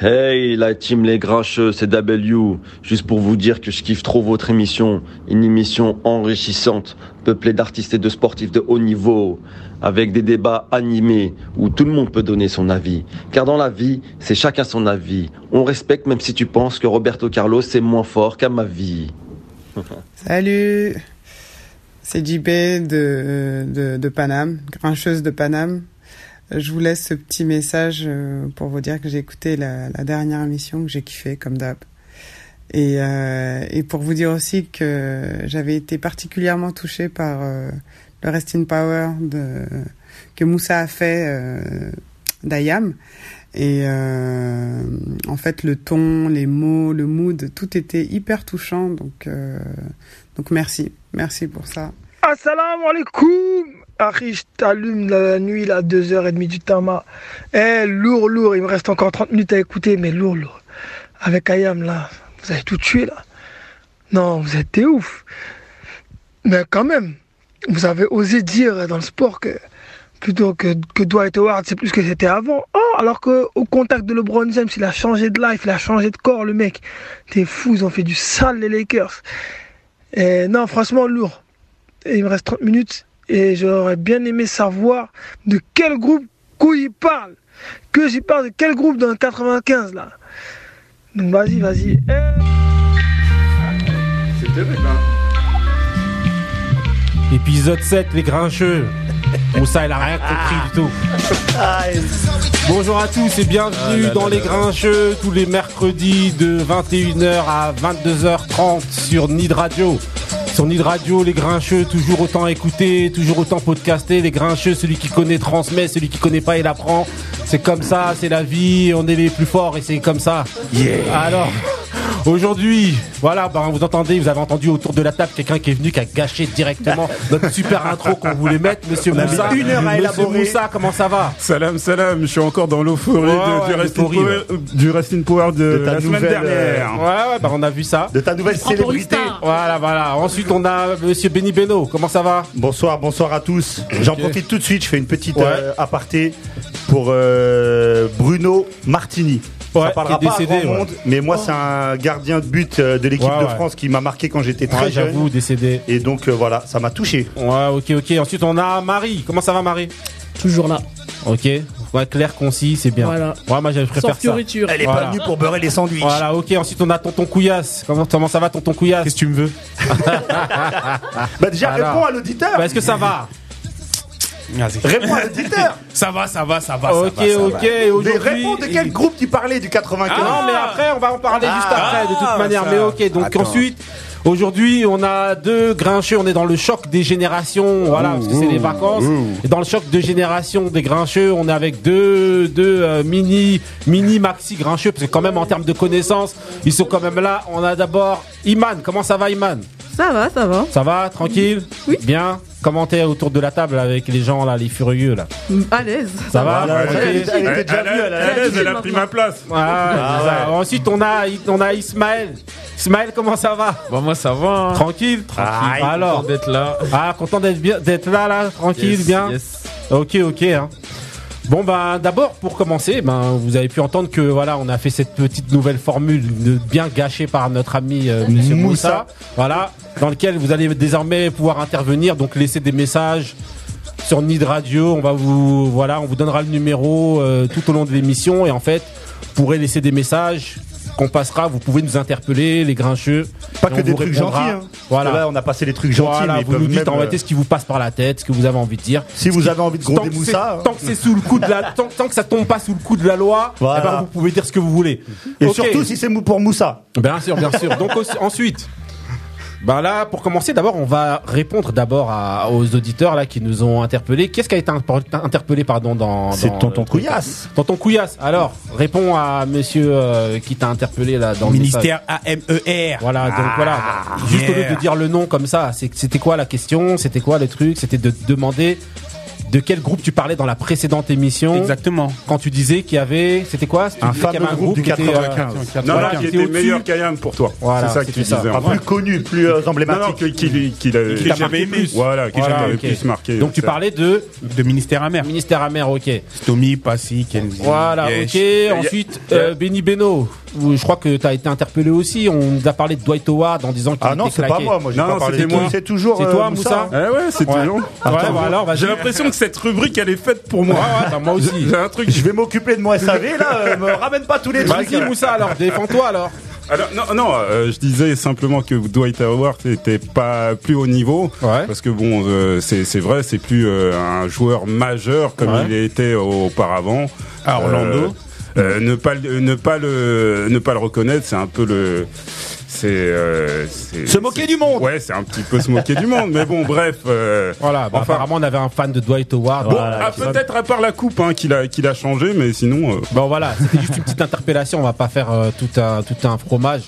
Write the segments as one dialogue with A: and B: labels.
A: Hey, la team Les Grincheux, c'est W. Juste pour vous dire que je kiffe trop votre émission. Une émission enrichissante, peuplée d'artistes et de sportifs de haut niveau, avec des débats animés où tout le monde peut donner son avis. Car dans la vie, c'est chacun son avis. On respecte même si tu penses que Roberto Carlos c'est moins fort qu'à ma vie.
B: Salut C'est JB de, de, de Paname, grincheuse de Paname. Je vous laisse ce petit message euh, pour vous dire que j'ai écouté la, la dernière émission que j'ai kiffé comme d'hab. Et, euh, et pour vous dire aussi que j'avais été particulièrement touché par euh, le Rest in Power de, que Moussa a fait euh, d'Ayam. Et euh, en fait, le ton, les mots, le mood, tout était hyper touchant. Donc, euh, donc merci. Merci pour ça.
C: Assalamu alaikum Harry, je t'allume la nuit, là, 2h30 du Tama. Eh, lourd, lourd, il me reste encore 30 minutes à écouter, mais lourd, lourd. Avec Ayam, là, vous avez tout tué, là. Non, vous êtes des ouf. Mais quand même, vous avez osé dire dans le sport que plutôt que, que Dwight Howard, c'est plus ce que c'était avant. Oh, alors que au contact de LeBron James, il a changé de life, il a changé de corps, le mec. T'es fou, ils ont fait du sale, les Lakers. Et non, franchement, lourd. Et il me reste 30 minutes et j'aurais bien aimé savoir de quel groupe couille il parle. Que j'y parle de quel groupe dans le 95, là. Donc vas-y, vas-y. Eh.
D: Épisode 7, les grincheux. Moussa, il a rien compris du tout. Bonjour à tous et bienvenue dans les grincheux tous les mercredis de 21h à 22h30 sur Nid Radio. Sur Nid Radio, les grincheux, toujours autant écouter, toujours autant podcaster. Les grincheux, celui qui connaît transmet, celui qui connaît pas, il apprend. C'est comme ça, c'est la vie, on est les plus forts et c'est comme ça. Alors, aujourd'hui, voilà, ben, vous entendez, vous avez entendu autour de la table quelqu'un qui est venu, qui a gâché directement notre super intro qu'on voulait mettre. Monsieur
E: On a mis
D: Moussa,
E: une heure à
D: Monsieur
E: élaborer.
D: Moussa, comment ça va
E: Salam, salam, je suis encore dans l'euphorie
D: Ouais,
E: de-
D: ouais,
E: du, Rest in
D: l'euphorie,
E: Power, du Rest in Power de,
F: De ta
E: la semaine
F: nouvelle, euh,
E: dernière.
D: Ouais, ouais, bah on a vu ça.
F: de ta nouvelle célébrité.
D: Voilà, voilà. Ensuite, on a Monsieur Benny Beno. Comment ça va
F: Bonsoir, bonsoir à tous. J'en profite tout de suite, je fais une petite
D: Ouais.
F: euh, aparté pour euh, Bruno Martini.
D: Ouais,
F: Ça parlera
D: qui est
F: pas à
D: décédé,
F: grand
D: ouais.
F: monde, mais moi c'est un gardien de but euh, de l'équipe
D: Ouais,
F: de
D: ouais.
F: France qui m'a marqué quand j'étais très
D: Ouais,
F: jeune.
D: J'avoue, décédé.
F: Et donc euh, voilà, ça m'a touché.
D: Ouais, ok, ok. Ensuite, on a Marie. Comment ça va, Marie
G: Toujours là.
D: Ok. Ouais, clair, concis, c'est bien.
G: Voilà.
D: Ouais, moi, je préfère
G: Sans
D: ça.
G: fioriture.
F: Elle est
D: Voilà.
F: pas venue pour beurrer les sandwichs.
D: Voilà, ok. Ensuite, on a Tonton Couillasse. Comment, comment ça va, Tonton Couillasse
E: Qu'est-ce que tu me veux
F: Bah déjà
D: Voilà.
F: réponds à l'auditeur.
D: Bah, Est-ce que ça va
F: Réponds à l'auditeur.
E: Ça va, ça va, ça va. ça
D: Ok,
E: va, ça va.
D: ok.
F: mais
D: Aujourd'hui- Ah,
F: réponds de quel groupe tu parlais du 95.
D: Non, mais après, on va en parler juste après, de toute manière.
E: Ah, ça.
D: Mais ok, donc
E: Attends.
D: ensuite, aujourd'hui, on a deux grincheux. On est dans le choc des générations. Voilà, parce que c'est les vacances. Et dans le choc des générations des grincheux, on est avec deux, deux euh, mini, mini maxi grincheux. Parce que, quand même, en termes de connaissances, ils sont quand même là. On a d'abord Iman. Comment ça va, Iman
H: Ça va, ça va.
D: Ça va Tranquille
H: Oui.
D: Bien Commentaire autour de la table avec les gens là, les furieux là.
H: À l'aise.
D: Ça va
F: Voilà,
D: Tranquille
F: elle, était- elle était
E: Elle,
F: déjà
E: elle, elle,
F: venue, elle a-
E: elle, elle, elle a pris ma place.
D: Ah, ça. Ensuite, on a, on a Ismaël. Ismaël, comment ça va
I: Bah moi ça va. hein.
D: Tranquille
I: Ah, il est
D: Alors
I: content d'être là.
D: Ah, content d'être bien, d'être là, là, tranquille,
I: Yes,
D: bien.
I: yes.
D: Ok, ok. hein. Bon bah d'abord pour commencer, ben vous avez pu entendre que voilà on a fait cette petite nouvelle formule de- bien gâchée par notre ami euh, Monsieur Moussa, voilà dans lequel vous allez désormais pouvoir intervenir, donc laisser des messages sur Nid Radio, on va vous voilà on vous donnera le numéro euh, tout au long de l'émission et en fait vous pourrez laisser des messages qu'on passera, vous pouvez nous interpeller les grincheux,
F: Pas
D: et
F: que
D: on
F: des
D: vous
F: trucs
D: répondra.
F: gentils. hein. Parce
D: Voilà.
F: que Là, on a passé les trucs gentils,
D: Voilà,
F: mais ils
D: vous nous
F: peuvent
D: dites
F: même,
D: en réalité
F: euh,
D: ce qui vous passe par la tête, ce que vous avez envie de dire.
F: Si vous avez envie de
D: Tant
F: gronder
D: que,
F: Moussa,
D: c'est- tant que c'est sous le coup de la, tant, tant que ça tombe pas sous le coup de la loi,
F: Voilà.
D: eh ben, vous pouvez dire ce que vous voulez.
F: Et
D: Ok.
F: surtout si c'est mou- pour Moussa.
D: bien sûr, bien sûr. Donc aussi- ensuite, ben là, pour commencer, d'abord, on va répondre d'abord à- aux auditeurs là qui nous ont interpellés. Qu'est-ce qui a été impor- interpellé, pardon, dans
F: C'est
D: dans-
F: tonton
D: euh,
F: Couillasse.
D: Tonton Couillasse. Alors, réponds à Monsieur euh, qui t'a interpellé là dans le message.
E: Ministère AMER.
D: Voilà, Ah, donc
F: Ah.
D: voilà.
G: Ah.
D: Juste au lieu de dire le nom comme ça, c'est- c'était quoi la question C'était quoi le truc C'était de demander de quel groupe tu parlais dans la précédente émission
G: Exactement.
D: Quand tu disais qu'il y avait, c'était quoi C'était
G: Un
D: qu'il y avait
G: fameux groupe
D: qui
G: du
D: était, euh,
G: 95.
D: qui
G: Non,
D: voilà,
G: non, qui
D: qui était
G: était
D: au-dessus.
G: meilleur
E: qu'Ayam pour toi.
D: Voilà,
G: C'est ça que tu
D: c'était
G: disais.
F: Ah, plus connu, plus euh, emblématique.
G: Non, non, que- qu'il- qu'il avait-
F: Qu'il
G: qu'il
F: t'a
G: j'avais
F: marqué
G: aimé.
F: plus.
G: Voilà, que
D: Voilà,
G: j'avais
D: ok.
G: plus marqué.
D: Donc tu parlais de
G: de Ministère amer.
D: Ministère amer, ok.
G: Stomy, Passy, Kenzie.
D: Voilà,
G: Yesh.
D: ok. Ensuite, euh, Benny Beno, où je crois que tu as été interpellé aussi. On nous a parlé de Dwight Howard en disant qu'il
F: Ah non,
D: était
F: c'est
D: claqué.
F: pas moi, moi j'ai
G: Non,
F: pas
G: non,
F: parlé.
G: c'était
F: de tout.
G: moi.
F: C'est toujours
D: C'est
F: euh,
D: toi,
F: Moussa.
D: Moussa
G: Eh ouais, c'est
D: Ouais.
G: toujours.
D: Ouais, bah alors, vas-y.
G: J'ai l'impression que cette rubrique, elle est faite pour moi.
D: Ouais, ouais, bah, moi aussi.
G: J'ai un truc.
F: Je vais m'occuper de mon SAV là, euh, me ramène pas tous les trucs.
D: Vas-y, Moussa, alors, défends-toi alors.
G: Alors, non, non euh, je disais simplement que Dwight Howard n'était pas plus haut niveau.
D: Ouais.
G: Parce que bon, euh, c'est c'est vrai, c'est plus euh, un joueur majeur comme
D: Ouais.
G: il était auparavant.
D: À Orlando.
G: Euh, euh, ne pas le- ne pas le ne pas le reconnaître, c'est un peu le c'est euh, c'est-
F: Se moquer
G: c'est-
F: du monde.
G: Ouais, c'est un petit peu se moquer du monde, mais bon, bref. euh,
D: Voilà, bah,
G: enfin,
D: apparemment, on avait un fan de Dwight Howard.
G: bon,
D: Voilà,
G: ah,
D: qui-
G: peut-être à part la coupe hein, qu'il a qu'il a changé, mais sinon. euh,
D: Bon voilà, c'était juste une petite interpellation, on va pas faire euh, tout, un, tout un fromage.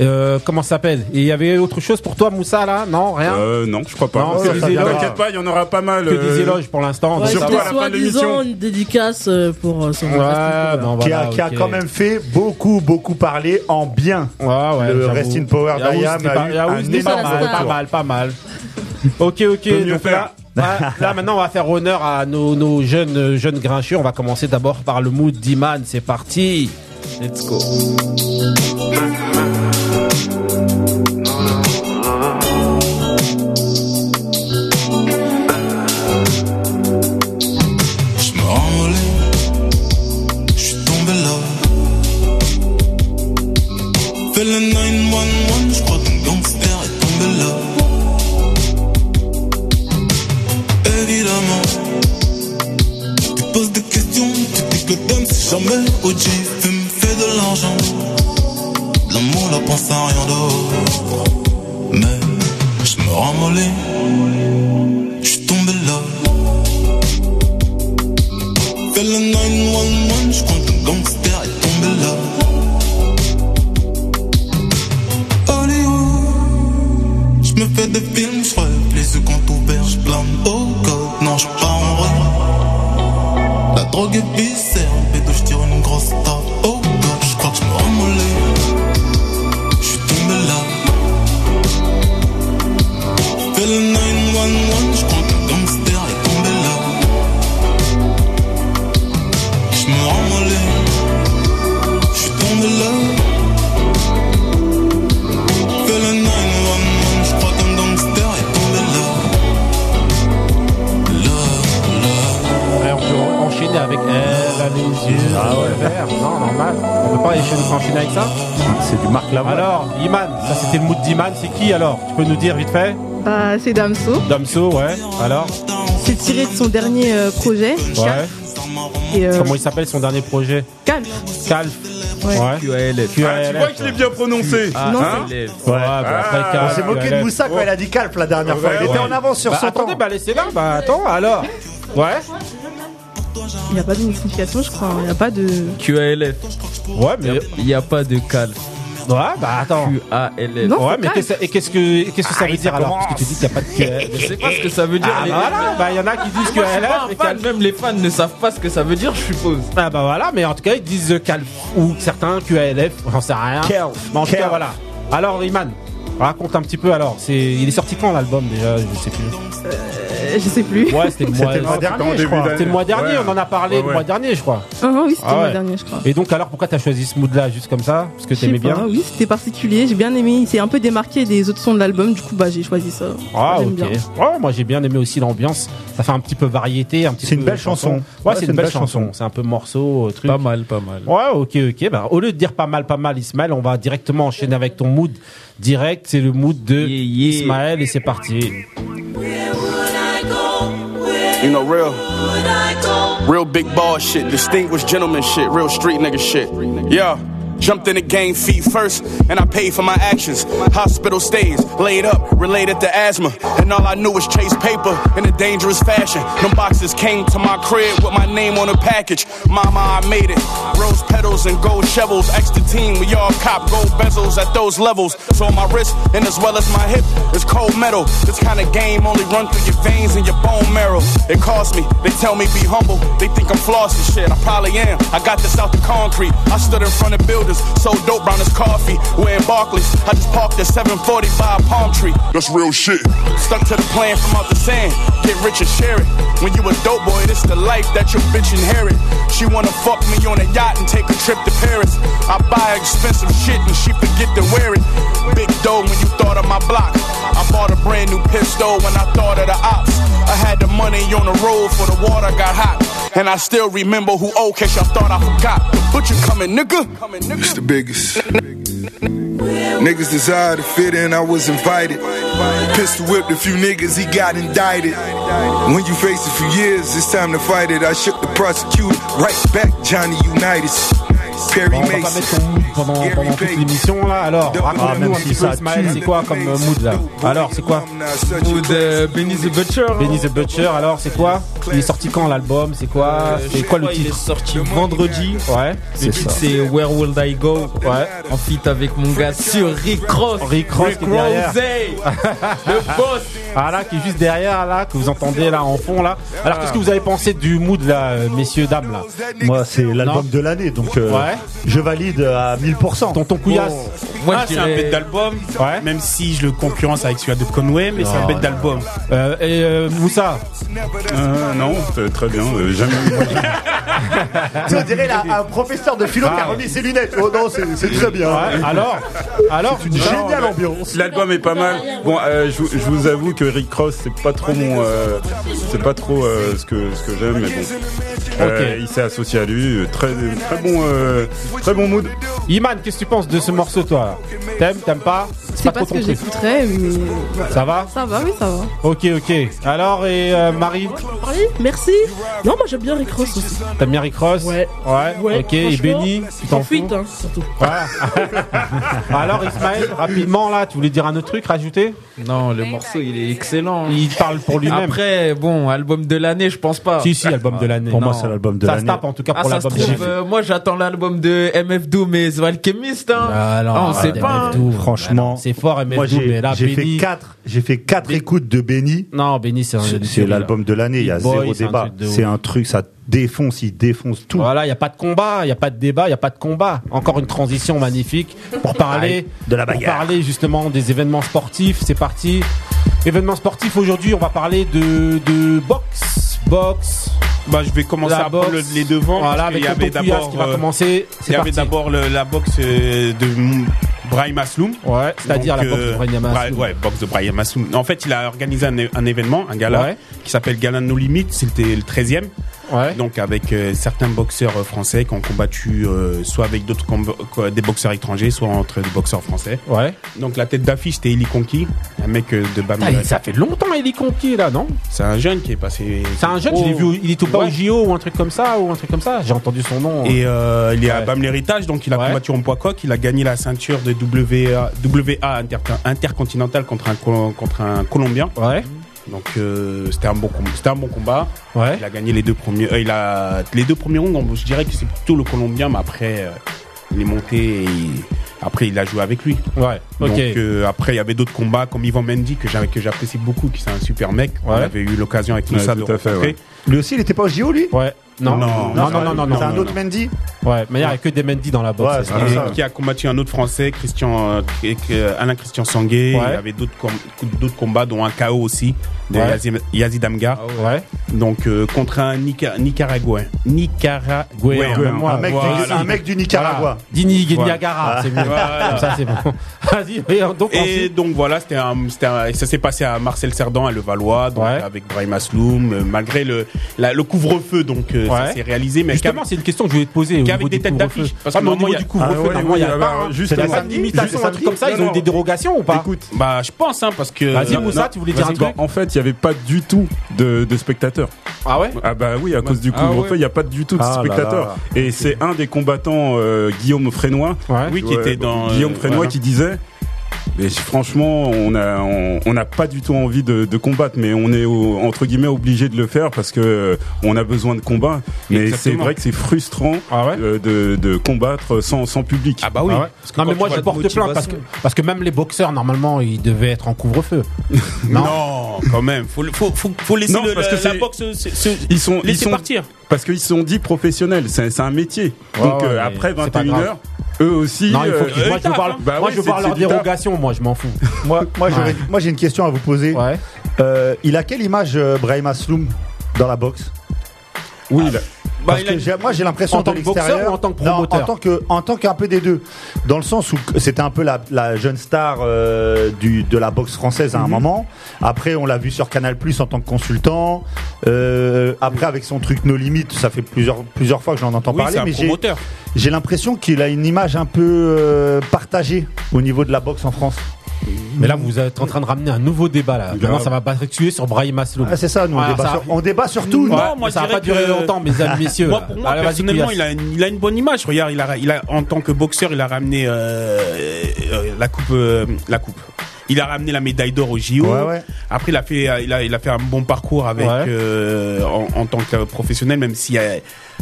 D: Euh, comment ça s'appelle Et il y avait autre chose pour toi Moussa là Non, rien
G: euh, non, je crois pas.
D: Non,
G: Ouais,
D: que
G: ça
D: des
G: viendra.
D: éloges.
G: T'inquiète pas, il y en aura pas mal.
D: Que
G: euh,
D: des éloges pour l'instant.
H: Ouais,
D: donc ça
G: surtout
D: va.
G: à la
H: c'était
G: fin de l'émission.
H: soi-disant une dédicace euh, pour euh, son
D: Ouais,
H: reste.
D: bon,
F: Qui, a,
D: voilà,
F: qui a
D: ok.
F: quand même fait beaucoup, beaucoup parler en bien.
D: Ouais, Ah ouais,
F: le
D: j'avoue.
F: Rest in Power
D: Yahoo,
F: d'Ayam
D: c'était
F: a
D: pas-
F: eu
D: Yahoo,
F: un
D: c'était pas
H: énorme
D: mal, pas
F: retour.
D: mal, pas mal. Ok, ok.
G: Peut mieux
D: donc
G: faire.
D: Là, ouais, là, maintenant on va faire honneur à nos, nos jeunes euh, jeunes grincheux. On va commencer d'abord par le mood d'Iman. C'est parti. Let's go.
I: Je me renvolais, je suis tombé là. Fais le 911, je crois qu'un gangster est tombé là. Évidemment, tu poses des questions, tu dis que t'aimes si jamais OG fume, fait de l'argent. De L'amour, la pense à rien d'autre. Mais je me renvolais, je suis tombé là. Fais le 911, je crois qu'un gangster est tombé là. Hollywood, je me fais des films, je rêve, les yeux quand ouverts, je blâme au code, non, je pars en rêve. La drogue est bizarre, bédo, je tire une grosse table au code, je crois que je me remollais. Je suis tombé là. Fais le 911, je crois qu'un gangster est tombé là. Je me renvolais, je suis tombé là. Fais le 911, je crois qu'un gangster est tombé là. Là, là.
D: Ouais, on peut en- enchaîner avec elle, a les yeux, ah non, normal. On peut pas enchaîner enchaîner avec ça
F: C'est du Marc Lavoie.
D: Alors, Iman, ça c'était le mood d'Iman, c'est qui alors Tu peux nous dire vite fait
J: Bah, c'est Damso.
D: Damso, ouais. Alors
J: C'est tiré de son dernier euh, projet.
D: Ouais.
J: Et, euh,
D: Comment il s'appelle son dernier projet
J: Calf.
D: Calf
J: Ouais.
D: QALF.
G: Ah, tu vois que je l'ai bien prononcé.
J: Non,
G: Hein
D: Ouais, bah, après,
F: Ah, On
D: Calf,
F: s'est moqué de
D: QALF.
F: Moussa quand elle a dit calpe la dernière fois. Il
G: Ouais,
F: était
G: ouais.
F: en avance sur
D: Bah,
F: son
D: attendez,
F: temps.
D: bah laissez-la, bah attends, alors Ouais
J: Il n'y a pas d'identification, je crois. hein. Il n'y a pas de.
K: QALF.
D: Ouais, mais.
K: Il n'y a pas de calf.
D: Ouais, bah attends.
K: QALF.
J: Non,
D: ouais,
J: c'est
D: mais
J: Calf.
D: qu'est-ce et qu'est-ce que, et qu'est-ce que ça veut dire alors Parce que tu dis qu'il n'y a pas de
F: Eh,
D: QALF.
K: Je sais pas ce que ça veut dire.
D: Ah,
K: les-
D: bah, voilà, bah y en a qui disent que
K: Moi, je suis pas
D: LF
K: un
D: et
K: fan,
D: Calf.
K: même les fans ne savent pas ce que ça veut dire, je suppose.
D: Ah bah voilà, mais en tout cas ils disent The Calf ou certains QALF, j'en sais rien.
F: Calf.
D: Mais en tout cas
F: Calf.
D: voilà. Alors Iman, raconte un petit peu alors. C'est il est sorti quand l'album déjà, je sais plus.
J: Euh, je sais plus.
D: Ouais, c'était le mois
F: C'était le mois
D: c'était
F: dernier, je
G: début
F: crois.
G: d'année.
D: le mois dernier,
G: Ouais.
D: on en a parlé
G: Ouais,
D: le
G: ouais.
D: mois dernier, je crois.
J: Ah oui, c'était
D: Ah
J: le
D: ouais.
J: mois dernier, je crois.
D: Et donc alors pourquoi t'as choisi ce mood là juste comme ça Parce que
J: Je sais
D: t'aimais
J: pas, Ah
D: bien
J: Oui, c'était particulier. J'ai bien aimé. Il s'est un peu démarqué des autres sons de l'album. Du coup, bah, j'ai choisi ça.
D: Ah
J: J'aime
D: ok.
J: bien.
D: Ouais, moi j'ai bien aimé aussi l'ambiance. Ça fait un petit peu variété, un petit
F: C'est une
D: peu
F: belle chanson.
D: Ouais, c'est une, belle chanson. C'est un peu morceau, euh, truc.
K: Pas mal, pas mal.
D: Ouais, ok, ok. Bah, au lieu de dire pas mal, pas mal, Ismaël, on va directement enchaîner avec ton mood direct. C'est le mood de
K: Yeah, yeah.
D: Ismaël et c'est parti.
I: You know, real, real big ball shit, distinguished gentleman shit, real street nigga shit. Yeah,
L: Jumped in the game feet first, and I paid for my actions. Hospital stays, laid up, related to asthma. And all I knew was chase paper in a dangerous fashion. Them boxes came to my crib with my name on the package. Mama, I made it. Rose petals and gold shovels. X the team, we all cop gold bezels at those levels. So on my wrist and as well as my hip is cold metal. This kind of game only run through your veins and your bone marrow. It cost me. They tell me be humble. They think I'm flossy shit. I probably am. I got this out the concrete. I stood in front of builders, so dope brown as coffee. Wearing Barclays. I just parked at 740 by a palm tree. That's real shit. Stuck to the plan from out the sand. Get rich and share it. When you a dope boy, this the life that your bitch inherit. She wanna fuck me on a yacht and take a trip to Paris. I buy expensive shit and she forget to wear it. Big dough when you thought of my block. I bought a brand new pistol when I thought of the ops. I had the money on the road for the water got hot. And I still remember who old case y'all thought I forgot. The butcher coming, nigga.
M: It's the biggest. Niggas desire to fit in, I was invited. Pistol whipped a few niggas, he got indicted. When you face a few years, it's time to fight it. I shook the prosecutor right back, Johnny Unitas. Perry
D: Bon, on va pas mettre
M: Mason.
D: ton mood pendant, pendant toute l'émission là. Alors, raconte-nous un petit peu, Ismaël, c'est quoi comme euh, mood là Alors, c'est quoi
K: Mood Benny the Butcher. hein.
D: Benny the Butcher, alors c'est quoi Il est sorti quand l'album C'est quoi C'est quoi le
K: Euh, Il est
D: titre
K: sorti vendredi.
D: Ouais,
K: Le titre c'est Where Will I Go. Ouais. En feat avec mon gars sur Rick Ross.
D: Rick Ross qui est derrière.
K: Hey le boss.
D: Ah là, qui est juste derrière là, que vous entendez là en fond là. Alors, qu'est-ce que vous avez pensé du mood là, euh, messieurs, dames là
F: Moi, c'est l'album
D: Non.
F: de l'année, donc euh,
D: Ouais.
F: je valide à 1000%.
D: Tonton
F: Couillasse.
D: Oh. Moi,
E: ah,
D: je
E: c'est un
D: dirais-
E: bête d'album, même si je le concurrence avec celui de Conway, mais c'est un
D: Non,
E: bête
D: non. Euh,
E: d'album.
D: et Moussa
G: Euh, non, t- très bien. euh, jamais.
F: On dirait là, un professeur de philo qui a remis ses lunettes. Oh non, c'est c'est très bien.
D: Ah. alors, alors,
F: une géniale ambiance.
G: L'album est pas
H: Bah,
G: mal. Bon, euh, je, vous- je vous avoue que Rick Ross, c'est pas trop mon, euh, c'est pas trop euh, ce que ce que j'aime, mais bon. Euh, il s'est associé à lui. euh, Très très bon, euh, très bon mood.
D: Iman, qu'est-ce que tu penses de ce morceau toi T'aimes, t'aimes pas
H: C'est pas, ce
D: trop
H: que
D: ton truc.
H: j'écouterais, mais.
J: euh,
H: voilà.
D: Ça va
H: Ça va, oui, ça va.
D: Ok, ok. Alors, et euh, Marie
H: Parlez, merci. Non, moi j'aime bien Rick Ross aussi.
D: T'aimes bien Rick Ross Ouais.
H: Ouais,
D: ok. Et
H: franchement,
D: Benny Tu
H: En
D: t'en fous
H: fuite, hein, surtout.
D: Voilà.
E: Bah
D: Alors, Ismaël, rapidement là, tu voulais dire un autre truc, rajouter
K: Non, le morceau il est excellent.
D: Il parle pour lui-même.
K: Après, bon, album de l'année, je pense pas.
D: Si, si, album de l'année. Pour moi, c'est l'album de Ça se l'année. tape, en tout cas,
K: Ah,
D: pour
K: ça se
D: l'album de
K: trouve,
D: l'année.
K: euh, moi, j'attends l'album de MF Doom et The Alchemist. Hein. Ah, on sait pas. hein.
F: Franchement,
D: c'est fort, MF
F: Moi,
D: Doom,
F: j'ai
D: mais là,
F: j'ai fait
D: Benny-
F: quatre, j'ai fait quatre écoutes de Benny.
D: Non, Benny, c'est un-
F: c'est l'album de l'année. Il y a
D: Hit Boy,
F: zéro
D: c'est un
F: débat.
D: truc de ouf.
F: C'est un truc, ça défonce, il défonce tout.
D: Voilà, il n'y a pas de combat, il n'y a pas de débat, il n'y a pas de combat. Encore une transition magnifique pour parler
F: De la
D: pour
F: bagarre.
D: parler justement des événements sportifs. C'est parti. Événements sportifs aujourd'hui, on va parler de, de boxe. Boxe.
E: Bah, je vais commencer
D: La
E: à prendre
D: boxe.
E: les devants.
D: Voilà,
E: parce qu'il
D: avec
E: y avait
D: Tonton Couillasse
E: d'abord.
D: qui va
E: euh,
D: commencer. C'est
E: Il y avait
D: parti.
E: d'abord le- la boxe euh, de M- Brahim Asloum.
D: Ouais, c'est-à-dire
E: Donc, euh,
D: la boxe de Brahim
E: Bra-
D: Asloum.
E: Ouais, boxe de Brahim Asloum. En fait, il a organisé un, é- un événement, un gala,
D: Ouais.
E: qui s'appelle Gala No Limit. C'était le 13e.
D: Ouais.
E: Donc, avec euh, certains boxeurs euh, français qui ont combattu euh, soit avec d'autres comb- quoi, des boxeurs étrangers, soit entre des boxeurs français.
D: Ouais.
E: Donc, la tête d'affiche, c'était Eli Conki, un mec euh, de Bamako.
D: Putain, ça fait longtemps il est conquis là, non
E: C'est un jeune qui est passé. Oh.
D: C'est un jeune, je
F: Oh.
D: l'ai vu, au- il est tout pas au JO ou un truc comme ça ou un truc comme ça. J'ai entendu son nom. hein.
E: Et euh, il est à BAM l'héritage, donc il a combattu en poids coq, il a gagné la ceinture de WA, WA inter- intercontinentale contre un, Col- contre un Colombien. Donc euh, c'était un, bon com- c'était un bon combat. Il a gagné les deux premiers. euh, il a, les deux premiers rounds, on- je dirais que c'est plutôt le Colombien, mais après euh, il est monté et il- après il a joué avec lui.
D: Ouais, ok.
E: Donc euh, après il y avait d'autres combats comme Ivan Mendy que j'avais- que j'apprécie beaucoup, qui c'est un super mec. On
D: Ouais.
E: avait eu l'occasion avec
D: Ouais,
E: Moussa
D: tout
E: de
D: à fait,
E: rencontrer.
D: ouais.
F: Lui aussi, il était pas au JO, lui
D: Ouais. Non,
E: Non,
D: non, non,
E: non,
D: non, non,
E: non,
F: C'est un
D: non,
F: autre
D: non.
F: Mendy
D: Ouais, mais il n'y a que des Mendy dans la boxe.
F: Ouais,
D: c'est
E: Et
D: ça.
E: qui a combattu un autre français, Christian, euh, et que- euh, Alain Christian Sanguet.
D: Ouais.
E: Il y avait d'autres com- d'autres combats, dont un KO aussi, de
D: Ouais. Ah
E: Yazid, Yazid Amgar. Donc, euh, contre un Nica- Nicaraguayen. Nicaraguayen.
D: Ouais, moi,
E: Voilà.
D: voilà. Voilà. Dini
E: Voilà.
D: Guignagara, c'est mieux.
E: Voilà.
D: Comme ça, c'est bon. Vas-y, mais donc
E: Et donc voilà, c'était un, c'était un- ça s'est passé à Marcel Cerdan à Levallois, donc avec Brahim Asloum, euh, malgré le, la- le couvre-feu, donc euh, ça
D: Ouais.
E: s'est réalisé. Mais
D: Justement, c'est une question que je voulais te poser.
E: qui est avec des têtes d'affiche. Parce
D: Ah,
E: que moment, il y a du
F: Ah,
D: couvre-feu, normalement, il y
F: bah,
D: a pas, hein. C'est la samedi, imitation, un truc comme ça, ils ont eu des dérogations ou pas
E: Écoute, bah je pense, hein, parce que.
G: Euh,
D: Vas-y,
E: Non,
D: Moussa,
E: non,
D: tu voulais dire
E: vas-y,
D: un truc
G: En fait, il n'y avait pas du tout de, de spectateurs.
D: Ah ouais
G: Ah bah oui, à cause du
D: Ah
G: couvre-feu, il
D: ouais.
G: n'y a pas du tout de
D: Ah là
G: spectateurs.
D: là.
G: Et c'est un des combattants, euh, Guillaume Frénois,
E: Oui, qui était dans, euh,
G: Guillaume Frénois
E: voilà.
G: qui disait. Mais franchement, on a on on n'a pas du tout envie de, de combattre, mais on est au- entre guillemets obligé de le faire parce que euh, on a besoin de combat. Mais c'est
D: Exactement.
G: vrai que c'est frustrant
E: Ah
G: euh, de, de combattre sans, sans public. Ah
D: bah oui. non mais moi je porte plainte parce que parce que même les boxeurs normalement ils devaient être en couvre-feu.
E: Non, quand même. Faut, le- faut, faut, faut laisser
G: Non,
E: le,
G: parce
E: le-
G: que
E: la
G: c'est-
E: boxe se, se- se-
G: ils sont
E: laisser
G: ils sont-
E: partir.
G: parce qu'ils se sont dit professionnels c'est c'est un métier donc
D: ouais,
G: euh,
D: mais
G: après
D: c'est pas grave.
G: 21h eux aussi
D: Non, il faut
G: euh,
D: qu'ils- moi, je
G: ils
D: parle,
G: tapent, hein. Bah
D: moi
G: oui,
D: je
G: c'est-
D: parle
G: c'est
D: leur
G: du taf.
D: dérogation, moi je m'en fous.
F: Moi, moi, j'aurais-
D: Ouais.
F: moi, j'ai une question à vous poser. Euh, il a quelle image euh, Brahim Asloum dans la boxe
G: Oui.
E: Bah,
F: Parce que j'ai- moi Ah, j'ai l'impression
D: En tant
F: de
D: que boxeur
F: l'extérieur-
D: ou en tant que
F: Non,
D: promoteur
F: en tant que en tant qu'un peu des deux dans le sens où c'était un peu la, la jeune star euh, du de la boxe française
D: Mhm.
F: à un moment après on l'a vu sur Canal Plus en tant que consultant Euh, après avec son truc No limites ça fait plusieurs plusieurs fois que j'en entends
E: Oui,
F: parler
E: c'est un
F: mais j'ai-
E: promoteur.
F: j'ai l'impression qu'il a une image un peu euh, partagée au niveau de la boxe en France
D: Mais là vous êtes en train de ramener un nouveau débat là. Maintenant
F: Grave.
D: ça va basculer sur Brahim Maslow.
F: Ah, c'est ça, nous, on débat sur- on débat sur tout, nous.
D: Non, moi ça va
E: dirais
D: pas durer
E: que-
D: longtemps mes amis messieurs.
E: Moi, pour moi,
D: Allez, vas-y,
E: personnellement,
D: Couillasse.
E: il a, une, il a une bonne image. Regarde, il a, il a, en tant que boxeur, il a ramené euh, euh, la coupe, euh, la coupe. Il a ramené la médaille d'or au JO.
F: Ouais, ouais.
E: Après, il a fait, euh, il a, il a fait un bon parcours avec euh, en, en tant que professionnel, même si. euh,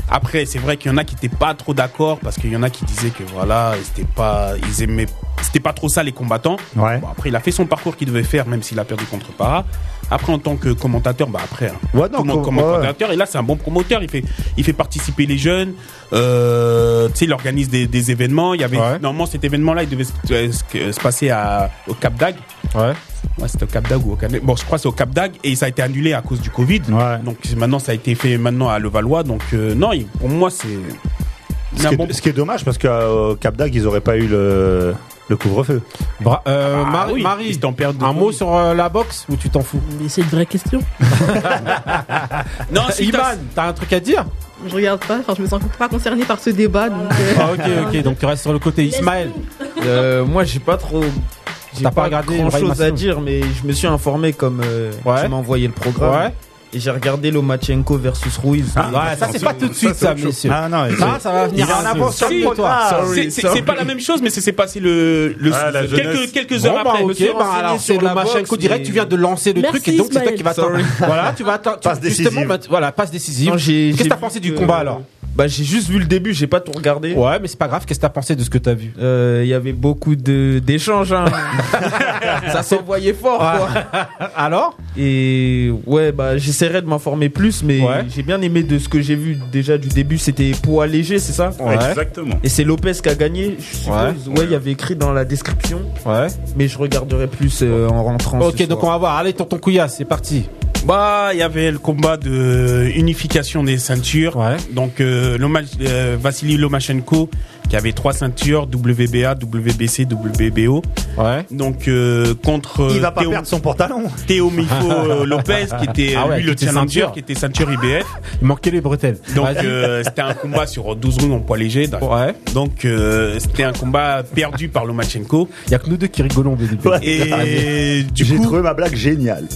E: après, c'est vrai qu'il y en a qui n'étaient pas trop d'accord parce qu'il y en a qui disaient que voilà, c'était pas, ils aimaient, c'était pas trop ça les combattants.
F: Ouais.
E: Bon, après, il a fait son parcours qu'il devait faire, même s'il a perdu contre Para. Après, en tant que commentateur, bah après, hein,
F: Ouais, non,
E: tout le monde
F: com-
E: commente
F: ouais, ouais.
E: promoteur. Et là, c'est un bon promoteur. Il fait, il fait participer les jeunes. Euh, tu sais, il organise des, des événements. Il y avait normalement cet événement-là, il devait se, euh, se- se passer à, au Cap d'Ag.
D: Ouais.
E: c'était au Cap d'Ag ou au Cap Bon, je crois que c'est au Cap d'Ag et ça a été annulé à cause du Covid. Donc maintenant, ça a été fait maintenant à Levallois. Donc euh, non, il- pour moi, c'est. il
F: ce
E: a
F: qui,
E: un
F: est,
E: bon-
F: ce qui est dommage parce qu'au Cap d'Ag ils n'auraient pas eu le, le couvre-feu
D: Bra- euh, Marie,
E: oui,
D: Marie,
E: ils t'en perdent de
D: un
E: vue.
D: mot sur euh, la boxe ou tu t'en fous
J: Mais c'est une vraie question.
E: Non, si t'as-
D: Iman, t'as un truc à dire
J: Je regarde pas, enfin, je me sens pas concernée par ce débat. Donc, euh,
D: Ah ok ok donc tu restes sur le côté Ismaël.
K: Euh, moi, j'ai pas trop. J'ai
D: T'as
K: pas,
D: pas regardé
K: grand
D: Brahim
K: chose à
D: Asloum
K: dire, mais je me suis informé comme euh, tu m'as envoyé le programme.
D: Ouais. Ah,
K: Et j'ai regardé Lomachenko versus Ruiz.
D: ouais, ça, c'est pas tout de suite, ça, messieurs.
K: Ah non,
D: Ça, ça va venir un peu. Si, toi.
E: C'est- c'est- C'est pas la même chose, mais c'est c'est passé le, le-
D: Ah, la
E: quelques,
D: jeunesse.
E: quelques heures
D: Bon, bah,
E: après.
D: ok, bah, alors, sur le Machenko direct, tu viens de lancer le truc et donc c'est toi qui vas attendre. voilà, tu vas attendre.
K: Passe
D: tu-
K: décisive.
D: Justement, bah, tu- voilà, passe décisive.
K: Non, j'ai-
D: Qu'est-ce que
K: j'ai
D: t'as
K: vu
D: pensé du
K: que-
D: combat alors
K: Bah, j'ai juste vu le début, j'ai pas tout regardé.
D: Ouais, mais c'est pas grave, qu'est-ce que t'as pensé de ce que t'as vu
K: Euh, Il y avait beaucoup de- d'échanges, hein. ça s'envoyait fort, quoi.
D: Alors
K: Et ouais, bah, j'essaierai de m'informer plus, mais j'ai bien aimé de ce que j'ai vu déjà du début. C'était poids léger, c'est ça
G: Ouais. Exactement.
K: Et c'est Lopez qui a gagné, je suppose. Ouais, il y avait écrit dans la description.
D: Ouais.
K: Mais je regarderai plus euh, en rentrant.
D: Ok, donc on va voir. Allez, tonton Couillasse, c'est parti.
E: Bah, il y avait le combat de euh, unification des ceintures. Donc, euh, Loma- euh, Vassili Lomachenko, qui avait trois ceintures, WBA, WBC, WBO. Donc, euh, contre... euh,
F: il va pas
E: Théo-
F: perdre son pantalon
E: Théo Mifo euh, Lopez, qui était euh,
D: Ah ouais,
E: lui
D: qui
E: le
D: était
E: challenger,
D: ceinture.
E: qui était ceinture IBF.
D: Il manquait les bretelles.
E: Donc,
D: Vas-y.
E: euh, c'était un combat sur 12 rounds en poids léger. Donc, euh, c'était un combat perdu par Lomachenko.
D: Il y a que nous deux qui rigolons au début.
E: Et du
F: J'ai
E: coup-
F: trouvé ma blague géniale.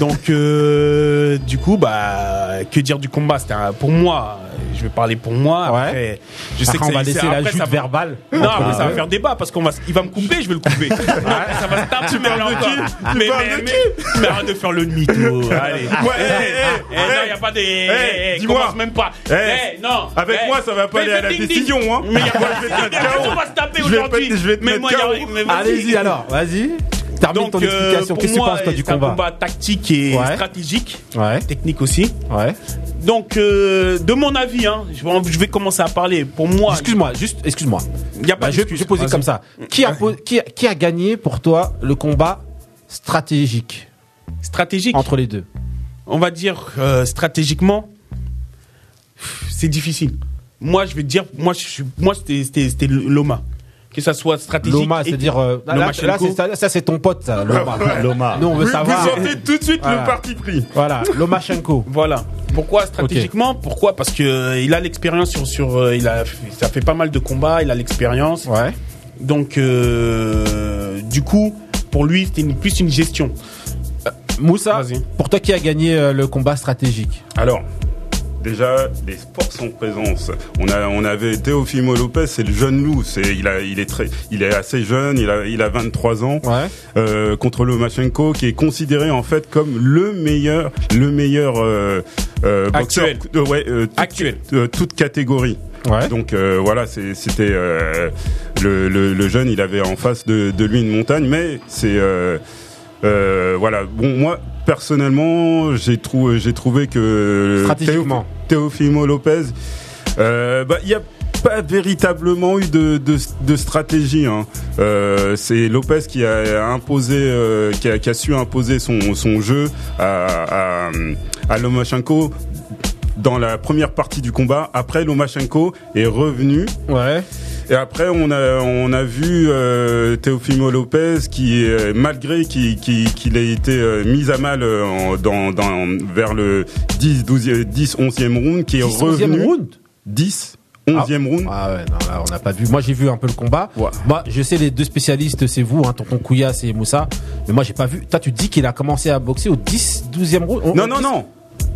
E: Donc, euh, du coup, bah, que dire du combat C'était un- pour moi. Je vais parler pour moi. Après, je sais
D: Après,
E: que
D: on
E: ça-
D: va laisser
E: ça-
D: la
E: après,
D: joute
E: ça va-
D: verbale.
E: Non,
D: Entre
E: mais
D: les
E: ça va
D: deux.
E: faire débat parce qu'on va, il va me couper, je vais le couper. Non, ça va se taper, mais alors encore.
D: Tu
E: Mais,
D: parles
E: mais-
D: de
E: mais- mais arrête de faire le mytho. Allez. Eh, non, y a pas des. eh, eh,
G: dis-moi.
E: commence même pas.
G: Eh,
E: Eh, non.
G: avec
E: Eh,
G: moi, ça va pas
E: mais
G: aller à
E: fais
G: la
E: ding-ding.
G: décision, hein.
E: Mais y a pas
G: Moi, je vais te mettre KO.
E: on va se taper
G: Je vais
E: aujourd'hui.
G: pas- je vais te
E: Mais
G: mettre
E: moi, y a-
G: KO.
E: mais vas-y.
D: Allez-y alors, vas-y. Termine
E: Donc,
D: ton
E: euh,
D: explication.
E: pour
D: Qu'est-ce que tu
E: moi,
D: penses toi du
E: c'est un
D: combat
E: combat tactique et
D: Ouais.
E: stratégique,
D: Ouais.
E: technique aussi.
D: Ouais.
E: Donc, euh, de mon avis, hein, je, vais, je vais commencer à parler. Pour moi,
D: excuse-moi, juste, excuse-moi.
E: Il y a pas.
D: Bah, je,
E: d'excuse.
D: je vais poser
E: Vas-y.
D: comme ça. Qui a, po- qui, a- qui a gagné pour toi le combat stratégique
E: Stratégique
D: Entre les deux.
E: On va dire euh, stratégiquement, pff, c'est difficile. Moi, je vais dire, moi, je suis, moi, c'était- c'était c'était Loma. Que ça soit stratégique.
D: Loma,
E: et-
D: c'est-à-dire. euh, là, là,
E: Lomachenko.
D: là, c'est- ça, ça, c'est ton pote, ça, Loma.
G: Ouais.
E: Ah.
D: Nous, on veut
G: Vous-
D: savoir.
G: vous sentez tout de suite le parti pris.
D: Voilà, Lomachenko.
E: voilà. Pourquoi stratégiquement Pourquoi Parce que euh, il a l'expérience sur sur euh, il a ça fait pas mal de combats, il a l'expérience. Ouais. Donc euh, du coup, pour lui, c'était une- plus une gestion. Euh,
D: Moussa, pour toi qui a gagné euh, le combat stratégique
G: Alors, déjà, les sports sont présence. On, a, on avait Teofimo Lopez, c'est le jeune loup. C'est, il, a, il, est très, il est assez jeune, il a, il a 23 ans. Euh, contre Lomachenko, qui est considéré en fait comme le meilleur, le meilleur euh, euh, boxeur.
E: Actuel.
G: Euh, ouais, euh, toute- euh, toute catégorie. Donc euh, voilà, c'est- c'était euh, le, le- le jeune, il avait en face de, de lui une montagne, mais c'est euh, euh, voilà. Bon, moi personnellement, j'ai trouvé, j'ai trouvé que
D: Stratégiquement.
G: Théo- Teofimo Lopez, euh, bah, il y a pas véritablement eu de, de- de stratégie. hein. Euh, c'est Lopez qui a imposé, euh, qui, a, qui a su imposer son, son jeu à, à, à Lomachenko dans la première partie du combat. Après, Lomachenko est revenu.
D: Ouais.
G: Et après, on a, on a vu euh, Teofimo Lopez qui, euh, malgré qu'il qui, qu'il ait été euh, mis à mal euh, en- dans, dans, vers le 10, 12, 10, 11e round, qui est
D: 10, 11e
G: revenu.
D: round
G: 10, 11e round.
D: Ah ouais, non, là, on n'a pas vu. Moi, j'ai vu un peu le combat. Moi, je sais, les deux spécialistes, c'est vous, hein, Tonton Kouya, c'est Moussa. Mais moi, j'ai pas vu. Toi, tu dis qu'il a commencé à boxer au 10, 12e round
G: Non, non, non.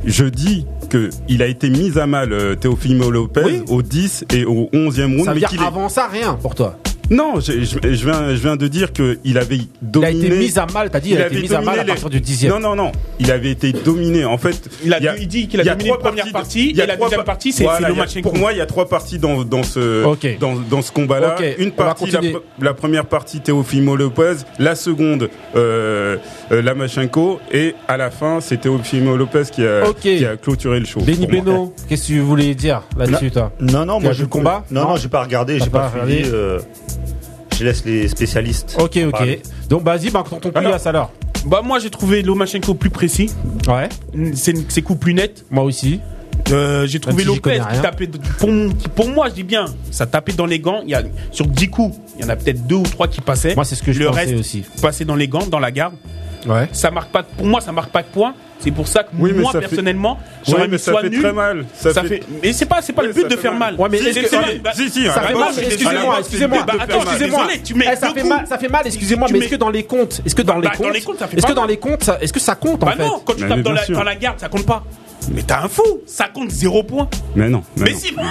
G: Je dis que il a été mis à mal euh, Teofimo Lopez au 10 et au 11e round.
D: Ça
G: mais
D: veut dire
G: qu'il est-
D: avant ça, rien pour toi.
G: Non, je, je- je viens, je viens de dire qu'il avait dominé.
D: été mis à mal, t'as dit, il a été
G: avait
D: mis à
G: dominé
D: mal à partir du 10e.
G: Non, non, non. Il avait été dominé. En fait, il, a,
E: il dit qu'il a dominé la première partie et la deuxième partie, c'est- c'est Lomachenko.
G: Pour moi, il y a trois parties dans, dans ce,
E: Ok.
G: dans, dans ce combat-là.
E: Ok,
G: Une
E: on va
G: partie, la,
E: continuer.
G: pre- la première partie, Teofimo Lopez. La seconde, euh, euh, Lomachenko. Et à la fin, c'est Teofimo Lopez qui a,
D: Ok.
G: qui a clôturé le show.
D: Benny
G: pour moi.
D: Beno, qu'est-ce que tu voulais dire là-dessus, toi
F: Non, non,
D: Tu
F: moi
D: as vu
F: je
D: le combat
F: Non, non, j'ai pas regardé,
D: T'as
F: j'ai pas, suivi.
D: regardé
F: euh, je laisse les spécialistes.
D: Ok, ok.
F: parler.
D: Donc, vas-y, bah, Tonton Kouya, ça alors.
E: Bah moi j'ai trouvé Lomachenko plus précis.
D: Ouais.
E: Ses, ses coups plus nets.
D: Moi aussi.
E: j'ai trouvé
D: Même si j'y
E: Lopez
D: connais
E: qui
D: rien.
E: tapait de- pour, mon- qui, pour moi je dis bien ça tapait dans les gants il y a sur 10 coups il y en a peut-être deux ou trois qui passaient
D: Moi, c'est ce que je
E: le
D: pensais
E: reste
D: aussi.
E: passait dans les gants dans la garde
D: Ouais.
E: ça marque pas de- pour moi ça marque pas de points c'est pour ça que
G: Oui, mais
E: moi
G: ça fait-
E: personnellement
G: Oui,
E: j'aurais
G: mais
E: mis
G: ça
E: soit
G: fait
E: nul
G: très mal. Ça fait-
E: mais c'est pas c'est pas le
G: ça
E: but de
G: fait
E: faire
G: mal.
E: mal,
D: Ah,
G: Ouais, mais est-ce que-
E: mal.
G: allez, si,
E: hein,
G: si,
D: Ça fait mal, mais excusez-moi, excusez-moi.
E: Bah, attends excusez-moi tu mets
D: Eh, ça
E: deux
D: fait
E: coups.
D: mal, ça fait mal, excusez-moi,
E: Tu
D: mais
E: mets-
D: est-ce que dans les comptes, est-ce que dans les
E: Bah, dans
D: comptes,
E: les comptes, ça fait
D: est-ce que
E: pas
D: dans
E: mal.
D: les comptes, ça- est-ce que ça compte en
E: bah
D: fait
E: non quand tu tapes dans la, dans la garde ça compte pas mais t'as un fou ça compte zéro point
G: Mais non.
E: mais
G: non.
E: si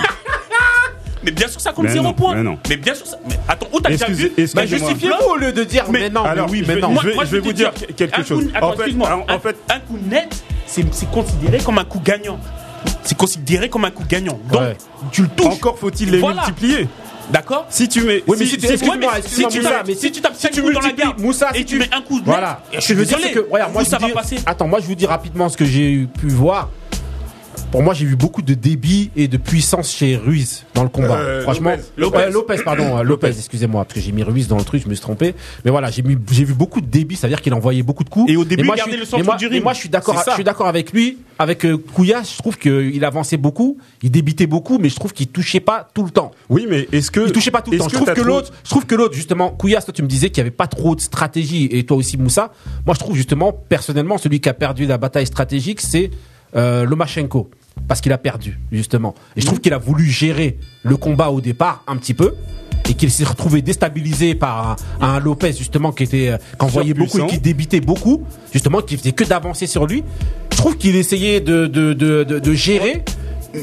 E: Mais bien sûr, ça compte
G: Mais
E: zéro
G: non,
E: point.
G: mais non.
E: bien sûr, ça... mais attends, où t'as déjà
G: Excuse-
E: vu Bah,
G: excusez-moi.
D: Justifiez-vous au lieu de dire mais, non,
G: Alors,
D: mais oui,
G: je
D: mais
G: vais-
D: non.
G: je vais- je vais vous dire quelque
E: un
G: chose.
E: coup- attends,
G: En fait-
E: excuse-moi.
G: alors, en
E: un,
G: fait-
E: un coup net, c'est c'est considéré comme un coup gagnant. C'est considéré comme un coup gagnant. Donc, tu le touches.
G: Encore faut-il les
E: Voilà.
G: multiplier.
E: D'accord
G: Si tu mets.
D: Oui, mais
E: Si-
D: si tu
E: si-
D: excuse-moi,
E: ouais, mais
D: excuse-moi,
E: si tu
D: Moussa,
E: tapes-
D: mais
E: si tu tapes cinq coups dans la
D: multiplies,
E: garde,
D: Moussa,
E: et
D: si
E: tu mets un coup net,
D: Voilà.
E: je
D: Ce
E: suis
D: que Je veux dire
E: désolé.
D: c'est que regarde, moi
E: Vous, ça
D: je
E: va
D: vous dis-
E: passer.
D: Attends, moi je vous dis rapidement ce que j'ai eu- pu voir. Pour moi, j'ai vu beaucoup de débit et de puissance chez Ruiz dans le combat.
E: Euh,
D: Franchement,
E: Lopez.
D: Euh, Lopez, pardon, euh, Lopez, excusez-moi, parce que j'ai mis Ruiz dans le truc, je me suis trompé. Mais voilà, j'ai mis- j'ai vu beaucoup de débit, c'est-à-dire qu'il envoyait beaucoup de coups. Et au
E: début,
D: moi,
E: il
D: je
E: gardait
D: suis-
E: le centre
D: et moi-
E: du ring.
D: et moi, je suis d'accord,
E: C'est
D: je
E: ça.
D: suis d'accord avec lui, avec euh, Kouya, je trouve qu'il avançait beaucoup, il débitait beaucoup, mais je trouve qu'il touchait pas tout le temps.
G: Oui, mais est-ce que
D: il touchait pas tout le
G: est-ce
D: temps Je
G: que
D: trouve
G: t'as
D: que
G: trouvé-
D: l'autre, je trouve que l'autre justement, Kouyas, toi tu me disais qu'il y avait pas trop de stratégie et toi aussi Moussa. Moi je trouve justement personnellement celui qui a perdu la bataille stratégique c'est euh, Lomachenko parce qu'il a perdu justement. Et je trouve qu'il a voulu gérer le combat au départ un petit peu. Et qu'il s'est retrouvé déstabilisé par un, un Lopez justement qui était euh, qui envoyait beaucoup et qui
G: Surpuissant.
D: débitait beaucoup justement qui faisait que d'avancer sur lui. Je trouve qu'il essayait de de, de, de- de gérer.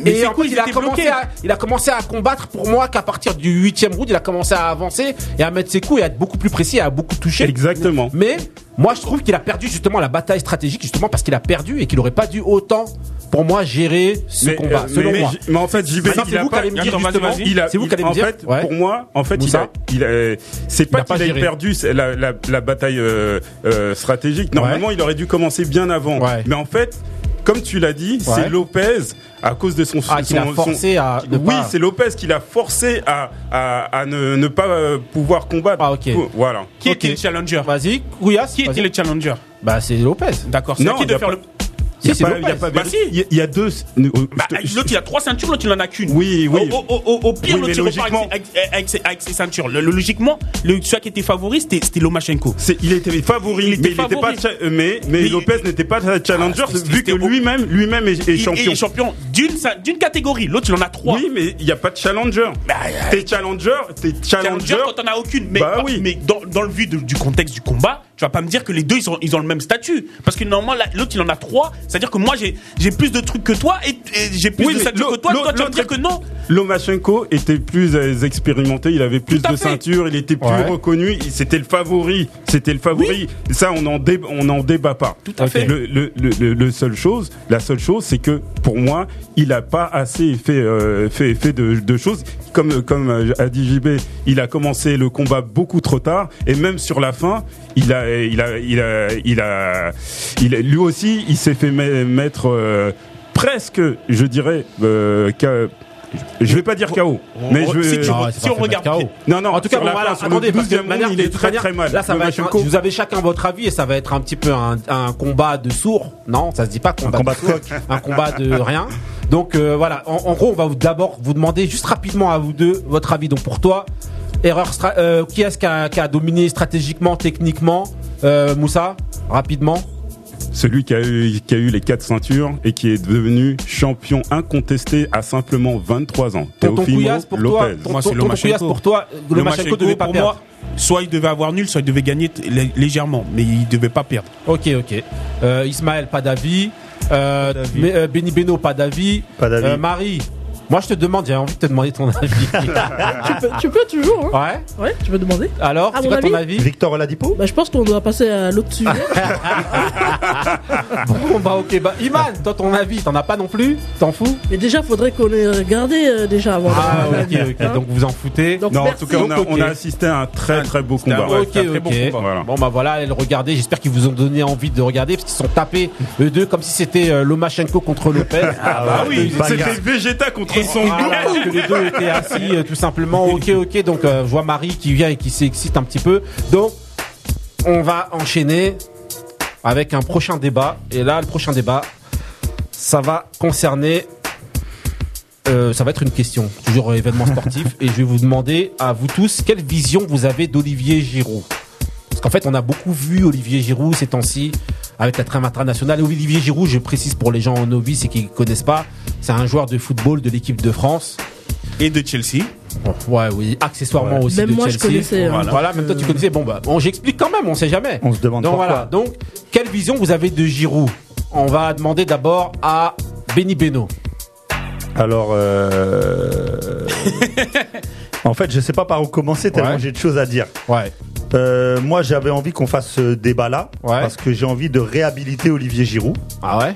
E: Mais
D: et
E: c'est
D: en
E: quoi,
D: fait,
E: ils
D: il a
E: étaient
D: commencé
E: bloqués
D: à il a commencé à combattre pour moi qu'à partir du huitième round, il a commencé à avancer et à mettre ses coups et à être beaucoup plus précis et à beaucoup toucher.
G: Exactement.
D: Mais moi, je trouve qu'il a perdu justement la bataille stratégique, justement parce qu'il a perdu et qu'il n'aurait pas dû autant, pour moi, gérer ce
G: Mais,
D: combat,
G: euh,
D: selon
G: mais,
D: moi. Bah,
G: j- mais en fait, JB,
D: Maintenant,
G: il
D: c'est
G: a
D: vous qui
G: pas-
D: allez me dire,
G: Attends, vas-y,
D: justement.
G: vas-y. Il a-
D: C'est vous qui allez
G: en
D: me dire.
G: fait,
D: Ouais.
G: Pour moi, en fait, il
D: Moussa.
G: a, il a- c'est
D: Il a
G: pas
D: pas
G: qu'il ait
D: géré.
G: perdu c'est la, la- la bataille euh, euh, stratégique. Normalement, il aurait dû commencer bien avant. Mais en fait. Comme tu l'as dit,
D: Ouais.
G: c'est Lopez à cause de son.
D: Ah, qu'il a
G: son-
D: forcé
G: son-
D: à ne
G: Oui,
D: pas-
G: c'est Lopez qui l'a forcé à, à, à ne, ne pas euh, pouvoir combattre. Ah, ok. Voilà.
E: Qui était le challenger
D: Vas-y, Kouyas.
E: Qui était le challenger
D: Bah, c'est Lopez.
E: D'accord, c'est à
G: Non,
E: qui
G: y
E: de
G: a
E: faire
G: pas-
E: le. Si,
G: Y a
E: c'est
G: pas-
E: Lopez.
G: y a euh, pas-
E: Bah, si.
F: Il y a deux.
E: Bah, l'autre il a trois ceintures, l'autre il en a qu'une.
G: Oui, oui.
E: Au, au- au- au pire,
G: Oui,
E: l'autre
G: mais
E: il repart
G: logiquement-
E: avec, ses- avec- avec ses, avec ses ceintures. Le- le- logiquement, le, celui qui était favori c'était c'était Lomachenko.
G: Il était favori, mais, il était pas, cha- euh, mais, mais Lopez n'était pas
E: Ah,
G: challenger vu que lui-même lui-même est, est champion.
E: Il est champion d'une sa- d'une catégorie, l'autre il en a trois. Bah, euh,
G: Oui, mais il n'y a pas de challenger. t'es challenger, t'es challenger. Bah
E: Challenger quand on a aucune. Mais, par- mais dans, dans le vue de- du contexte du combat, tu vas pas me dire que les deux ils ont, ils ont le même statut. Parce que normalement la- l'autre il en a trois. C'est-à-dire que moi j'ai j'ai plus de trucs que toi et, et j'ai plus
G: Oui,
E: de
G: mais
E: statuts
G: l'au-
E: que toi.
G: l'au-
E: Toi tu vas me dire
G: l'autre-
E: que non.
G: Lomachenko était plus euh, expérimenté, il avait plus
E: Tout à
G: de
E: fait.
G: ceintures, il était plus
E: Ouais.
G: reconnu, il- c'était le favori, c'était le favori. Ça, on en dé- on en débat pas. Tout
E: à fait.
G: Le, le- le- le- le seul chose, la seule chose, c'est que pour moi, il a pas assez fait euh, fait fait de, de choses. Comme comme euh, a dit JB, il a commencé le combat beaucoup trop tard et même sur la fin, il a il a il a il a, il a- lui aussi, il s'est fait me- mettre euh, presque, je dirais, euh, K- je vais pas dire KO, mais je vais- Ah,
D: si, tu- si on regarde.
G: Non, non,
D: en tout cas,
G: sur
D: bon,
G: la
D: voilà,
G: fin, sur le
D: attendez, parce que
G: 12e
D: de manière-
G: round, il
D: de
G: est
D: toute
G: très
D: manière,
G: très mal.
D: Là, ça va être un-
G: Lomachenko.
D: vous avez chacun votre avis et ça va être un petit peu un, un combat de sourds. Non, ça se dit pas combat,
F: combat de
D: sourds.
F: coq.
D: un combat de rien. Donc euh, voilà, en, en gros, on va vous- d'abord vous demander juste rapidement à vous deux votre avis. Donc pour toi, erreur stra- euh, qui est-ce qui a, qui a dominé stratégiquement, techniquement Euh, Moussa, rapidement.
G: Celui qui a, eu, qui a eu les quatre ceintures et qui est devenu champion incontesté à simplement 23 ans.
D: Tonton
G: Teofimo
D: Couillasse pour toi,
G: Lopez.
D: tonton- Moi, c'est tonton Lomachenko. Couillasse pour toi, Lomachenko devait pas
E: pour
D: perdre.
E: moi, soit il devait avoir nul, soit il devait gagner t- lé- légèrement, mais il devait pas perdre.
D: Ok, ok. Euh, Ismaël, pas d'avis. Euh, mais, euh, Benny Beno, pas d'avis.
F: Pas d'avis.
D: Euh, Marie, moi je te demande, j'ai envie de te demander ton avis.
H: tu, peux, tu peux toujours. hein.
D: Ouais.
H: Ouais, tu peux demander.
D: Alors,
H: À
D: c'est
H: mon
D: quoi ton
H: avis
D: avis
F: Victor Oladipo
H: Bah, je pense qu'on doit passer à l'autre sujet.
D: Bon, bah ok, bah Iman, toi ton avis, t'en as pas non plus T'en fous
H: Mais déjà, faudrait qu'on ait regardé euh, déjà avant. Hein.
D: Ah, ok, ok, donc vous en foutez.
G: non, en tout cas, on a,
D: Donc, ok. Ah,
G: on a assisté à un très très beau combat.
D: Ok, ok. Bon, bah voilà, allez le regarder. J'espère qu'ils vous ont donné envie de regarder parce qu'ils se sont tapés eux deux comme si c'était euh, Lomachenko contre Lopez.
G: Ah bah oui,
D: Ils étaient-
G: c'était Vegeta contre son
D: Voilà, parce que les deux étaient assis euh, tout simplement. Ok, ok. Donc euh, je vois Marie qui vient et qui s'excite un petit peu. Donc on va enchaîner avec un prochain débat. Et là, le prochain débat, ça va concerner. euh, ça va être une question, toujours euh, événement sportif, et je vais vous demander à vous tous quelle vision vous avez d'Olivier Giroud. Parce qu'en fait, on a beaucoup vu Olivier Giroud ces temps-ci avec la trame internationale. Et Olivier Giroud, je précise pour les gens novices et qui ne connaissent pas, c'est un joueur de football de l'équipe de France.
E: Et de Chelsea.
D: Ouais, oui,
E: Ouais.
D: accessoirement
E: Euh,
D: aussi.
H: Même
D: de
H: moi, je
D: Chelsea.
H: connaissais, hein.
D: Voilà.
H: Voilà,
D: même toi, tu connaissais. Bon, bah, on- j'explique quand même, on sait jamais.
F: On se demande
D: Donc
F: pourquoi.
D: voilà. Donc, quelle vision vous avez de Giroud On va demander d'abord à Benny Beno.
F: Alors, euh, en fait, je sais pas par où commencer tellement
D: Ouais.
F: j'ai de choses à dire.
D: Ouais.
F: Euh, moi, j'avais envie qu'on fasse ce débat-là parce que j'ai envie de réhabiliter Olivier Giroud.
D: Ah ouais.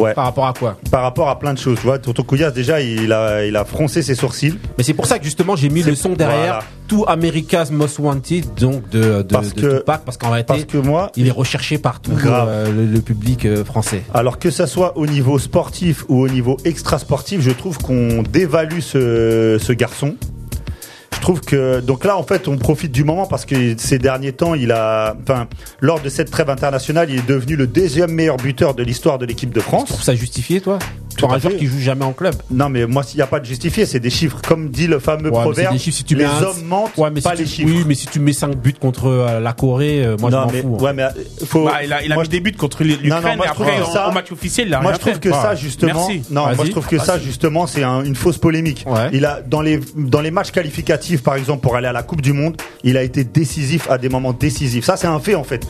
F: Ouais.
D: Par rapport à quoi
F: Par rapport à plein de choses. Tu vois, Tonton Couillasse, déjà, il a, il a froncé ses sourcils.
D: Mais c'est pour ça que justement, j'ai mis le son derrière
F: Voilà.
D: tout America's Most Wanted, donc de, de,
F: Parce
D: de
F: que-
D: Tupac, parce qu'en réalité,
F: parce que moi,
D: il est recherché partout
F: Grave.
D: euh, le, le public euh, français.
F: Alors que ça soit au niveau sportif ou au niveau extra-sportif, je trouve qu'on dévalue ce, ce garçon. Je trouve que donc là en fait on profite du moment parce que ces derniers temps il a enfin lors de cette trêve internationale il est devenu le deuxième meilleur buteur de l'histoire de l'équipe de France.
D: Ça justifié toi Pour un joueur qui joue jamais en club.
F: Non mais moi s'il n'y a pas de justifié c'est des chiffres comme dit le fameux
D: Ouais, mais c'est
F: proverbe
D: des chiffres, si tu
F: les
D: mets un-
F: hommes mentent
D: Ouais, mais
F: pas
D: si
F: les
D: tu-
F: chiffres.
D: Oui, mais si tu mets 5 buts contre euh, la Corée, euh, moi
F: Non,
D: je
F: mais-
D: m'en fous.
F: ouais, mais, euh, faut-
E: Bah, il a, il a
F: moi,
E: mis des buts contre l'Ukraine
F: Non, non, moi,
E: et
F: je trouve
E: après
F: que
E: en-
F: ça-
E: au match officiel, il a
F: moi
E: rien
F: je trouve
E: fait.
F: que
E: Voilà.
F: ça justement
E: Merci.
F: non moi
E: Vas-y.
F: je trouve que ça
E: Vas-y.
F: justement c'est un- une fausse polémique il a dans les dans les matchs qualificatifs par exemple pour aller à la coupe du monde il a été décisif à des moments décisifs ça c'est un fait en fait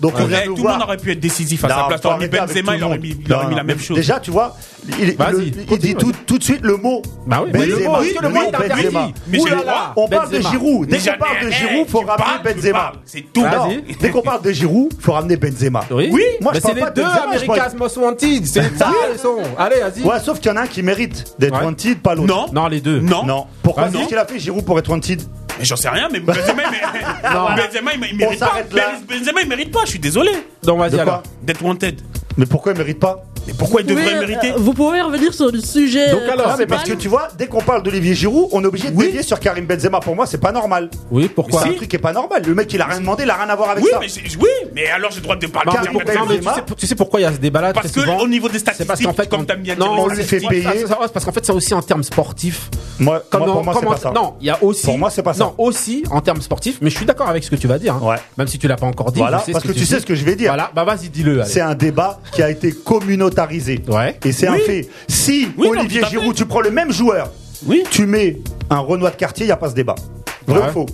F: donc on
E: Ouais.
F: vient
E: Eh,
F: de
E: tout
F: le
E: le
F: voir.
E: monde aurait pu être décisif à
F: Non,
E: sa place.
F: faut
E: T'aurais mis
F: arrêter avec
E: Benzema,
F: tout
E: il
F: le
E: aurait
F: monde.
E: mis, il aurait
F: Non,
E: mis la
F: non,
E: même
F: mais
E: chose.
F: Déjà, tu vois, il, il-
E: Vas-y,
F: le- il dit tout, tout de suite le mot.
D: Bah oui, mais le mot, est-ce que le mot est interdit Mais
F: Ouh
D: j'ai
F: là
D: le
F: là,
D: droit.
F: on parle de
D: Benzema.
F: Giroud. Dès
D: Mais
F: qu'on parle de Giroud, faut ramener Benzema.
E: C'est tout.
F: Non,
E: Vas-y.
F: Dès qu'on parle de Giroud, faut ramener Benzema.
D: Oui,
F: moi je
D: mais c'est
F: parle
D: les
F: pas de
D: deux
F: Benzema, je parle-
D: America's Most Wanted. C'est ça, ils sont. Allez, vas-y.
F: Ouais, sauf qu'il y en a un qui mérite d'être wanted, pas l'autre.
E: Non.
D: Non, les deux.
E: Non.
F: Non. Pourquoi
E: Ah, non.
F: Qu'est-ce qu'il a fait Giroud pour être wanted
E: Mais J'en sais rien, mais Benzema, il mé-
F: Non.
E: Benzema, il mé- il
F: On
E: mérite pas.
F: s'arrête là.
E: Benz- Benzema, il mérite pas, je suis désolé.
D: Donc vas-y
F: De quoi
E: D'être wanted.
F: Mais pourquoi il mérite pas
E: Mais pourquoi il
H: Vous
E: devrait
H: pouvez,
E: mériter
H: euh, Vous pouvez revenir sur le sujet.
F: Donc
H: euh,
F: alors, mais
H: principal.
F: parce que tu vois, dès qu'on parle d'Olivier Giroud, on est obligé de dévier sur Karim Benzema. Pour moi, c'est pas normal.
D: Oui,
F: pourquoi C'est un truc qui est pas normal. Le mec, il a rien demandé, il a rien à voir avec
E: oui,
F: ça.
E: mais c'est- oui, mais alors j'ai le droit de parler
F: Karim
E: de Karim
F: Benzema.
D: Non, mais tu, sais, tu sais pourquoi il y a ce débat là
E: Parce que au niveau des statistiques, quand t'aimes bien
D: Non,
E: les
D: on lui fait
E: statistiques,
D: payer.
E: ça, ça,
D: parce qu'en fait, c'est aussi en termes sportifs.
F: Moi,
D: Comme
F: moi,
D: en-
F: pour moi, c'est
D: comme en-
F: pas ça.
D: Non, il y a aussi.
F: Pour moi, c'est pas ça.
D: Non, aussi en termes sportifs, mais je suis d'accord avec ce que tu vas dire. hein. Même si tu l'as pas encore dit.
F: Voilà,
D: je sais
F: parce
D: ce
F: que tu sais
D: dis.
F: ce que je vais dire.
D: Voilà, bah vas-y, dis-le. allez.
F: C'est un débat qui a été communautarisé. Et c'est un
D: Oui.
F: fait. Si
D: Oui, non,
F: Olivier
D: tout à fait.
F: Giroud, tu prends le même joueur, tu mets un Renoir de quartier, il n'y a pas ce débat. Vrai ou
D: Ouais.
F: faux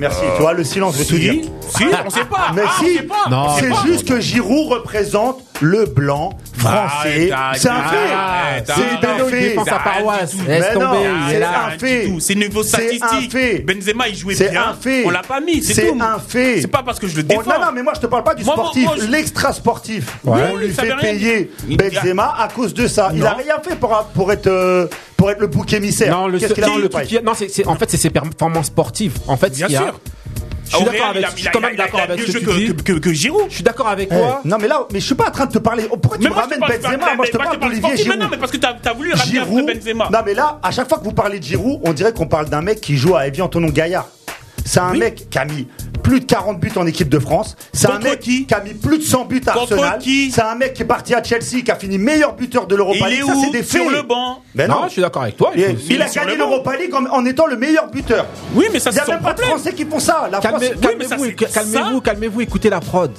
F: Merci,
D: Euh,
F: Ah, tu vois, le silence veut
D: si,
F: tout dire.
D: si, on sait pas.
F: Mais
D: Ah, on
F: si,
D: sait pas. Non, on sait pas.
F: c'est juste que Giroud représente le blanc français.
E: Arrête,
F: C'est un
E: arrête,
F: fait.
E: arrête,
F: C'est
E: arrête,
F: un fait.
E: arrête du tout.
F: Mais non,
E: Arrête
F: C'est un
E: du
F: fait.
E: tout. C'est niveau
F: C'est un
E: statistique.
F: fait.
E: Benzema, il jouait
F: C'est
E: bien.
F: un fait.
E: On l'a pas mis, c'est
F: C'est
E: tout.
F: un fait.
E: C'est pas parce que je le
F: On-
E: défends.
F: Oh, non, non, mais moi je te parle pas du
E: Moi, moi,
F: sportif,
E: moi, je-
F: l'extra-sportif.
E: Ouais.
F: On
E: Oui,
F: lui
E: ça
F: fait
E: veut rien
F: payer
E: dire.
F: Benzema à cause de ça. Il
D: Non.
F: a rien fait pour, pour être, euh, pour être le bouc émissaire.
D: Non, le,
F: Qu'est-ce
D: seul-
F: qu'il a
D: non,
F: fait,
D: le truc
F: Paille
D: qui- non, c'est- c'est- en fait, c'est ses performances sportives. En fait,
F: Bien
D: ce qu'il y a-
F: sûr.
D: Je suis
F: Au
D: d'accord
F: Real,
D: avec.
F: il a-
D: Je suis
F: il a-
D: quand
F: il
D: même
F: a- il
D: d'accord
F: a
D: avec
F: mieux
D: ce
F: jeu
D: que tu
F: que-
D: dis.
E: Que, que Giroud.
D: Je suis d'accord avec
F: Eh,
D: toi.
F: Non mais là, mais je suis pas en train de te parler. Oh, Pourquoi tu me
E: moi, je
F: ramènes
E: parle- je parle-
F: Benzema Moi je te
E: mais
F: parle
E: parle
F: d'Olivier
E: sportif, mais
F: Giroud.
E: non, mais parce que t'as t'as voulu ramener un peu
F: Giroud.
E: Benzema.
F: Non mais là, à chaque fois que vous parlez de Giroud, on dirait qu'on parle d'un mec qui joue à Evian Tonon Gaillard. C'est un mec qui a mis plus de 40 buts en équipe de France. C'est un mec qui, a mis plus de 100 buts à
E: Contre
F: Arsenal. C'est un mec qui est parti à Chelsea, qui a fini meilleur buteur de l'Europa
E: Il
F: League.
E: est
F: Ça,
E: où
F: c'est des faits.
E: Sur le banc.
F: Ben non.
D: Non, je suis d'accord avec toi.
F: Il,
D: faut-
F: il a
D: sur
F: gagné
D: le banc.
F: l'Europa League en, en étant le meilleur buteur.
E: Oui, mais ça,
F: Il n'y a
D: c'est
F: même
D: son
F: pas de Français qui font ça. La
D: Calmez-
F: France,
D: Calmez-vous, calmez-vous, calmez-vous, écoutez la prod.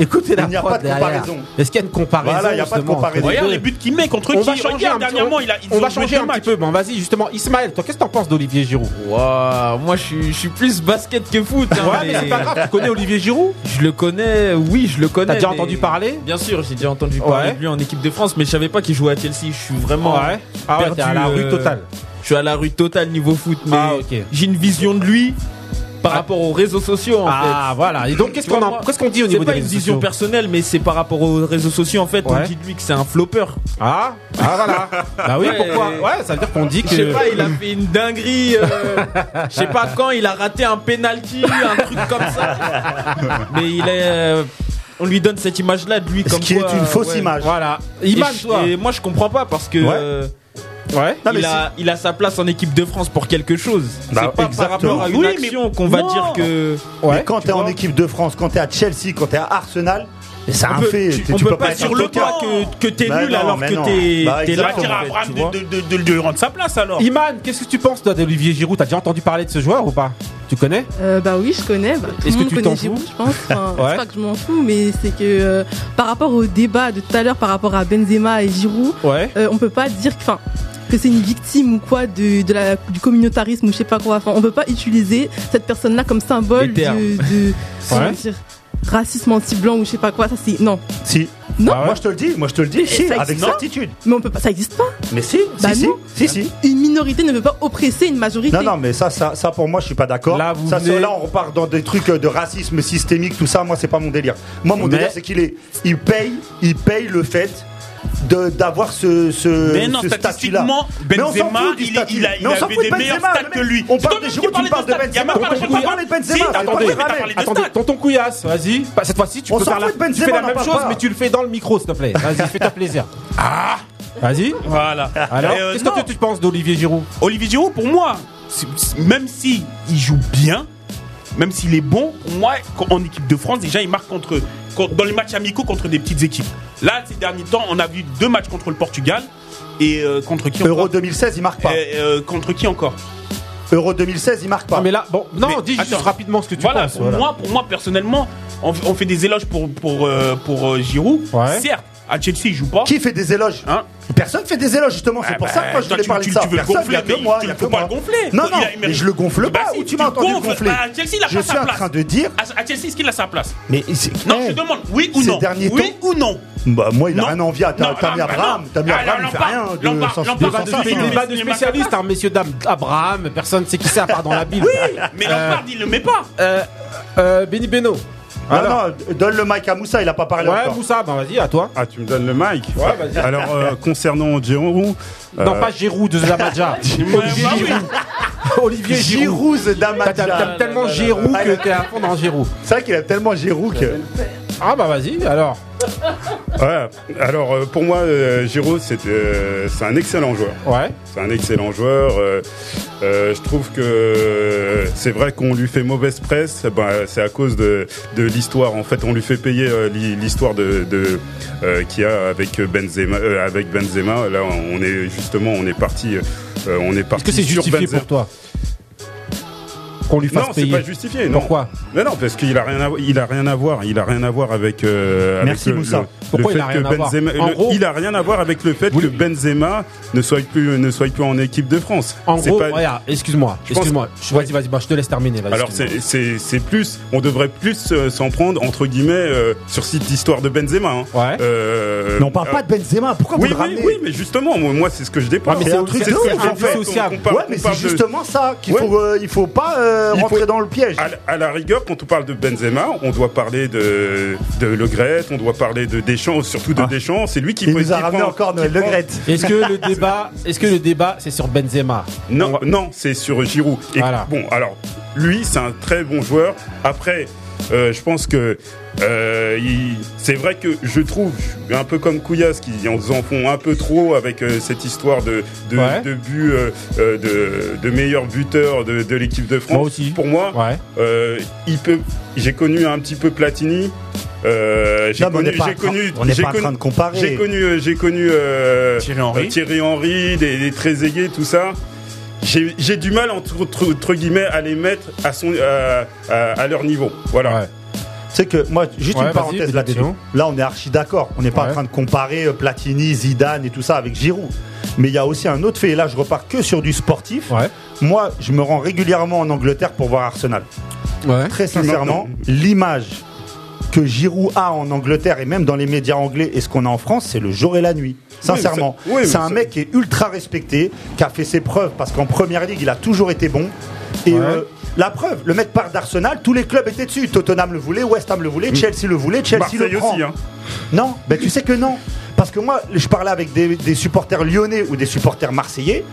D: écoutez la
F: Il n'y a
D: prod
F: pas de
D: derrière.
F: comparaison.
D: Est-ce qu'il y a une comparaison
F: Voilà, il n'y a pas de
D: justement, entre
F: comparaison.
D: les
F: Regarde
D: deux
F: les buts
E: qu'il met contre
D: on
E: qui
D: va
E: Regarde,
D: changer un petit
E: dernièrement,
D: peu.
E: il a- ils
D: on
E: ont
D: va
E: joué
D: changer
E: deux
D: un
E: matchs.
D: petit peu. Bon, vas-y, justement, Ismaël, toi, qu'est-ce que t'en penses d'Olivier Giroud
K: Waouh, moi je suis, je suis plus basket que foot. hein,
D: Ouais, mais c'est pas grave, tu connais Olivier Giroud
K: Je le connais, oui, je le connais.
D: T'as déjà
K: mais-
D: entendu parler
K: Bien sûr, j'ai déjà entendu parler
D: Ouais.
K: de lui en équipe de France, mais je savais pas qu'il jouait à Chelsea. Je suis vraiment
D: Ouais. Ah
K: perdu,
D: ouais,
K: euh,
D: t'es à la rue totale.
K: Je suis à la rue totale niveau foot, mais
D: Ah, ok.
K: j'ai une vision de lui par rapport aux réseaux sociaux en
D: Ah,
K: fait.
D: voilà. Et donc, qu'est-ce
K: Tu vois,
D: qu'on en-
K: moi,
D: qu'est-ce qu'on dit au niveau
K: C'est pas
D: des
K: une
D: réseaux
K: vision
D: sociaux
K: personnelle, mais c'est par rapport aux réseaux sociaux en fait.
D: Ouais.
K: On dit de lui que c'est un flopper.
D: Ah, ah voilà. bah oui,
K: Ouais.
D: pourquoi Ouais, ça veut dire qu'on dit que.
K: Je sais pas, il a fait une dinguerie. euh, je sais pas quand, il a raté un penalty, un truc comme ça. Mais il est. euh, on lui donne cette image-là de lui comme
F: qui
K: quoi,
F: est une
K: euh,
F: fausse
K: ouais.
F: image.
K: Voilà.
F: Image,
K: et, je-
F: toi.
K: et moi, je comprends pas parce que.
F: Ouais.
K: euh,
F: Non, mais
K: il, a, il a sa place en équipe de France pour quelque chose.
F: Bah,
K: C'est pas par
F: exactement.
K: rapport à une
F: Oui, mais
K: action qu'on va
F: non.
K: dire que.
F: mais quand t'es en équipe de France, quand t'es à Chelsea, quand t'es à Arsenal, c'est
K: On
F: un
K: peut-
F: fait.
K: tu-
F: T'es-
K: on
F: tu
K: peut pas
F: être
K: sur
F: un
K: le
F: tocard.
K: toit que- que t'es
F: Bah
K: nul
F: non,
K: alors
F: mais
K: que
F: non.
K: t'es-
F: Bah,
K: t'es là,
E: On va dire à
K: en fait,
E: Abraham
K: tu
E: de-
K: vois.
E: de- de de lui rendre sa place alors.
D: Iman, qu'est-ce que tu penses toi d'Olivier Giroud T'as déjà entendu parler de ce joueur ou pas Tu connais
J: Euh, bah oui, je connais. Bah, tout
D: Est-ce
J: le
D: que
J: monde
D: tu t'en
J: connaît
D: fous
J: Giroud, je pense. Enfin,
D: Ouais.
J: C'est pas que je m'en fous, mais c'est que euh, par rapport au débat de tout à l'heure, par rapport à Benzema et Giroud,
D: Ouais.
J: euh, on peut pas dire que, 'fin, que c'est une victime ou quoi de, de la, du communautarisme ou je sais pas quoi. Enfin, on peut pas utiliser cette personne-là comme symbole
K: Les
J: de,
K: termes.
J: de- comment
K: Ouais.
J: dire, racisme anti-blanc ou je sais pas quoi. Ça c'est non.
F: Si.
J: Non.
F: Moi je te le dis, moi je te le dis,
J: Mais
F: si,
J: ça
F: avec
J: existe.
F: certitude.
J: Mais on peut pas, ça existe pas.
F: Mais si,
J: Bah
F: si,
J: non.
F: si, si, si.
J: Une minorité ne peut pas oppresser une majorité.
F: Non, non, mais ça, ça, ça pour moi, je suis pas d'accord. Là, ça,
D: venez-
F: ça, là, on repart dans des trucs de racisme systémique, tout ça. Moi, c'est pas mon délire. Moi, mon
D: Mais-
F: délire, c'est qu'il est, il paye, il paye le fait de d'avoir ce, ce,
E: Mais non,
F: ce statut-là.
E: statistiquement,
F: Mais on s'en
E: Benzema,
F: fout du
E: il-
F: statut.
E: il a- il
F: Mais on s'en
E: avait
F: fout de
E: des meilleurs
F: Benzema,
E: stats
F: le
E: que
F: mec.
E: lui.
F: On
E: C'est
F: parle
E: toi
F: de
E: même qui
F: Giroud, tu
E: parlais
F: me
E: de
F: parles de
E: stats. Il y a
F: Benzema.
E: même pas
F: Tonton
E: parlé de
F: Couillasse.
E: Benzema.
F: Si,
E: C'est pas
F: attendez,
E: toi qui t'as parlé de
D: attendez,
E: stats.
D: tonton Couillasse, vas-y. Pas- Cette fois-ci, tu
F: On
D: peux
F: s'en
D: faire la,
F: fout de Benzema,
D: tu fais la
F: on en
D: même
F: parle
D: chose,
F: pas.
D: mais tu le fais dans le micro, s'il te plaît. Vas-y, fais-toi plaisir. Ah Vas-y.
E: Voilà.
D: Alors,
E: Et, euh,
D: qu'est-ce que
E: non.
D: tu, tu penses d'Olivier Giroud
E: Olivier Giroud, pour moi, c'est- c'est- même si il joue bien, même s'il est bon, pour moi, quand- en équipe de France, déjà, il marque contre, contre- dans les matchs amicaux contre des petites équipes. Là, ces derniers temps, on a vu deux matchs contre le Portugal et euh, contre qui
F: Euro 2016, il marque pas.
E: Euh, euh, contre qui encore
F: Euro 2016, il marque pas.
D: mais là, bon, non,
E: Mais
D: dis juste
E: attends.
D: rapidement ce que tu
E: voilà,
D: penses.
E: Pour, Moi, pour moi, personnellement, on, on fait des éloges pour, pour, euh, pour euh, Giroud. Certes, à Chelsea, il joue pas.
F: Qui fait des éloges Personne fait des éloges justement. C'est
E: Ah
F: pour
E: bah,
F: ça que moi je
E: toi,
F: voulais
E: tu-
F: parler
E: tu-
F: de ça.
E: tu veux le
F: Personne,
E: gonfler,
F: y a que
E: mais
F: moi,
E: tu
F: y a
E: le
F: que
E: faut pas
F: moi.
E: le gonfler.
F: Non,
E: Il
F: non,
E: a- il
F: mais
E: mérite-
F: je le gonfle
E: Bah
F: pas.
E: si,
F: Ou tu
E: tu
F: m'as
E: le
F: entendu
E: gonfles.
F: gonfler
E: À Bah, Chelsea, il a
F: Je
E: pas
F: suis
E: sa
F: en
E: place.
F: train de dire.
E: À, à Chelsea, est-ce qu'il a sa place
F: Mais c'est-
E: Non,
F: Eh.
E: je demande, oui ou
F: Ces
E: non
F: derniers
E: Oui ou non
F: Bah moi il a
E: Non.
F: rien envie à
E: Non,
F: t'as t'as mis
E: non, bah
F: Abraham,
E: non.
F: t'as mis
E: Ah,
F: Abraham,
E: non,
F: il fait
E: l'embarque,
F: rien de
E: l'embarque,
F: sans- de
E: l'embarque,
F: sans-
E: de
F: sans-
E: Philippe.
F: sans-
D: Débat de
E: Il met pas
D: spécialistes, hein, messieurs, dames. Abraham, personne ne sait qui c'est à part dans la Bible.
E: Oui, mais Lampard, il le met pas.
D: Euh, euh, Benny Beno.
F: Non, non, donne le mic à Moussa, il a pas parlé
D: Ouais,
F: encore.
D: Moussa, bah vas-y, à toi.
G: Ah, tu me donnes le mic
D: Ouais, vas-y.
G: Alors, euh, concernant Giroud.
D: Non,
G: euh,
D: pas Giroud de Zamadja. Olivier Giroud. Olivier Giroud.
F: Giroud Damadja.
D: T'as- T'aimes tellement
F: Ah,
D: Giroud
F: là,
D: que
F: là.
D: t'es à fond dans Giroud.
F: C'est vrai qu'il a tellement Giroud que.
D: Ah bah vas-y, alors.
G: Ouais. Alors euh, pour moi, euh, Giro, c'est euh, c'est un excellent joueur.
D: Ouais.
G: C'est un excellent joueur. euh, euh, je trouve que euh, c'est vrai qu'on lui fait mauvaise presse. Bah, c'est à cause de, de l'histoire. En fait, on lui fait payer euh, l'hi- l'histoire de, de euh, qu'il y a avec Benzema. euh, avec Benzema, là, on est justement, on est parti. euh, on est parti.
D: Est-ce que c'est
G: sur
D: justifié
G: Benzema.
D: pour toi Qu'on lui fasse
G: non, c'est
D: payer
G: pas justifié. Non.
D: Pourquoi
G: Non, non, parce qu'il a rien à, il a rien à voir. Il a rien à voir avec. euh,
D: Merci,
G: avec le-
D: Moussa.
G: le-
D: Pourquoi
G: le
D: il a
G: fait
D: rien
G: que
D: à voir
G: Benzema-
D: En
G: le-
D: gros-
G: il a rien à voir avec le fait que Benzema ne soit plus, ne soit plus en équipe de France.
D: En
G: C'est
D: gros,
G: pas-
D: regarde, excuse-moi,
G: Je pense-
D: excuse-moi. Je- Vas-y, vas-y, bah, je te laisse terminer. vas-y,
G: Alors
D: excuse-moi.
G: c'est- c'est c'est plus, on devrait plus euh, s'en prendre entre guillemets euh, sur cette histoire de Benzema. hein. Euh,
F: Mais on parle
G: euh,
F: pas de Benzema. Pourquoi
G: oui,
F: vous le
G: oui,
F: ramenez
G: oui, mais justement, moi, moi, c'est ce que je
F: Ah,
G: dépense.
F: mais c'est un truc
G: c'est ce que
F: de
G: je
F: ouf, en fait.
G: dissociable.
F: On parle- Ouais, mais
G: on
F: c'est
G: parle de-
F: justement ça qu'il
G: Ouais.
F: faut, euh, il faut pas euh,
G: Il faut-
F: rentrer dans le piège.
G: À, la- à la rigueur, quand on parle de Benzema, on doit parler de, de Le Gret, on doit parler de Deschamps, surtout de Deschamps. C'est lui qui
F: Il
G: peut-
F: nous a
G: qui
F: ramené
G: prend-
F: encore
G: qui
F: Noël Le
G: prend-
F: Gret.
D: Est-ce que le débat, est-ce que le débat, c'est sur Benzema
G: Non, non, c'est sur Giroud. Et Bon, alors lui, c'est un très bon joueur. Après, euh, je pense que euh, il- c'est vrai que je trouve je suis un peu comme Kouyas qui en en font un peu trop avec euh, cette histoire de de,
D: Ouais.
G: de but euh, euh, de, de meilleur buteur de, de l'équipe de France.
D: Moi aussi.
G: Pour moi, euh, il peut. J'ai connu un petit peu Platini. Euh, j'ai
F: Non, mais on
G: connu,
F: n'est pas
G: j'ai
F: en train-
G: connu,
F: on n'est
G: j'ai
F: pas en
G: connu-
F: train de comparer.
G: J'ai connu, euh, j'ai connu euh,
E: Thierry Henry.
G: euh, Thierry Henry, des, des Trezeguet, tout ça. J'ai j'ai du mal entre, entre- entre guillemets à les mettre à son à, à- à leur niveau. Voilà.
F: Tu sais que moi, juste
G: Ouais,
F: une
G: vas-y,
F: parenthèse
G: vas-y,
F: là-dessus.
G: dis-nous.
F: Là, on est archi d'accord. On n'est pas
G: Ouais.
F: en train de comparer euh, Platini, Zidane et tout ça avec Giroud. Mais il y a aussi un autre fait. Et là, je repars que sur du sportif. Moi, je me rends régulièrement en Angleterre pour voir Arsenal. Très sincèrement, l'image que Giroud a en Angleterre et même dans les médias anglais et ce qu'on a en France, c'est le jour et la nuit. Sincèrement,
G: Oui, mais ça- oui,
F: c'est
G: mais
F: un
G: ça-
F: mec qui est ultra respecté, qui a fait ses preuves parce qu'en première ligue, il a toujours été bon. Et euh, la preuve, le mec part d'Arsenal, tous les clubs étaient dessus. Tottenham le voulait, West Ham le voulait, Chelsea le voulait, Chelsea
G: Mm. Marseille
F: le prend.
G: aussi, hein.
F: Non, ben tu sais que non. Parce que moi, je parlais avec des, des supporters lyonnais ou des supporters marseillais.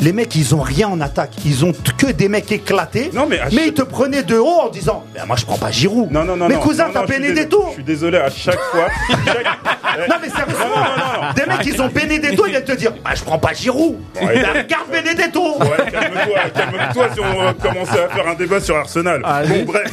F: Les mecs, ils ont rien en attaque. Ils ont t- que des mecs éclatés.
G: mais, à
F: ils te prenaient de haut en disant Ben, Moi, je prends pas Giroud.
G: Non, non, non.
F: mais
G: non,
F: cousin,
G: non,
F: t'as
G: non, je suis désolé-
F: Benedetto.
G: Je suis désolé à chaque fois.
F: Non, mais sérieusement, des mecs, ils ont Benedetto. Ils viennent te dire Bah, Je prends pas Giroud.
G: Ouais.
F: Bah, regarde Benedetto.
G: Ouais, calme-toi, calme-toi si on va commencer à faire un débat sur Arsenal.
D: Ah,
G: bon, bref.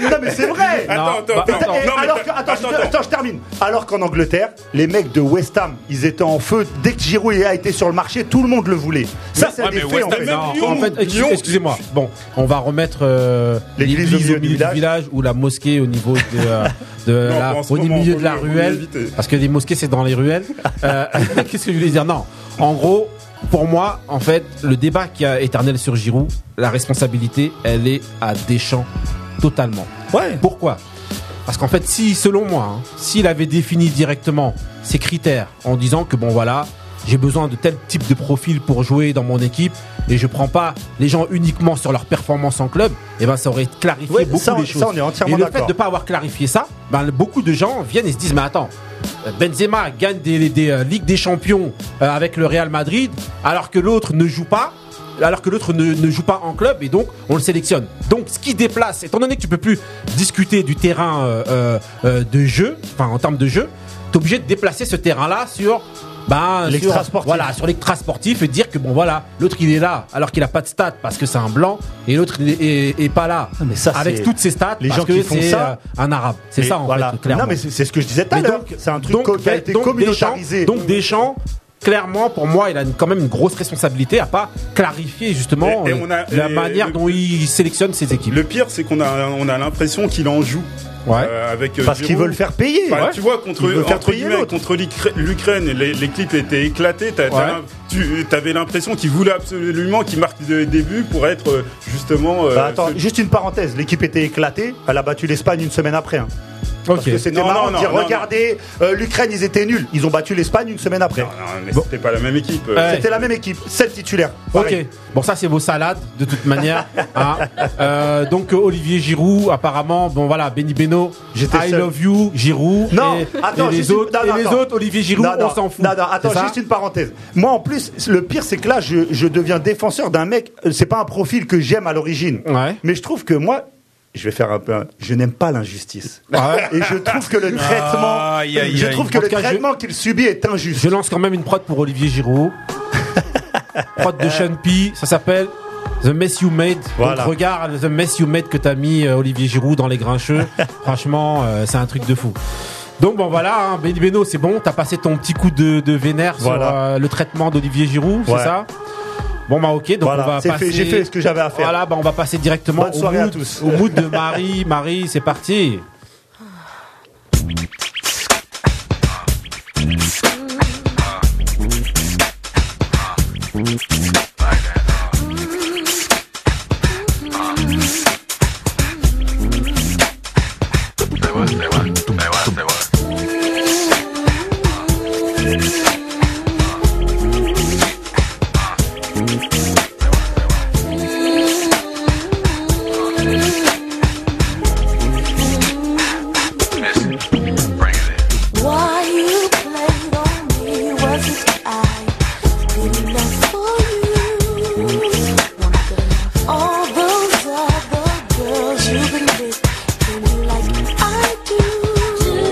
F: Non mais c'est vrai
G: Attends, Non, attends, bah, attends.
F: Et
G: Non, mais
F: alors que-
G: t'as-
F: attends,
G: attends,
F: je, te- attends, je termine. Alors qu'en Angleterre, les mecs de West Ham, ils étaient en feu. Dès que Giroud a été sur le marché, tout le monde le voulait. Ça, c'est
D: Ouais,
F: des
D: mais
F: faits en
D: West Ham,
F: fait.
D: non, en fait, excuse- excusez-moi. Bon, on va remettre euh,
F: L'église
D: l'église au milieu du village. ou la mosquée au niveau de, euh, de
G: Non,
D: la-
G: en ce
D: au
G: moment,
D: milieu
G: faut
D: de la
G: mieux- faut mieux
D: ruelle,
G: éviter.
D: parce que les mosquées c'est dans les ruelles. Euh, Qu'est-ce que je voulais dire Non, en gros, pour moi, en fait, le débat qui a éternel sur Giroud, la responsabilité, elle est à Deschamps totalement. Ouais. Pourquoi parce qu'en fait, si, selon moi, hein, s'il avait défini directement ses critères en disant que bon voilà, j'ai besoin de tel type de profil pour jouer dans mon équipe et je prends pas les gens uniquement sur leur performance en club, et ben ça aurait clarifié
F: Ouais,
D: beaucoup
F: ça,
D: les
F: ça,
D: choses.
F: on est entièrement
D: et le fait
F: d'accord.
D: de pas avoir clarifié ça, ben le- beaucoup de gens viennent et se disent mais attends, euh, Benzema gagne des, des, euh, ligues des champions euh, avec le Real Madrid alors que l'autre ne joue pas alors que l'autre ne, ne joue pas en club et donc on le sélectionne. Donc ce qui déplace, étant donné que tu peux plus discuter du terrain euh, euh, euh, de jeu, enfin en termes de jeu, t'es obligé de déplacer ce terrain-là sur ben, sur,
F: L'extra-sportif.
D: voilà, sur l'extra-sportif et dire que bon voilà, l'autre il est là alors qu'il a pas de stats parce que c'est un blanc et l'autre il est, est- est pas là
F: Ah, Mais ça,
D: avec
F: c'est-
D: toutes ses stats
F: les
D: parce
F: gens
D: que
F: qui font
D: c'est,
F: ça-
D: euh, un arabe. C'est
F: Et
D: ça en
F: voilà.
D: fait clairement.
F: Non, mais c'est- c'est ce que je disais tout à
D: Mais
F: l'heure.
D: donc-
F: C'est un truc
D: ben, donc,
F: co- qui a été
D: donc
F: communautarisé.
D: Deschamps- donc Deschamps Clairement, pour moi, il a une- quand même une grosse responsabilité à pas clarifier justement
G: Et- et
D: euh,
G: on a-
D: la
G: et
D: manière
G: le-
D: dont il sélectionne ses équipes.
G: Le pire, c'est qu'on a, on a l'impression qu'il en joue. Euh, avec, euh,
F: Parce qu'ils
G: Giroud.
F: veulent faire payer.
G: Enfin,
F: Ouais.
G: Tu vois, contre,
F: Ils veulent faire
G: entre
F: payer
G: guillemets,
F: l'autre.
G: contre l'Ikra- l'Ukraine, les, les clips étaient éclatés. T'as- t'as
D: Ouais.
G: l'im- tu avais l'impression qu'ils voulaient absolument qu'ils marquent le début pour être euh, justement. euh,
F: Bah, attends,
G: ce-
F: juste une parenthèse. L'équipe était éclatée. Elle a battu l'Espagne une semaine après. hein. Parce
D: Ok.
F: que c'était
G: Non,
F: marrant
G: non,
F: de dire,
G: non, non,
F: regardez, euh, l'Ukraine, ils étaient nuls. Ils ont battu l'Espagne une semaine après.
G: Ah, mais c'était pas la même équipe. euh.
D: Ouais.
F: C'était la même équipe, 7 titulaires.
D: Ok, bon ça c'est vos salades de toute manière. hein. Euh, donc euh, Olivier Giroud, apparemment, bon voilà, Benny Beno,
F: J'étais
D: I
F: seul.
D: love you, Giroud.
F: Non,
D: et,
F: attends,
D: et les
F: juste une-
D: autres,
F: non,
D: et
F: non,
D: les
F: attends.
D: autres, Olivier Giroud,
F: Non, non,
D: on s'en fout.
F: Non, non, attends,
D: C'est ça
F: juste une parenthèse. Moi, en plus, le pire, c'est que là, je, je deviens défenseur d'un mec. euh, C'est pas un profil que j'aime à l'origine. Mais je trouve que moi, je vais faire un peu. un- Je n'aime pas l'injustice. Et je trouve que le traitement,
D: Ah, Aïe, aïe,
F: je
D: aïe.
F: trouve que
D: En
F: le
D: tout cas, je-
F: traitement qu'il subit est injuste.
D: Je lance quand même une prod pour Olivier Giraud. prod de Sean P. Ça s'appelle The Mess You Made.
F: Voilà.
D: Donc regarde The Mess You Made que t'as mis euh, Olivier Giroud dans les grincheux. Franchement, euh, c'est un truc de fou. Donc bon voilà, hein, Benny Beno, c'est bon, t'as passé ton petit coup de, de vénère sur
F: Voilà.
D: euh, le traitement d'Olivier Giroud,
F: Ouais.
D: c'est ça Bon bah ok, donc
F: Voilà,
D: on va
F: c'est fait,
D: passer-
F: j'ai fait ce que j'avais à faire.
D: Voilà, bah on va passer directement
F: Bonne
D: au,
F: soirée à
D: mood,
F: tous.
D: au mood de Marie. Marie, c'est parti.
N: Why you played on me? Was it I? Good enough for you. All those other girls you've been with, treat me like I do.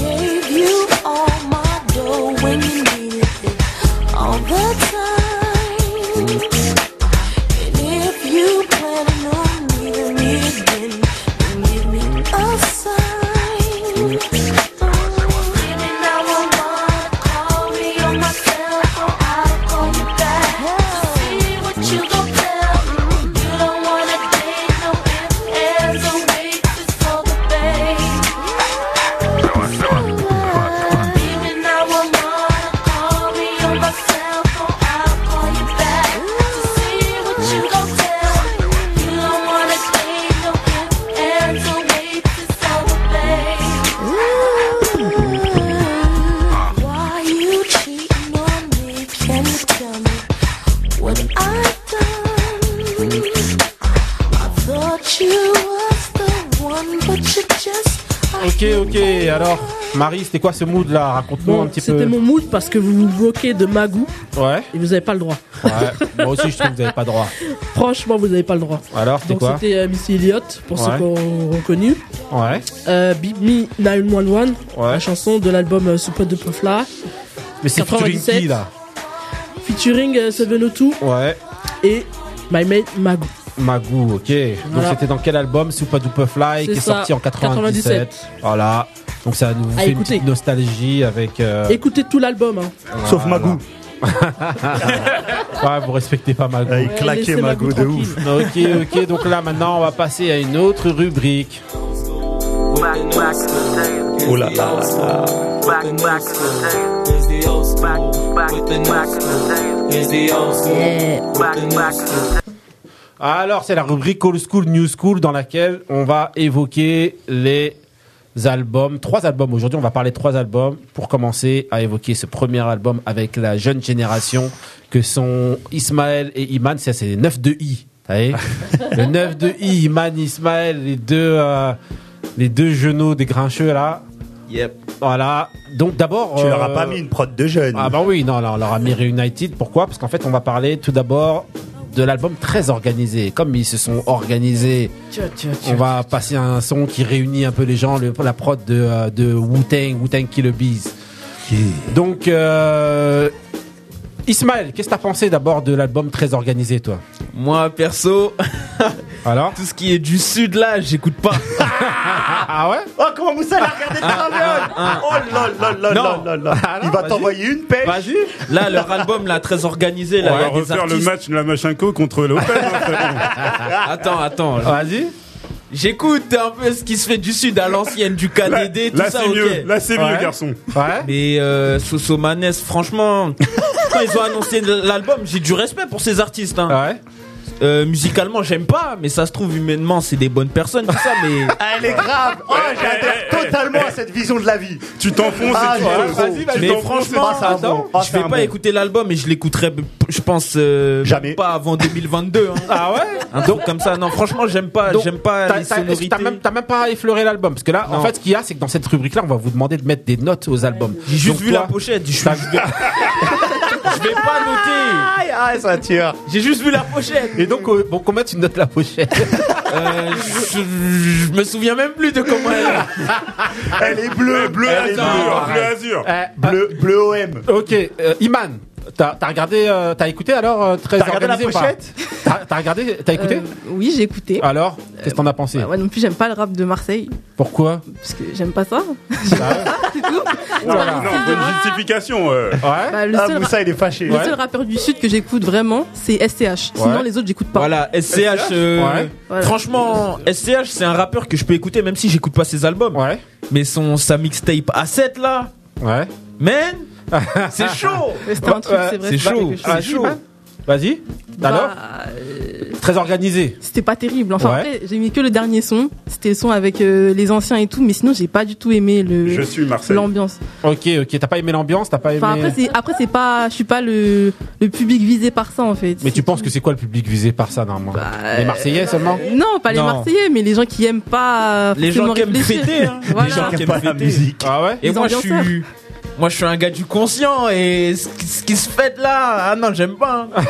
N: Gave you all my dough when you needed it, all the time. And if you planning on leaving me again, then give me a Oh, sign. Why you cheating on me? Can you tell me what I've done? I thought you was the one, but you just
D: Ok, ok, alors Marie, c'était quoi ce mood là Raconte-nous
H: Bon,
D: un petit peu.
H: C'était mon mood parce que vous vous bloquez de Magou.
D: Ouais.
H: Et vous avez pas le droit.
D: Ouais, moi aussi je trouve que vous n'avez pas droit.
H: Franchement, vous n'avez pas le droit.
D: Alors, c'était
H: Donc
D: quoi
H: c'était euh, Missy Elliott, pour
D: Ouais.
H: ceux qui ont reconnu.
D: Ouais.
H: Euh, Beat Me 911, la chanson de l'album euh, Sous Pote de Pofla.
D: Mais c'est featuring
H: 97,
D: qui là
H: Featuring euh, 702
D: Ouais.
H: et My Mate Magou.
D: Magou, ok. Donc
H: Voilà.
D: c'était dans quel album Super Duper Fly
H: C'est
D: qui est
H: ça, Ah,
D: sorti en 97.
H: 97.
D: Voilà. Donc ça nous
H: À
D: fait une
H: écouter.
D: petite nostalgie avec. euh,
H: Écoutez tout l'album. hein.
D: voilà. ouais, vous respectez pas Magou.
F: il Ouais, claquait laissez Magou Magou de ouf.
D: tranquille. Ok, ok. Donc là maintenant, on va passer à une autre rubrique.
F: Oh là là là là.
O: Back, back to the day. Here's the old school. Back, back, with the new school. Here's the old school. Back, back to the
D: Alors, c'est la rubrique Old School, New School, dans laquelle on va évoquer les albums, trois albums. Aujourd'hui, on va parler de trois albums pour commencer à évoquer ce premier album avec la jeune génération que sont Ismaël et Iman. Ça, c'est les 9 de I. vous voyez Le 9 de I, Iman, Ismaël, les deux, euh, les deux genoux des grincheux là. Yep. Voilà. Donc d'abord. euh,
F: Tu leur as pas mis une prod de jeune.
D: Ah bah oui, non, là, on leur a mis Reunited. Pourquoi Parce qu'en fait, on va parler tout d'abord de l'album très organisé. Comme ils se sont organisés,
H: Tiens, tiens, tiens.
D: on va passer un son qui réunit un peu les gens, le- la prod de, euh, de Wu-Tang, Wu-Tang Kill a Bees. Donc, euh, Ismaël, qu'est-ce que t'as pensé d'abord de l'album très organisé, toi
K: Moi perso,
D: alors
K: tout ce qui est du sud là, j'écoute pas.
D: ah ouais
F: Oh, comment Moussa l'a regardé de
K: Ah,
F: travers
K: ah,
F: Oh là là là là
K: Non.
F: là là.
G: Ah,
F: Il va t'envoyer une pêche
K: Vas-y. Là, leur album là, très organisé
G: On
K: là. il y
G: va
K: a des
G: refaire le
K: artistes.
G: match de la Machinko contre l'Open.
K: attends, attends.
D: Vas-y.
K: J'écoute un peu ce qui se fait du sud à l'ancienne, du KDD, tout
G: là,
K: ça.
G: c'est
K: ok.
G: mieux. Là, c'est mieux, Ouais. garçon.
K: Mais euh, Soso Manes, franchement, quand ils ont annoncé l'album, j'ai du respect pour ces artistes. hein. Euh, musicalement, j'aime pas, mais ça se trouve humainement, c'est des bonnes personnes, tout ça. Mais
F: Elle est grave. Oh, j'adhère totalement à cette vision de la vie.
G: Tu t'enfonces
F: ah,
G: et tu
F: j'adore.
G: vas- vas-y, vas-y.
K: mais franchement,
F: Ah, c'est un
K: attends,
F: bon. Ah,
K: je
F: c'est
K: vais
F: un
K: pas
F: bon.
K: écouter l'album et je l'écouterai, je pense, euh,
F: Jamais.
K: pas avant 2022. hein.
D: Ah ouais
K: Un truc comme ça. Non, franchement, j'aime pas,
D: Donc,
K: j'aime pas
D: t'as-
K: les
D: t'as- est-ce que
K: sonorités.
D: T'as même, t'as même pas effleuré l'album parce que là, en
K: Non.
D: fait, ce qu'il y a, c'est que dans cette rubrique-là, on va vous demander de mettre des notes aux albums.
K: J'ai juste
D: Donc,
K: vu
D: toi,
K: la pochette. je-
D: t'as-
K: Je vais pas noter.
F: Ah, ça tire.
K: J'ai juste vu la pochette.
D: Et donc, euh, bon, combien tu notes la pochette
K: Euh, je, je- je me souviens même plus de comment elle
F: Elle est bleue, bleue
D: Elle est bleue,
K: hein.
F: bleu azur. Bleu, bleu OM.
D: Euh, bah Ok, euh, Iman, t'as t'as regardé, euh, t'as écouté alors euh, très
F: T'as regardé la
D: organisé ou pas
F: pochette
D: T'as t'as regardé, t'as écouté
J: Euh, Oui, j'ai écouté. Euh, bah,
D: Alors, qu'est-ce que t'en as pensé
J: Moi non plus, j'aime pas le rap de Marseille.
D: Pourquoi
J: Parce que j'aime pas ça.
G: Voilà. Non, bonne justification. euh.
J: Bah, le seul
F: Ah, Moussa, il est fâché.
J: Le seul rappeur du Sud que j'écoute vraiment, c'est SCH. Sinon,
K: Ouais.
J: les autres, j'écoute pas.
K: Voilà, SCH. euh,
J: Voilà.
K: Franchement, SCH, c'est un rappeur que je peux écouter même si j'écoute pas ses albums. Mais son sa mixtape A7 là.
D: Ouais.
K: Man, c'est chaud.
J: Mais c'était un truc,
D: Euh,
J: c'est vrai,
K: C'est
J: c'était
K: chaud.
J: quelque chose.
D: Ah,
K: C'est chaud.
D: Vas-y.
J: Bah,
D: Alors Très organisé.
J: C'était pas terrible. Enfin,
D: Ouais.
J: après, j'ai mis que le dernier son. C'était le son avec euh, les anciens et tout, mais sinon, j'ai pas du tout aimé le. L'ambiance.
D: Ok, ok, t'as pas aimé l'ambiance, t'as pas aimé.
J: Enfin, après, c'est, après, c'est pas, je suis pas le, le public visé par ça, en fait.
D: Mais tu penses que c'est quoi le public visé par ça normalement Les Marseillais seulement
J: Euh, Non, pas les
D: Non.
J: Marseillais, mais les gens qui aiment pas.
K: Les gens
J: forcément
K: qui aiment
J: réfléchir.
K: fêter. hein.
J: Voilà.
K: Les gens qui aiment pas la
F: musique.
D: Ah ouais.
K: Et
J: Les
K: moi je suis.
J: ambianceurs.
K: Moi je suis un gars du conscient et ce qui, ce qui se fait là, ah non j'aime pas. hein.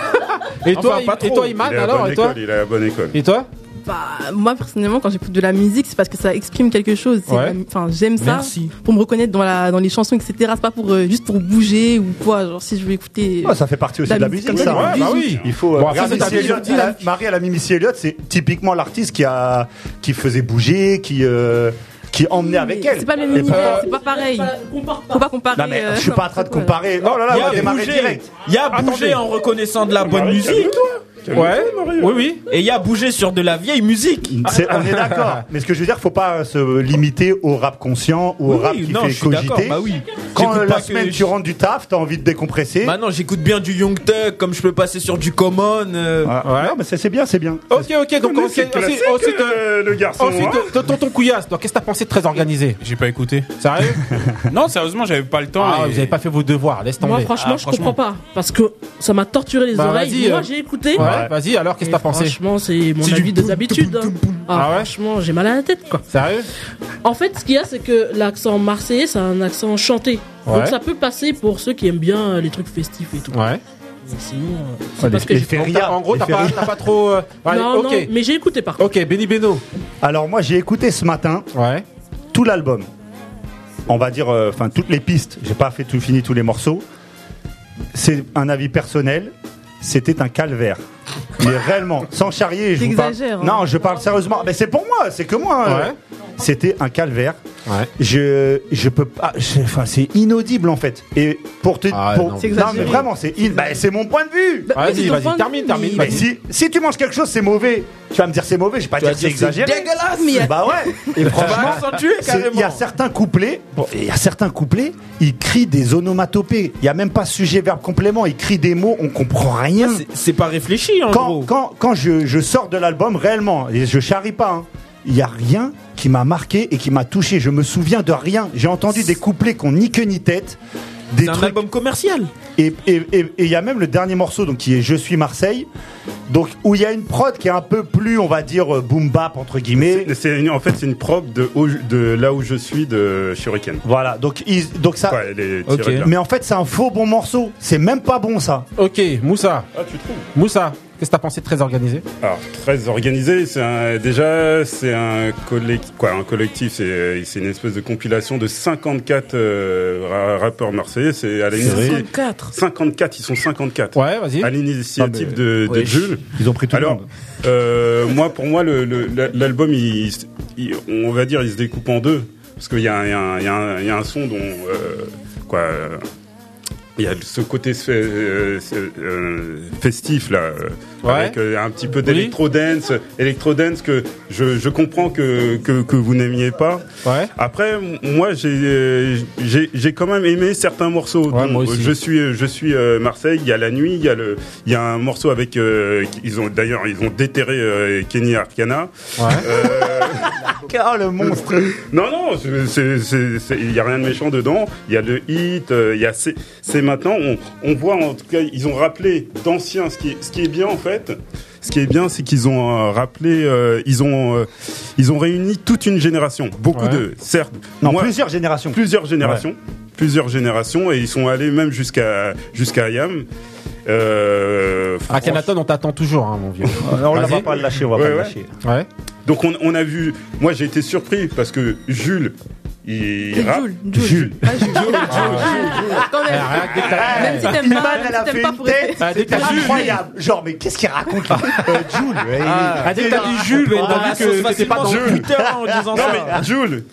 D: Et toi,
K: Enfin, pas
D: et
K: trop.
D: toi, Iman,
G: Il est à la
D: alors
G: bonne
D: Et toi
G: école, Il est à la bonne école.
D: Et toi
J: Bah, moi personnellement, quand j'écoute de la musique, c'est parce que ça exprime quelque chose. C'est
D: Ouais.
J: la- Enfin, j'aime ça
D: Merci.
J: pour me reconnaître dans la dans les chansons, etc. C'est pas pour euh, juste pour bouger ou quoi. Genre si je veux écouter.
F: Ouais, Ah, ça fait partie aussi de la musique, ça.
J: comme
F: hein.
J: ça,
F: Il faut. euh,
D: Bon,
F: regarde
D: ça, c'est ta
F: Missy
D: vision
F: Elliott,
D: de la-
F: la- Marie, elle a mis Missy Elliott, c'est typiquement l'artiste qui a qui faisait bouger, qui euh, qui emmenait avec elle.
J: C'est pas le même
F: Et pourquoi-
J: univers, c'est pas pareil. Faut pas comparer.
F: Non mais
J: euh,
F: je suis pas en train de comparer. Oh là là,
K: Il y
F: on va
K: a
F: démarrer
K: bougé,
F: direct.
K: il y a bougé en reconnaissant de la bonne musique.
D: Ouais. Oui, oui.
K: Et il y a bougé sur de la vieille musique.
F: C'est- on est d'accord. Mais ce que je veux dire, faut pas euh, se limiter au rap conscient ou au
K: Oui,
F: rap qui
K: non, je
F: fait
K: suis d'accord,
F: cogiter.
K: bah oui.
F: Quand
K: J'écoute
F: euh, la
K: pas que-
F: semaine tu rentres du taf, t'as envie de décompresser.
K: Bah non, j'écoute bien du Young Thug, comme je peux passer sur du Common. euh, Oh,
F: Ah, Non, mais c'est c'est bien, c'est bien.
D: Ok, ok, donc
G: Connais,
D: ensuite,
G: c'est
D: ensuite,
G: classique,
D: ensuite, euh,
G: euh, le garçon,
D: ensuite,
G: hein.
D: euh, tonton Couillasse, toi, qu'est-ce que t'as pensé de très organisé
E: J'ai pas écouté.
D: Sérieux
E: Non, sérieusement, j'avais pas le temps.
D: Ah,
E: et-
D: vous avez pas fait vos devoirs, laisse tomber.
H: Moi, franchement,
D: Ah,
H: je comprends pas. Parce que ça m'a torturé les
D: Bah, vas-y,
H: oreilles. Moi,
D: euh,
H: j'ai écouté.
D: Ouais, vas-y, alors, qu'est-ce que
H: Et
D: t'as pensé
H: Franchement, c'est mon
D: C'est
H: avis
D: du
H: des
D: boum,
H: habitudes. hein. Ah, Franchement, j'ai mal à la tête, quoi.
D: Sérieux
H: En fait, ce qu'il y a, c'est que l'accent marseillais, c'est un accent chanté.
D: Ouais.
H: Donc ça peut passer pour ceux qui aiment bien euh, les trucs festifs et tout.
D: Ouais.
H: Mais sinon, euh,
D: Ouais,
H: c'est parce
D: les-
H: que
D: les
H: j'ai-
D: férias, Donc, t'as- en gros,
F: les
D: t'as pas,
F: férias.
D: t'as pas trop. euh, ouais,
H: Non,
D: ok.
H: non, mais j'ai écouté par contre.
D: Ok, Benny Beno.
F: Alors moi j'ai écouté ce matin
D: ouais.
F: tout l'album. On va dire, euh, enfin toutes les pistes. J'ai pas fait tout fini tous les morceaux. C'est un avis personnel. C'était un calvaire. Mais réellement, sans charrier, je vous parle.
J: T'exagères, hein.
F: Non, je parle sérieusement. Mais c'est pour moi, c'est que moi. euh,
D: Ouais.
F: C'était un calvaire.
D: Ouais.
F: Je, je peux pas. je- Enfin, c'est inaudible en fait. Et pour te,
D: Ah,
F: pour-
D: non,
F: non,
D: mais-
F: mais vraiment, c'est in- bah, c'est mon point de vue.
J: Bah, mais
D: Vas-y,
J: c'est ton point
D: vas-y,
J: de
D: termine,
J: vue,
D: termine.
F: Mais
D: vas-y.
F: si, si tu manges quelque chose, c'est mauvais. Tu vas me dire c'est mauvais, je vais pas
K: vas
F: dire c'est
K: dire c'est
F: exagéré.
K: dégueulasse.
J: Mais il y a-
F: Bah ouais. Et franchement, c'est- il y a certains couplets, bon, il y a certains couplets, ils crient des onomatopées. Il y a même pas sujet verbe complément. Ils crient des mots, on comprend rien.
K: C'est- C'est pas réfléchi en
F: Quand
K: gros.
F: quand quand je, je sors de l'album réellement, et je charrie pas. hein, Il y a rien qui m'a marqué et qui m'a touché. Je me souviens de rien. J'ai entendu des couplets qu'on ni queue ni tête. Des
K: C'est un
F: trucs-
K: album commercial.
F: et et- et- et il y a même le dernier morceau donc qui est Je suis Marseille. Donc où il y a une prod qui est un peu plus on va dire euh, boom bap entre guillemets.
G: C'est- c'est une- en fait, c'est une prop de, où- de là où je suis de Shuriken.
F: Voilà, donc ils- donc ça
G: Ouais, les
D: Ok.
G: tirés de là.
F: mais en fait c'est un faux bon morceau, c'est même pas bon ça.
D: Ok, Moussa.
G: Ah, tu trouves Ah,
D: Moussa, qu'est-ce que t'as pensé de très organisé
G: Alors, très organisé, c'est un- déjà, c'est un, collect, quoi, un collectif, c'est euh, c'est une espèce de compilation de 54 euh, ra- rappeurs marseillais. C'est à l'initiative.
H: 54.
G: 54, ils sont 54.
D: Ouais, vas-y.
G: À l'initiative
F: Ah, mais-
G: de, de
D: Ouais.
G: Jules.
F: Ils ont pris tout le
G: Alors,
F: monde.
G: euh, moi, pour moi, le- le- la- l'album, il- il- on va dire, il se découpe en deux. Parce qu'il y, a un- il y a un- il y a un- il y a un son dont. euh, quoi. euh, Il y a ce côté se- euh, se- euh, festif, là. euh,
D: Ouais.
G: Avec euh, un petit peu d'électro-dance. Électro-dance que je, je comprends que, que, que vous n'aimiez pas.
D: Ouais.
G: Après, m- moi, j'ai euh, j'ai j'ai quand même aimé certains morceaux.
D: Ouais,
G: dont,
D: moi aussi.
G: euh, Je suis euh, je suis euh, Marseille. Il y a la nuit. Il y a le il y a un morceau avec euh, ils ont d'ailleurs ils ont déterré euh, Kenny Arcana.
D: Ouais.
G: Euh,
F: Ah le monstre.
G: non non, c'est- c'est- c'est- c'est- il y a rien de méchant dedans. Il y a le hit. euh, Il y a c'est c'est maintenant on on voit en tout cas ils ont rappelé d'anciens ce qui est, ce qui est bien en fait. Ce qui est bien, c'est qu'ils ont euh, rappelé, euh, ils ont, euh, ils ont réuni toute une génération, beaucoup
D: Ouais.
G: de, certes.
F: Non,
G: moi-
F: plusieurs générations.
G: plusieurs générations. plusieurs générations et ils sont allés même jusqu'à jusqu'à Yam. Euh,
D: À Canaton, on t'attend toujours, hein, mon vieux.
G: Ah, on
D: Vas-y.
G: va pas le lâcher, on va pas le lâcher.
D: Ouais.
G: Donc on, on a vu, moi j'ai été surpris parce que Jules, il
D: Jules,
G: rappe.
D: Ah, Jules.
F: Ah,
J: Quand même. Même si t'aimes pas, même si t'aimes pas pour être
F: Ah, dès que t'as dit Jules. incroyable. Genre, mais qu'est-ce qu'il raconte là euh, Jules ouais, il-
D: Ah, ah, dès que t'as dit Jules, ouais, t'as vu que t'étais pas dans
G: Jules.
D: Twitter en disant
G: non,
D: ça.
G: mais ah, Jules.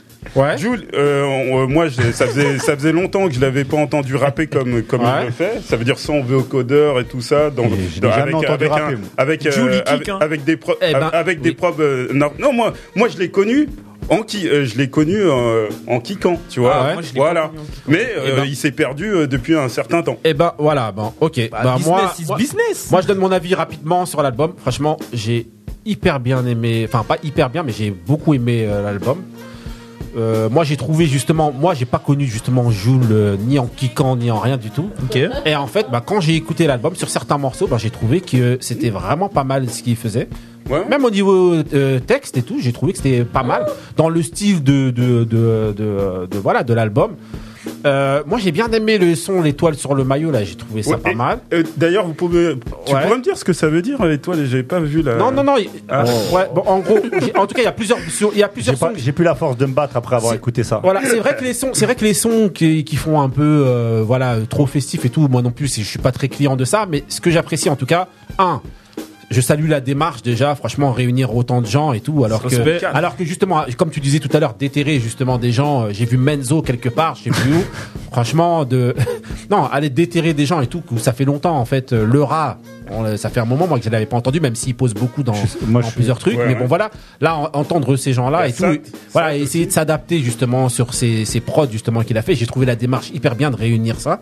G: Jules, euh, on- euh, moi, je- ça faisait, ça faisait longtemps que je l'avais pas entendu rapper comme, comme
D: Ouais.
G: il le fait. Ça veut dire sans vocodeur et tout ça. Dans,
F: Eh, je
G: dans-
F: l'ai jamais
G: avec,
F: entendu
G: avec,
F: rapper,
G: un-
F: moi.
G: avec, euh,
F: Jules, il kick,
G: avec-
F: hein.
G: avec des preuves.
F: Eh ben,
G: avec des preuves. euh, non, non, moi, moi, je l'ai connu. En qui, euh, je l'ai connu euh, en kickant, tu vois.
D: Ah ouais. Moi, je l'ai
G: voilà.
D: connu en kickant.
G: Mais euh,
D: Eh ben.
G: il s'est perdu euh, depuis un certain temps.
D: Et ben voilà, bon, ok. Bah, moi,
K: business is
D: moi-
K: business.
D: Moi, je donne mon avis rapidement sur l'album. Franchement, j'ai hyper bien aimé. Enfin, pas hyper bien, mais j'ai beaucoup aimé euh, l'album. Euh, moi j'ai trouvé justement, moi j'ai pas connu justement Jules euh, ni en kickant ni en rien du tout. Et en fait, bah, quand j'ai écouté l'album sur certains morceaux, bah, j'ai trouvé que c'était vraiment pas mal ce qu'il faisait. Même au niveau euh, texte et tout, j'ai trouvé que c'était pas mal dans le style de de, de, de- de- voilà de l'album. Euh, moi j'ai bien aimé le son l'étoile sur le maillot là, j'ai trouvé ça
G: Ouais,
D: pas
G: et-
D: mal.
G: euh, D'ailleurs, vous pouvez, tu
D: Ouais.
G: pourrais me dire ce que ça veut dire, étoile J'ai pas vu la.
D: Non non non, il-
G: Ah.
D: ouais, bon, en gros, j'ai- en tout cas il y a plusieurs il y a plusieurs
F: J'ai pas-
D: sons que
F: J'ai plus la force de me battre après avoir
D: C'est-
F: écouté ça.
D: Voilà, c'est vrai que les sons, c'est vrai que les sons qui, qui font un peu, euh, voilà, trop festif et tout. Moi non plus, c'est- je suis pas très client de ça. Mais ce que j'apprécie en tout cas, un, je salue la démarche déjà. Franchement, réunir autant de gens et tout, alors que,
K: Respect.
D: alors que justement, comme tu disais tout à l'heure, déterrer justement des gens. euh, J'ai vu Menzo quelque part, je sais plus où. Franchement, de, non, aller déterrer des gens et tout, que ça fait longtemps en fait. euh, Le rat, on l'a- ça fait un moment moi que je l'avais pas entendu, même s'il pose beaucoup dans, dans plusieurs trucs.
K: Ouais,
D: mais
K: ouais.
D: bon, voilà, là, en- entendre ces gens-là
F: Bah,
D: et tout.
K: Sainte,
D: Voilà, et essayer de s'adapter justement sur ces, ces prods justement qu'il a fait. J'ai trouvé la démarche hyper bien de réunir ça.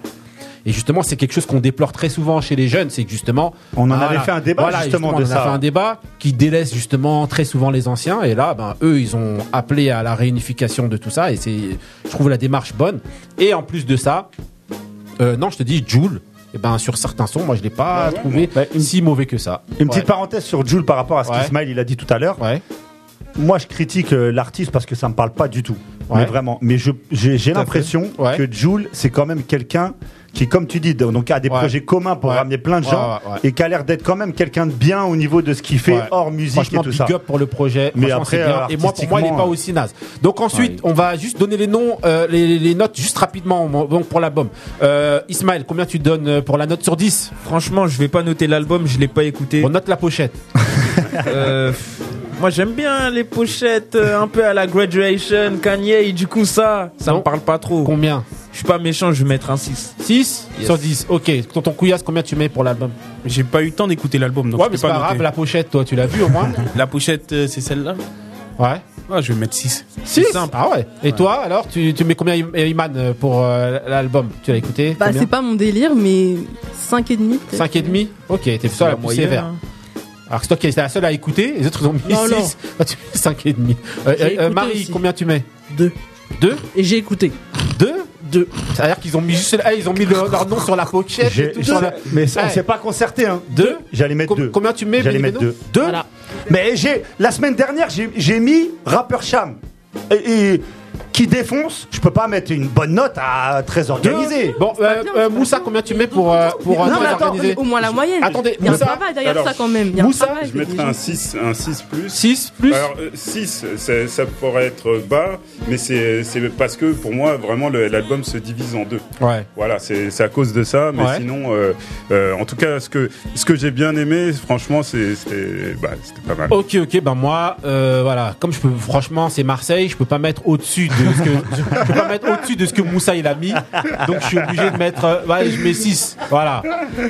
D: Et justement, c'est quelque chose qu'on déplore très souvent chez les jeunes, c'est que justement, Ah,
F: On en
D: voilà,
F: avait fait un débat,
D: voilà,
F: justement, de
D: on en a
F: ça.
D: fait un débat qui délaisse justement très souvent les anciens. Et là, ben eux, ils ont appelé à la réunification de tout ça. Et c'est, je trouve la démarche bonne. Et en plus de ça, euh, non, je te dis, Joule. Et ben sur certains sons, moi je l'ai pas trouvé si mauvais que ça.
F: Une petite parenthèse sur Jules par rapport à ce
D: Ouais.
F: qu'Ismail il a dit tout à l'heure. Moi, je critique euh, l'artiste parce que ça me parle pas du tout.
D: Ouais.
F: Mais vraiment. Mais je- j'ai j'ai
D: Tout à
F: l'impression
D: fait. Ouais.
F: que Jules, c'est quand même quelqu'un qui, comme tu dis, donc a des
D: Ouais.
F: projets communs pour
D: Ouais.
F: ramener plein de
D: Ouais,
F: gens
D: ouais, ouais.
F: et qui a l'air d'être quand même quelqu'un de bien au niveau de ce qu'il fait
D: Ouais.
F: hors musique et
D: Franchement,
F: tout ça.
D: big up pour le projet.
F: Mais
D: Franchement,
F: après,
D: c'est bien.
F: euh,
D: et moi, pour moi, il n'est pas
F: artistiquement,
D: aussi naze. Donc ensuite, on va juste donner les noms, euh, les, les notes juste rapidement donc pour l'album. Euh, Ismaël, combien tu donnes euh, pour la note sur 10
K: Franchement, je vais pas noter l'album, je l'ai pas écouté.
D: On note la pochette.
K: Euh, pff, moi, j'aime bien les pochettes euh, un peu à la graduation, Kanye, et du coup, ça, ça me parle pas trop.
D: Combien
K: Je suis pas méchant, je vais mettre un 6.
D: 6 sur 10. Ok, tonton Couillasse, combien tu mets pour l'album
E: J'ai pas eu le temps d'écouter l'album, donc
D: Ouais,
E: je
D: mais
E: peux
D: c'est pas,
E: pas
D: grave,
E: noter.
D: la pochette, toi, tu l'as vue au moins
E: La pochette, euh, c'est celle-là
D: Ouais.
E: Ah, je vais mettre 6.
D: 6 Ah ouais. Et toi, alors, tu, tu mets combien I- Iman euh, pour euh, l'album Tu l'as écouté
J: Bah, c'est pas mon délire, mais 5 et demi. peut-être.
D: 5,5 Ok, t'es le seul à
K: la
D: pousser
K: moyenne,
D: vers.
K: hein.
D: Alors que c'est toi qui étais la seule à écouter, les autres ils ont mis
K: Non,
D: 6. Toi, tu mets 5,5. Euh,
K: J'ai
D: euh,
K: écouté
D: Marie,
K: aussi.
D: combien tu mets
H: 2.
D: 2
H: Et j'ai écouté.
D: 2 2. C'est-à-dire qu'ils ont mis, juste, ah, ils ont mis le- leur nom sur la pochette
F: J'ai-
D: et tout.
F: j'ai-
D: sur la-
F: Mais ça, on
D: Ouais.
F: s'est pas concerté. Hein.
D: Deux
F: J'allais mettre deux.
D: Combien tu mets
F: J'allais
D: Benny
F: mettre
D: Beno
F: deux. Deux
D: Voilà.
F: Mais j'ai la semaine dernière, j'ai- j'ai mis rappeur Cham. Et, et qui défonce, je peux pas mettre une bonne note à très
D: Deux.
F: organisé.
D: Bon, euh, euh, Moussa, combien tu mets pour, euh, pour euh,
J: non,
D: très
J: mais attends,
D: organisé
J: au moins la moyenne.
D: Attendez,
J: il y a un
D: Moussa.
J: travail derrière
G: Alors,
J: ça quand même. Ah, Il y a un
D: Moussa,
J: travail
G: Je
J: que les
G: mettrais un
J: gens-
G: 6, un 6 plus.
D: 6 plus
G: Alors, 6, ça pourrait être bas, mais c'est c'est parce que pour moi, vraiment, le- l'album se divise en deux.
D: Ouais.
G: Voilà, c'est c'est à cause de ça, mais
D: Ouais.
G: sinon, euh, euh, en tout cas, ce que, ce que j'ai bien aimé, franchement, c'est- c'était bah, c'était pas mal.
D: Ok, ok, ben moi, euh, voilà, comme je peux, franchement, c'est Marseille, je peux pas mettre au-dessus de ce que, je peux pas mettre au-dessus de ce que Moussa il a mis, donc je suis obligé de mettre, euh, ouais, je mets 6, voilà,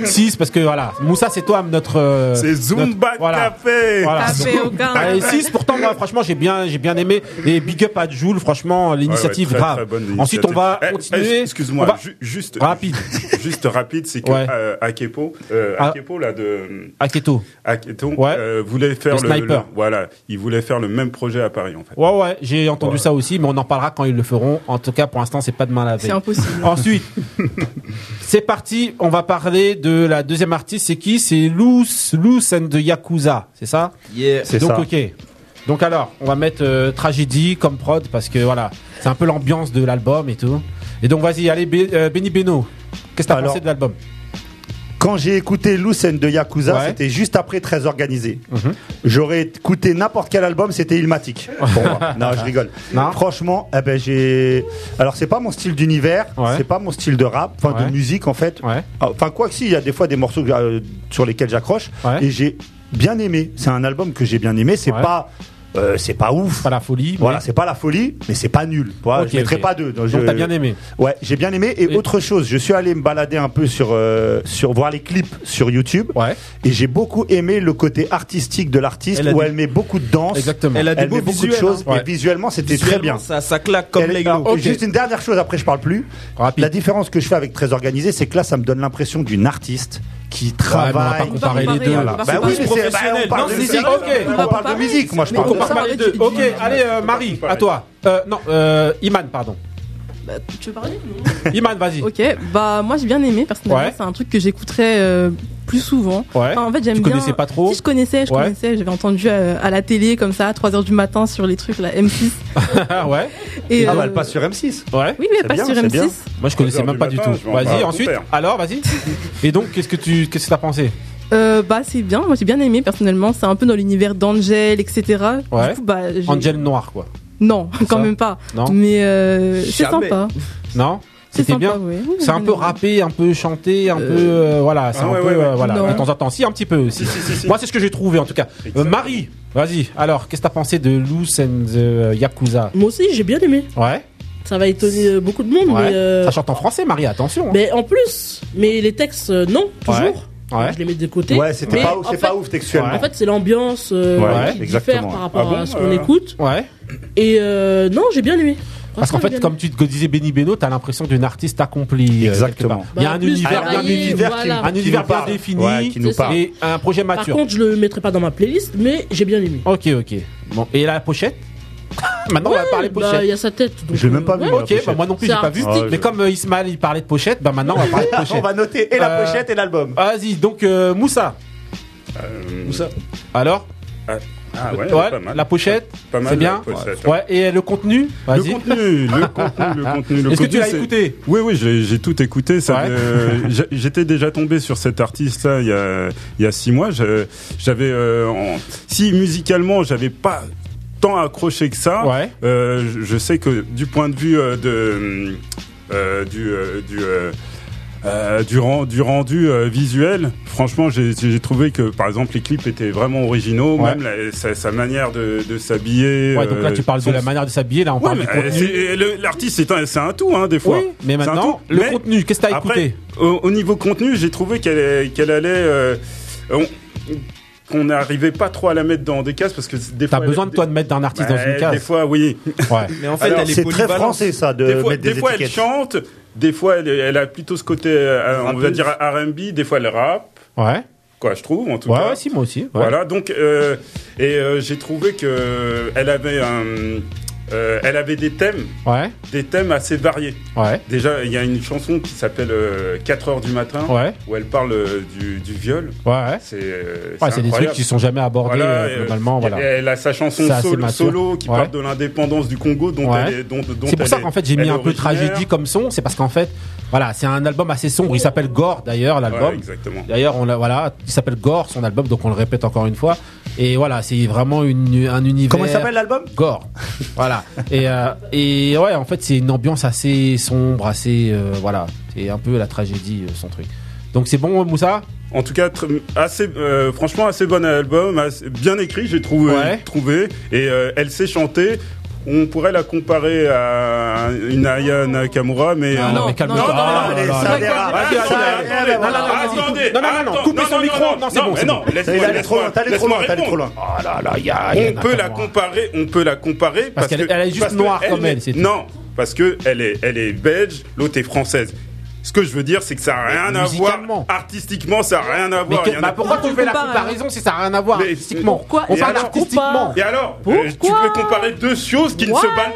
D: 6 parce que voilà, Moussa c'est toi notre, euh,
G: C'est Zumba
D: notre- voilà.
G: Café
D: Voilà. Ah,
G: Café
N: au Ghana.
D: Allez, 6 pourtant moi franchement j'ai bien j'ai bien aimé et big up à Jules franchement l'initiative
G: Ouais, ouais, très,
D: grave.
G: très bonne
D: Ensuite on
G: initiative.
D: va
G: Eh, eh,
D: continuer.
G: Excuse-moi,
D: On va-
G: ju- juste
D: Rapide.
G: Juste rapide, c'est que
D: Ouais.
G: euh, Akepo, euh,
D: Ah.
G: Akepo, là de
D: Aketo.
G: Aketo euh, voulait faire
D: Le
G: le,
D: sniper.
G: le- voilà, il voulait faire le même projet à Paris en fait.
D: Ouais ouais, j'ai entendu ça aussi mais on en parlera quand ils le feront. En tout cas pour l'instant c'est pas demain la veille.
J: C'est impossible.
D: Ensuite, c'est parti. On va parler de la deuxième artiste. C'est qui C'est Loose, Loose and the Yakuza. C'est ça
K: Yeah.
F: C'est
D: Donc
F: ça.
D: ok. Donc alors, on va mettre euh, tragédie comme prod parce que voilà, c'est un peu l'ambiance de l'album et tout. Et donc vas-y, allez, Bé- euh, Benny Beno, qu'est-ce que t'as
F: Alors,
D: pensé de l'album
F: Quand j'ai écouté Lucen de Yakuza,
D: Ouais.
F: c'était juste après très organisé.
D: Mhm.
F: J'aurais écouté n'importe quel album, c'était Ilmatic. Pour moi. non, je rigole. Franchement, eh ben j'ai. Alors c'est pas mon style d'univers, c'est pas mon style de rap, enfin de
D: Ouais.
F: musique en fait. Ah, Enfin quoi que si, il y a des fois des morceaux que, euh, sur lesquels j'accroche et j'ai bien aimé. C'est un album que j'ai bien aimé. C'est pas. euh, c'est pas ouf.
D: Pas la folie.
F: Voilà,
D: mais-
F: c'est pas la folie, mais c'est pas nul. Voilà,
D: Ok,
F: je mettrai
D: ok.
F: pas deux.
D: Donc
F: je-
D: t'as bien aimé.
F: Ouais, j'ai bien aimé. Et, autre chose, je suis allé me balader un peu sur, euh, sur voir les clips sur YouTube. Et j'ai beaucoup aimé le côté artistique de l'artiste
K: Elle a
F: où
K: des-
F: elle met beaucoup de danse.
K: Exactement. Elle a des
F: met
K: beaux
F: beaucoup
K: visuels,
F: de choses.
K: hein.
F: Et
K: Ouais.
F: visuellement, c'était très
K: Visuellement,
F: bien.
K: ça- ça claque comme
F: Elle- Ah,
K: Lego.
F: alors,
K: Ok.
F: Juste une dernière chose, après je parle plus. La différence que je fais avec Très Organisé, c'est que là, ça me donne l'impression d'une artiste qui travaille.
D: mais on va pas comparer les deux, là.
F: Bah oui, mais c'est bah, on parle de musique. On parle de musique. Moi, je parle de ça.
D: pas les deux. Ok, allez, euh, Marie, à toi. Euh, non, euh, Iman, pardon.
H: bah,
J: tu veux parler
D: Iman, vas-y.
J: Ok, bah moi j'ai bien aimé personnellement,
D: Ouais.
J: c'est un truc que j'écouterais euh, plus souvent.
D: Ouais.
J: Enfin, en fait, j'aime
D: Tu
J: bien.
D: connaissais pas trop
J: Si je connaissais, je
D: Ouais.
J: connaissais, j'avais entendu euh, à la télé comme ça à 3h du matin sur les trucs la M6.
D: ouais.
J: Et, Ah, bah, euh, elle
F: passe sur M6.
D: Ouais.
J: Oui, mais elle C'est passe bien, sur c'est M6. bien.
D: Moi, je connaissais même pas du
E: matin,
D: tout.
E: je vais en parler
D: Vas-y,
E: à mon
D: ensuite.
E: père.
D: Alors, vas-y. Et donc, qu'est-ce que tu, qu'est-ce que t'as pensé
J: Euh, bah c'est bien, moi j'ai bien aimé personnellement, c'est un peu dans l'univers d'Angel, etc.
D: Ouais.
J: Du coup, bah, j'ai-
D: Angel noir, quoi.
J: Non, quand
D: ça
J: même pas.
D: Non.
J: Mais euh, c'est
D: Jamais.
J: sympa.
D: Non.
J: C'est
D: C'était
J: sympa,
D: bien.
J: ouais. Oui,
D: C'est un
J: oui,
D: peu
J: oui.
D: rappé, un peu chanté, un peu euh, voilà, c'est
E: Ah
D: un
E: ouais,
D: peu
E: ouais, ouais.
D: euh, voilà,
E: Non.
D: de temps en temps. Si un petit peu. aussi. Moi, c'est ce que j'ai trouvé en tout cas. Euh, Marie, vas-y. Alors, qu'est-ce que t'as pensé de Loose and the euh, Yakuza
H: Moi aussi, j'ai bien aimé.
D: Ouais.
H: Ça va étonner euh, beaucoup de monde,
D: Ouais.
H: mais. euh,
D: Ça chante en français, Marie. Attention. hein.
H: Mais en plus, mais les textes, euh, non, toujours.
D: Ouais. Ouais.
H: Je les mets de côté.
D: Ouais, c'était
H: Mais
D: pas ouf,
H: en
D: c'est pas ouf textuellement.
H: En fait, c'est l'ambiance euh,
D: Ouais,
H: qui diffère
D: exactement.
H: par rapport
D: Ah bon,
H: à ce qu'on
D: euh,
H: écoute.
D: Ouais.
H: Et euh, non, j'ai bien aimé.
D: Parce qu'en
H: Franchement,
D: fait,
H: j'ai bien
D: comme tu te disais Benny Beno, t'as l'impression d'une artiste accomplie. euh,
F: Exactement.
D: quelque part. Il y a
H: Bah,
D: un
H: plus
D: univers,
H: travaillé,
D: un univers, qui-
H: voilà.
D: un
H: qui
D: univers
H: nous
D: bien
H: parle.
D: défini,
H: Ouais, qui nous parle.
D: et un projet
H: aimé. Par
D: mature.
H: contre, je le mettrai pas dans ma playlist, mais j'ai bien aimé.
D: Ok, ok. Bon, et la pochette Maintenant, Ah on va
H: Ouais,
D: parler
H: bah,
D: pochette.
H: il y a sa tête, donc,
F: Je l'ai même pas euh, vu, ouais. la
D: Ok, bah
F: pochette.
D: moi non plus,
F: C'est
D: j'ai pas vu.
F: artistique. Ouais,
D: Mais
F: je-
D: comme euh, Ismaël il parlait de pochette, bah maintenant on va parler de pochette.
F: On va noter et la
D: Euh,
F: pochette et l'album.
D: Vas-y, donc euh, Moussa. Moussa. Alors
G: Euh, Ah ouais, pas mal.
D: la pochette,
G: Pas mal,
D: c'est
G: la
D: bien.
G: pochette.
D: ouais. et euh, le contenu
G: Le
D: Vas-y.
G: contenu, le contenu, le contenu, le
D: Est-ce que
G: contenu,
D: tu l'as
G: c'est-
D: écouté
G: Oui, oui, j'ai j'ai tout écouté. ça,
D: Ouais.
G: euh, j'a- J'étais déjà tombé sur cet artiste-là il y a, il y a six mois. Je- J'avais, euh, en- si musicalement, j'avais pas tant accroché que ça. euh, je, je sais que du point de vue euh, de euh, du euh, du euh, euh, du, ren- du rendu euh, visuel, franchement, j'ai j'ai trouvé que par exemple les clips étaient vraiment originaux,
D: Ouais.
G: même la- sa, sa manière de, de s'habiller.
D: Ouais, donc là
G: euh,
D: tu parles
G: son-
D: de la manière de s'habiller, là on
G: Ouais,
D: parle
G: mais,
D: du
G: euh,
D: contenu.
G: c'est- le- l'artiste, c'est un, c'est un tout, hein, des fois.
D: Oui,
G: C'est
D: mais
G: un
D: maintenant,
G: tout.
D: le contenu, qu'est-ce que t'as
G: après,
D: écouté
G: au, au niveau contenu, j'ai trouvé qu'elle est- qu'elle allait. euh, on- qu'on n'arrivait pas trop à la mettre dans des cases parce que des fois.
D: T'as
G: elle-
D: besoin de toi de mettre d'un artiste dans
G: Ouais,
D: une case.
G: Des fois, oui.
D: Ouais.
G: Alors,
D: polyvalente.
G: Des fois, des fois, elle chante, des fois, elle, elle a plutôt ce côté, euh, on va
D: Rappeuse.
G: dire R&B, des fois, elle rappe.
D: Ouais.
G: Quoi, je trouve, en tout
D: Ouais,
G: cas.
D: ouais, si, moi aussi. ouais.
G: Voilà, donc euh, et euh, j'ai trouvé que euh, elle avait un, euh, elle avait des thèmes,
D: Ouais.
G: des thèmes assez variés.
D: Ouais.
G: Déjà, il y a une chanson qui s'appelle euh, 4 heures du matin,
D: Ouais.
G: où elle parle euh, du, du viol.
D: Ouais, ouais.
G: C'est euh,
D: Ouais, c'est des
G: incroyable.
D: trucs qui sont jamais abordés, euh, globalement,
G: et-
D: voilà.
G: et Elle a sa chanson
D: C'est assez
G: solo,
D: mature.
G: solo qui
D: Ouais.
G: parle de l'indépendance du Congo, dont
D: Ouais.
G: elle est. dont- dont
D: C'est pour
G: elle
D: ça
G: est-
D: qu'en fait j'ai
G: elle
D: mis
G: est
D: un peu
G: originaire.
D: tragédie comme son, c'est parce qu'en fait, voilà, c'est un album assez sombre. Il s'appelle Gore d'ailleurs l'album.
G: Ouais, exactement.
D: D'ailleurs, on l'a- voilà, il s'appelle Gore son album, donc on le répète encore une fois. Et voilà, c'est vraiment une, un univers.
F: Comment il s'appelle, l'album
D: Gore. voilà. Et, euh, et ouais, en fait, c'est une ambiance assez sombre, assez euh, voilà, c'est un peu la tragédie euh, son truc. Donc c'est bon, Moussa.
G: En tout cas, tr- assez, euh, franchement, assez bon album, assez- bien écrit, j'ai trouvé, trouvé. Et euh, elle sait chanter. On pourrait la comparer à une Aya Nakamura, mais
D: Non,
G: euh,
D: non, mais calme-toi.
G: non, non,
D: Ah,
G: non,
D: là, là,
G: non,
D: là.
G: attendez, attendez,
D: Vas-y, vas-y,
G: attendez,
D: vas-y, vas-y.
G: attendez,
D: Non, non, non, non,
G: attends,
D: coupez
G: non,
D: son
G: non,
D: micro. Non, c'est
G: non,
D: bon,
G: mais
D: c'est
G: non,
D: bon.
G: laisse-moi-
D: Il est allé trop
G: laisse-moi-
D: loin, t'es allé trop
G: laisse-moi
D: loin, t'es allé
G: répondre.
D: trop loin. Oh là là, y a- y a
G: On peut la
D: Nakamura.
G: comparer, on peut la comparer parce,
D: qu'elle-
G: que-
D: elle est juste
G: parce que
D: noire comme
G: n'est-
D: elle, c'est tout.
G: Non, parce que elle est, elle est belge, l'autre est française. Ce que je veux dire, c'est que ça n'a rien à voir. Artistiquement, ça n'a rien à
D: Mais
G: voir.
D: que-
G: Il y en a-
D: bah pourquoi tu fais la
F: hein
D: comparaison si ça n'a rien à voir
G: Mais-
D: artistiquement
G: Pourquoi
D: On
G: Et
D: parle
G: alors
D: artistiquement.
G: Et alors, euh, tu peux comparer deux choses qui ne se valent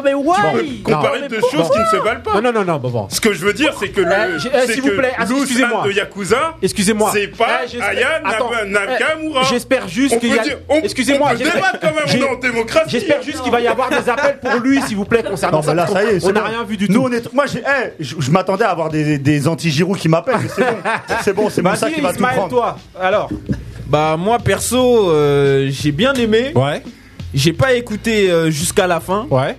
H: Non mais
G: Tu peux comparer deux choses qui ne se valent pas.
D: Non, non, non, non, bon, bon.
G: Ce que je veux dire, c'est que
D: Eh,
G: le.
D: j'ai- eh,
G: c'est
D: S'il vous
G: que
D: plaît,
G: Lou
D: excusez-moi.
G: San de Yakuza.
D: Excusez-moi.
G: C'est pas
D: Eh, j'espère-
G: Aya
D: Attends.
G: Nab- Nakamura.
D: Eh, J'espère
G: On
D: juste qu'il y
G: peut
D: a.
G: dire- on-
D: Excusez-moi.
G: on peut
D: j'espère-
G: débattre quand même, on
D: j'ai-
G: est en démocratie.
D: J'espère juste qu'il va y avoir des appels pour lui, s'il vous plaît, concernant
F: Non, mais là,
D: parce
F: ça y
D: qu'on-
F: est, c'est
D: On n'a
F: bon.
D: rien vu du
F: Nous,
D: tout.
F: on est. Moi, j'ai. eh, je je m'attendais à avoir des, des anti-Giroud qui m'appellent. mais C'est bon, c'est bon, c'est Moussa
K: Vas-y,
F: qui va
K: Ismaël,
F: tout prendre.
D: toi, alors
K: Bah moi perso, euh, j'ai bien aimé.
D: Ouais.
K: J'ai pas écouté euh, jusqu'à la fin.
D: Ouais.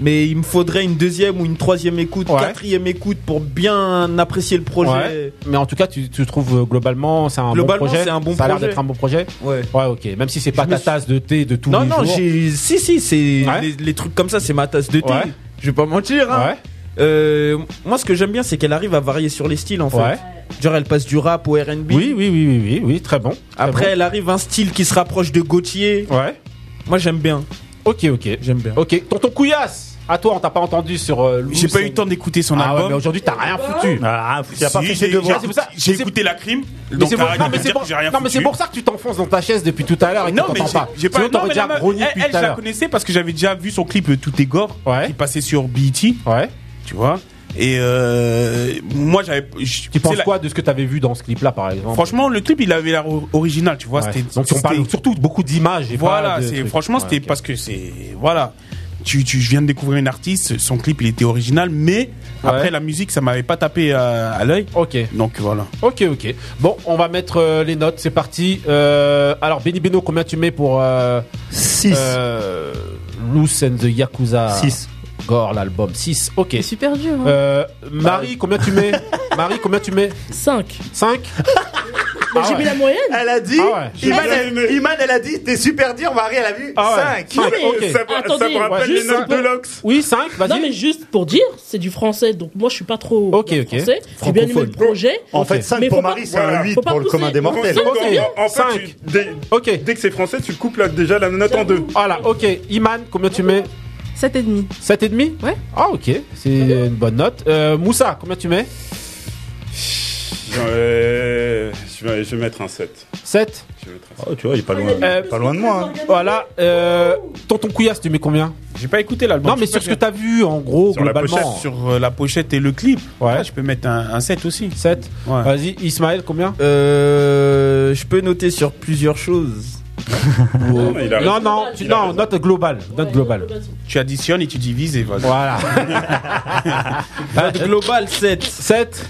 K: Mais il me faudrait une deuxième ou une troisième écoute, quatrième écoute pour bien apprécier le projet.
D: Ouais. Mais en tout cas, tu, tu trouves euh, globalement c'est un
K: Globalement,
D: bon projet.
K: c'est un bon
D: ça a l'air
K: projet.
D: d'être un bon projet.
K: Ouais.
D: Ouais, ok. Même si c'est pas ta tasse de thé de tous
K: non
D: les
K: non,
D: jours.
K: j'ai si si, c'est les, les trucs comme ça, c'est ma tasse de thé.
D: Ouais.
K: Je vais pas mentir. hein. Euh, moi, ce que j'aime bien, c'est qu'elle arrive à varier sur les styles en fait.
D: Ouais.
K: Genre, elle passe du rap au R&B.
D: Oui, oui, oui, oui, oui, oui, très bon. très
K: Après,
D: bon.
K: elle arrive à un style qui se rapproche de Gauthier.
D: Ouais.
K: Moi, j'aime bien.
D: Ok, ok.
K: J'aime bien.
D: Ok, tonton Couillasse À toi, on t'a pas entendu sur. euh, Lou,
E: J'ai pas
D: c'est-
E: eu le temps d'écouter son
D: Ah ouais,
E: album.
D: mais aujourd'hui, t'as rien foutu.
F: Ah,
D: il a pas fait ses devoirs. C'est pour ça-
E: J'ai écouté la crime.
D: Mais
E: Donc
D: c'est pour-
E: arrête
D: non,
E: de
D: mais
E: me
D: c'est
E: dire
D: pour-
E: que j'ai rien
D: non, mais c'est
E: foutu.
D: pour ça que tu t'enfonces dans ta chaise depuis tout à l'heure et que
E: Non mais
D: Ah, t'entends
E: j'ai-
D: pas.
E: j'ai pas.
D: Sinon,
E: non,
D: t'aurais
E: mais
D: déjà
E: la meuf,
D: grogné
E: elle,
D: depuis
E: elle,
D: tout à
E: je la
D: l'heure.
E: connaissais parce que j'avais déjà vu son clip euh, Tout est gore qui passait sur BET.
D: Ouais.
E: Tu vois. Et euh, moi j'avais. je-
D: Tu
E: c'est
D: penses
E: la-
D: quoi de ce que t'avais vu dans ce clip-là, par exemple
E: Franchement, le clip il avait l'air or- original, tu vois.
D: Ouais.
E: c'était-
D: Donc, on parle
E: c'était-
D: surtout beaucoup d'images. et
E: Voilà,
D: pas de
E: c'est
D: trucs.
E: franchement
D: Ouais,
E: c'était
D: ok.
E: parce que c'est voilà. Tu, tu je viens de découvrir une artiste, son clip il était original, mais après la musique ça m'avait pas tapé euh, à l'œil.
D: Ok.
E: Donc voilà.
D: Ok, ok. Bon, on va mettre euh, les notes, c'est parti. Euh, alors, Benny Beno, combien tu mets pour.
F: 6.
D: Euh, Loose and the Yakuza.
F: Six.
D: Gore, l'album. 6, ok.
J: super dur. hein.
D: Euh, Marie, combien tu mets Marie, combien tu mets
J: 5.
D: 5
J: Mais j'ai mis la moyenne.
F: Ah Elle a dit.
D: Ah ouais.
F: Iman, elle, Iman, elle a dit, t'es super dur, Marie, elle a vu
D: Ah ouais.
F: 5.
J: Non, mais attendez, juste pour-
D: Oui, 5, vas-y.
J: Non mais juste pour dire, c'est du français, donc moi je suis pas trop
D: ok.
J: français. J'ai bien aimé le projet.
F: En fait, cinq
J: Mais
F: pour
J: faut pas-
F: Marie, c'est un
J: voilà.
F: huit
J: Faut pas
F: pour le
J: pousser.
F: commun des mortels.
J: Faut
G: Donc,
J: pousser, c'est bien.
G: en, en fait, tu- dès, dès que c'est français, tu coupes là, déjà la note en deux.
D: Voilà, ok. Iman, combien tu mets
J: 7,5.
D: 7,5
J: Ouais.
D: Ah, ok. C'est une bonne note. Euh, Moussa, combien tu mets
G: Euh, je, vais, je vais mettre un 7.
D: 7
F: Ah, tu vois, il est pas loin,
G: Euh,
F: pas loin de moi.
D: Euh,
F: hein.
D: Voilà, euh, tonton Couillasse, tu mets combien
E: J'ai pas écouté l'album.
D: Non, mais sur ce que t'as vu, en gros,
E: sur la
D: globalement.
E: pochette, sur euh, la pochette et le clip.
D: Ouais.
E: Ah, je peux mettre un, un 7 aussi.
D: 7
E: Ouais.
D: Vas-y, Ismaël, combien
K: Euh, je peux noter sur plusieurs choses.
G: Non, mais il a
D: Non,
G: raison.
D: non, tu, non, note globale. Note globale.
E: Tu additionnes et tu divises et vas-y.
D: Voilà.
K: Note globale 7.
D: 7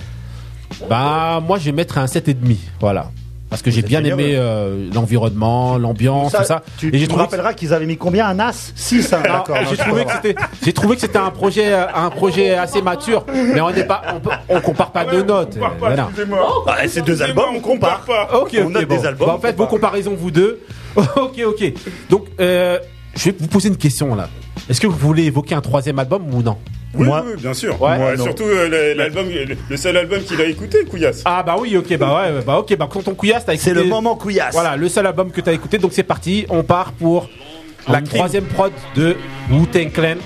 D: Bah, moi, je vais mettre un 7,5. Voilà. Parce que j'ai bien
F: bien,
D: aimé
F: ouais.
D: euh, l'environnement, l'ambiance, tout ça.
F: Tu,
D: Et j'ai
F: tu me
D: trouvé que-
F: rappelleras qu'ils avaient mis combien Un As 6,
D: Non,
F: d'accord.
D: J'ai trouvé que c'était, j'ai trouvé que c'était un projet, euh, un projet assez mature, mais on n'est pas, on, peut- on compare pas deux notes. euh, voilà.
G: Excusez-moi.
F: Ah, ces deux albums, on compare.
D: Ok, ok,
F: on note
D: bon.
F: des albums.
D: Bah, en fait, vos comparaisons, vous deux. ok, ok. Donc, euh, je vais vous poser une question là. Est-ce que vous voulez évoquer un troisième album ou non
G: Oui,
F: Moi-
G: oui, bien sûr.
D: Ouais.
G: Moi,
D: Non.
G: surtout euh, le- l'album, le- le seul album qu'il a écouté, Couillasse.
D: Ah bah oui, ok, bah ouais, bah ok, bah quand ton couillasse, t'as écouté.
F: C'est le moment couillasse.
D: Voilà, le seul album que t'as écouté. Donc c'est parti, on part pour la troisième prod de Wu-Tang Clan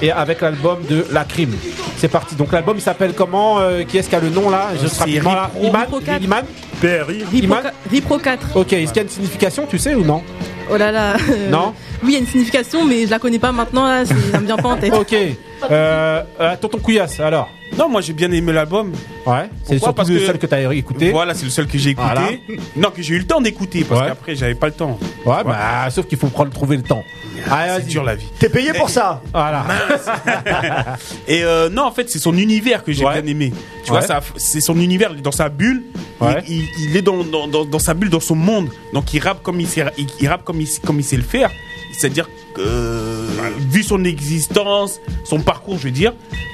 D: et avec l'album de La Crime. C'est parti. Donc l'album il s'appelle comment euh, Qui est-ce qui a le nom là Je serai rapidement là. Iman
J: Riprocat.
D: Iman
G: PRI.
D: Iman
J: Ripro 4.
D: Ok, est-ce qu'il y a une signification, tu sais ou non
J: Oh là là. euh,
D: Non
J: Oui, il y a une signification, mais je la connais pas maintenant, là, c'est- ça me vient pas en tête.
D: Ok. Euh, euh, tonton Couillasse, alors
E: Non, moi j'ai bien aimé l'album.
D: Ouais,
E: Pourquoi
D: c'est surtout
E: Parce
D: le
E: que-
D: seul que t'as écouté.
E: Voilà, c'est le seul que j'ai écouté.
D: Voilà.
E: Non, que j'ai eu le temps d'écouter parce
D: Ouais.
E: qu'après j'avais pas le temps. Ah,
D: Ouais, bah sauf qu'il faut prendre, trouver le temps. Allez,
E: C'est
D: vas-y.
E: dur la vie.
F: T'es payé pour ça
D: Voilà.
E: Et euh, non, en fait, c'est son univers que j'ai
D: Ouais.
E: bien aimé. Tu
D: Ouais.
E: vois, ça- c'est son univers, il est dans sa bulle. Il-
D: Ouais.
E: Il, il est dans, dans, dans, dans sa bulle, dans son monde. Donc il rappe comme il sait, il, il rappe comme il, sait- comme il sait le faire. C'est-à-dire que, euh, vu son existence, son parcours, je veux dire,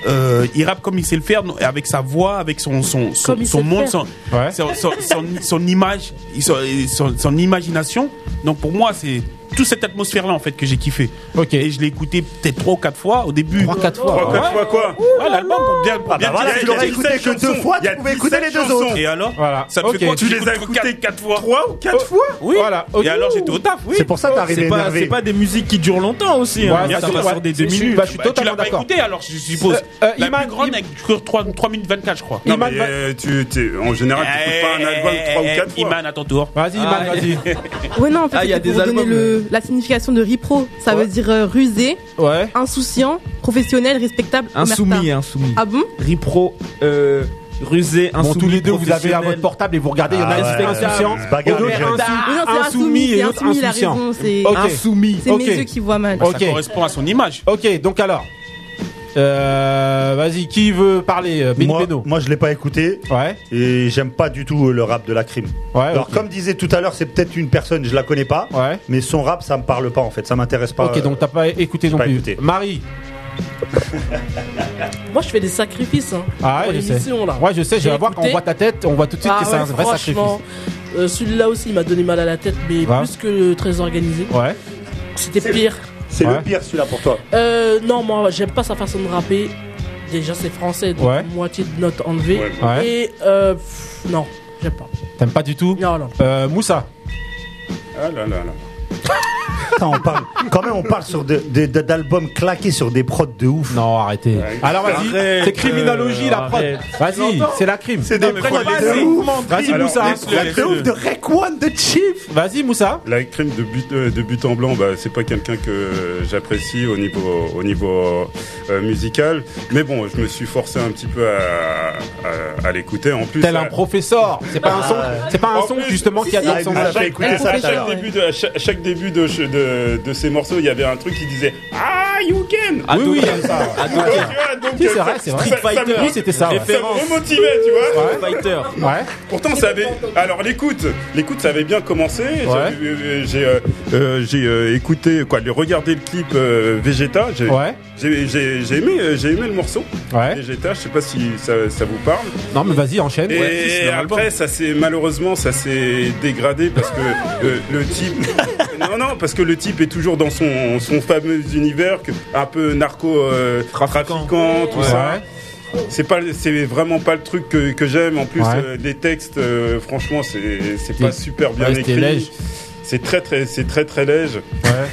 E: euh, il rappe comme il sait le faire, non, avec sa voix, avec son, son, son,
J: Comme il
E: son
J: sait le
E: monde,
J: faire.
E: son,
D: Ouais.
E: son, son- son- son image, son, son- son imagination. Donc pour moi, c'est toute cette atmosphère-là, en fait, que j'ai kiffé. Ok. Et je l'ai écouté peut-être 3 ou 4 fois au début. 3
D: 4 fois.
E: 3 4
D: Ouais.
E: fois quoi Ouais, l'album pour bien. Pour
D: Ah bah
E: bien
D: voilà,
E: dire,
D: tu
E: il y a
D: l'aurais
E: 17
D: écouté que deux
E: chansons.
D: fois, tu
E: Il y a
D: pouvais écouter
E: 17
D: les deux
E: chansons.
D: autres.
E: Et alors
D: Voilà.
E: Ça fait
D: Ok.
E: quoi
D: Tu les as
E: écoutés 4 fois 3 ou 4 fois
K: Oh, Oui. Voilà.
E: Et alors j'étais au taf, oui.
K: C'est pour ça que t'es arrivé
E: C'est pas-
K: énervé.
E: C'est pas des musiques qui durent longtemps aussi. hein.
K: Ouais, bien sûr, ouais. C'est- je suis- bah, je suis
E: Bah,
K: totalement
E: Tu l'as pas
K: d'accord.
E: écouté alors, je suppose.
G: Euh, euh,
E: La
G: Iman-
E: plus grande, elle dure 3, minutes 24, je crois.
G: Non, mais, euh, tu, t'es- en général, tu
E: Eh,
G: pas un album
E: eh,
G: 3 ou
E: eh,
G: 4 fois.
E: Iman, à ton tour. Ah,
D: Vas-y,
G: Iman,
E: vas-y.
J: Ouais, non, en fait,
E: Ah, il y a
J: c'était
E: des
J: pour vous donner
E: albums.
J: le, la signification de ripro. Ça veut dire euh, rusé,
K: Ouais.
J: insouciant, professionnel, respectable,
K: Insoumis,
J: omerta.
K: insoumis.
J: Ah bon
K: Ripro, euh, rusé,
D: Bon,
K: insoumis.
D: tous les deux, vous avez la
K: professionnel.
D: votre portable et vous regardez, il y en a
K: Ah
D: un qui est
K: ouais,
D: insouciant,
K: se
D: et
K: bagarre,
D: l'autre
K: j'ai
D: insou-
K: raison.
J: Mais non, c'est
D: insoumis et
J: c'est
D: l'autre
J: insoumis, la
D: insouciant.
J: raison, c'est
D: Ok.
J: insoumis. C'est
D: Ok.
J: mes yeux qui voient mal.
D: Ok.
E: Ça correspond à son image.
D: Ok, donc alors. Euh, Vas-y, qui veut parler euh, Benny
F: moi,
D: Beno.
F: moi, je l'ai pas écouté.
D: Ouais.
F: Et j'aime pas du tout euh, le rap de la crime. Alors, comme disait tout à l'heure, c'est peut-être une personne, je la connais pas. Mais son rap, ça me parle pas en fait. Ça m'intéresse pas. euh,
D: Ok, donc t'as pas écouté non plus. Marie.
H: Moi, je fais des sacrifices. Hein,
D: Ah ouais,
H: pour
D: je sais.
H: l'émission, là.
D: Ouais, je sais, je vais voir quand
H: écouté.
D: on voit ta tête, on voit tout de suite
H: Ah
D: que c'est
H: ouais,
D: un vrai
H: franchement,
D: sacrifice.
H: euh, Celui-là aussi, il m'a donné mal à la tête, mais
D: Ouais.
H: plus que très organisé.
D: Ouais.
H: C'était pire.
F: C'est
D: Ouais.
F: le pire celui-là pour toi.
H: Euh, non, moi, j'aime pas sa façon de rapper. Déjà, c'est français, donc
D: Ouais.
H: moitié de notes enlevées.
D: Ouais.
H: Et euh, pff, non, j'aime pas.
D: T'aimes pas du tout
H: Non, non.
D: Euh, Moussa.
G: Ah là là là.
F: Putain, on parle, quand même, on parle sur de- de- de- d'albums claqués sur des prods de ouf.
D: Non, arrêtez. Alors vas-y,
F: Arrête,
D: c'est criminologie
F: euh,
D: la prod.
F: arrête.
D: Vas-y, c'est la crime.
F: C'est des prods de ouf.
D: Vas-y hein.
F: Alors,
D: Moussa.
F: laisse-le, La laisse-le. crime de Rec One de Chief.
D: Vas-y Moussa.
G: La crime de but, euh, de but en blanc, bah, c'est pas quelqu'un que j'apprécie au niveau, au niveau euh, musical. Mais bon, je me suis forcé un petit peu à, à- à l'écouter. En plus, euh, Ah.
D: Tel
G: à-
D: un professeur. C'est pas un son, c'est pas un son justement qui a dans son
G: à chaque, à chaque début de, à chaque, à chaque début de, de, de ces morceaux, il y avait un truc qui disait Ah, you can
D: Oui, oui, il y a ça.
G: Donc, tu vois, donc,
D: Si, c'est
G: ça-
D: vrai, c'est
G: ça-
D: vrai.
G: ça me-
D: Street Fighter. Oui, c'était ça, ouais.
G: Ça me remotivait, tu vois.
K: Fighter.
D: Ouais.
G: Pourtant, ça avait. Alors, l'écoute, l'écoute, ça avait bien commencé. J'avais- euh, J'ai euh, euh, j'ai euh, écouté, quoi, j'ai regardé le clip euh, Vegeta. J'ai
D: Ouais.
G: j'ai- j'ai- j'ai aimé, euh, j'ai aimé le morceau.
D: Ouais.
G: Vegeta, je sais pas si ça, ça vous parle.
D: Non mais vas-y enchaîne.
G: Et
D: Ouais, si, c'est leur album.
G: après, ça s'est malheureusement, ça s'est dégradé parce que euh, le type, non non, parce que le type est toujours dans son, son fameux univers que- un peu narco euh, trafiquant, tout
D: Ouais.
G: ça. C'est pas, c'est vraiment pas le truc que, que j'aime. En plus,
D: Ouais.
G: euh, les textes, euh, franchement, c'est c'est pas
D: Ouais,
G: super bien
D: c'était
G: écrit.
D: léger.
G: C'est très très, c'est très très léger.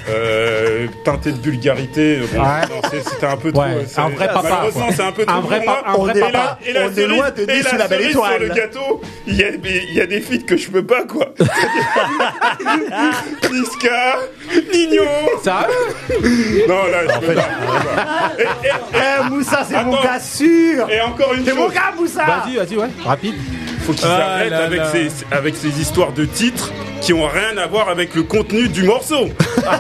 G: Euh, teinté de vulgarité. Bon,
D: Ouais.
G: non, c'est- C'était un peu trop. euh,
D: Ouais,
G: c'est-
D: un vrai papa,
G: Malheureusement,
D: quoi.
G: c'est un peu
D: Un
G: trop
D: vrai
G: pour moi.
D: pa- un vrai
G: Et la-
D: papa.
G: et la
D: On est loin de
G: cerise-
D: Nice
G: et
D: sous la belle
G: cerise
D: étoile.
G: Sur le gâteau, il y a, il y a des feats que je peux pas, quoi. Niska, Nino.
D: Ça
G: Non, là, je peux pas. je peux pas. Et- et-
F: Eh, Moussa, c'est mon
G: Attends.
F: gars sûr.
G: Et encore une
F: C'est
G: chose.
F: mon gars, Moussa.
D: Vas-y, vas-y, ouais. Rapide.
G: Faut qu'ils
D: Ah
G: arrêtent
D: là
G: avec
D: là.
G: ces, avec ces histoires de titres qui ont rien à voir avec le contenu du morceau. Ah,
D: Non, mais ça,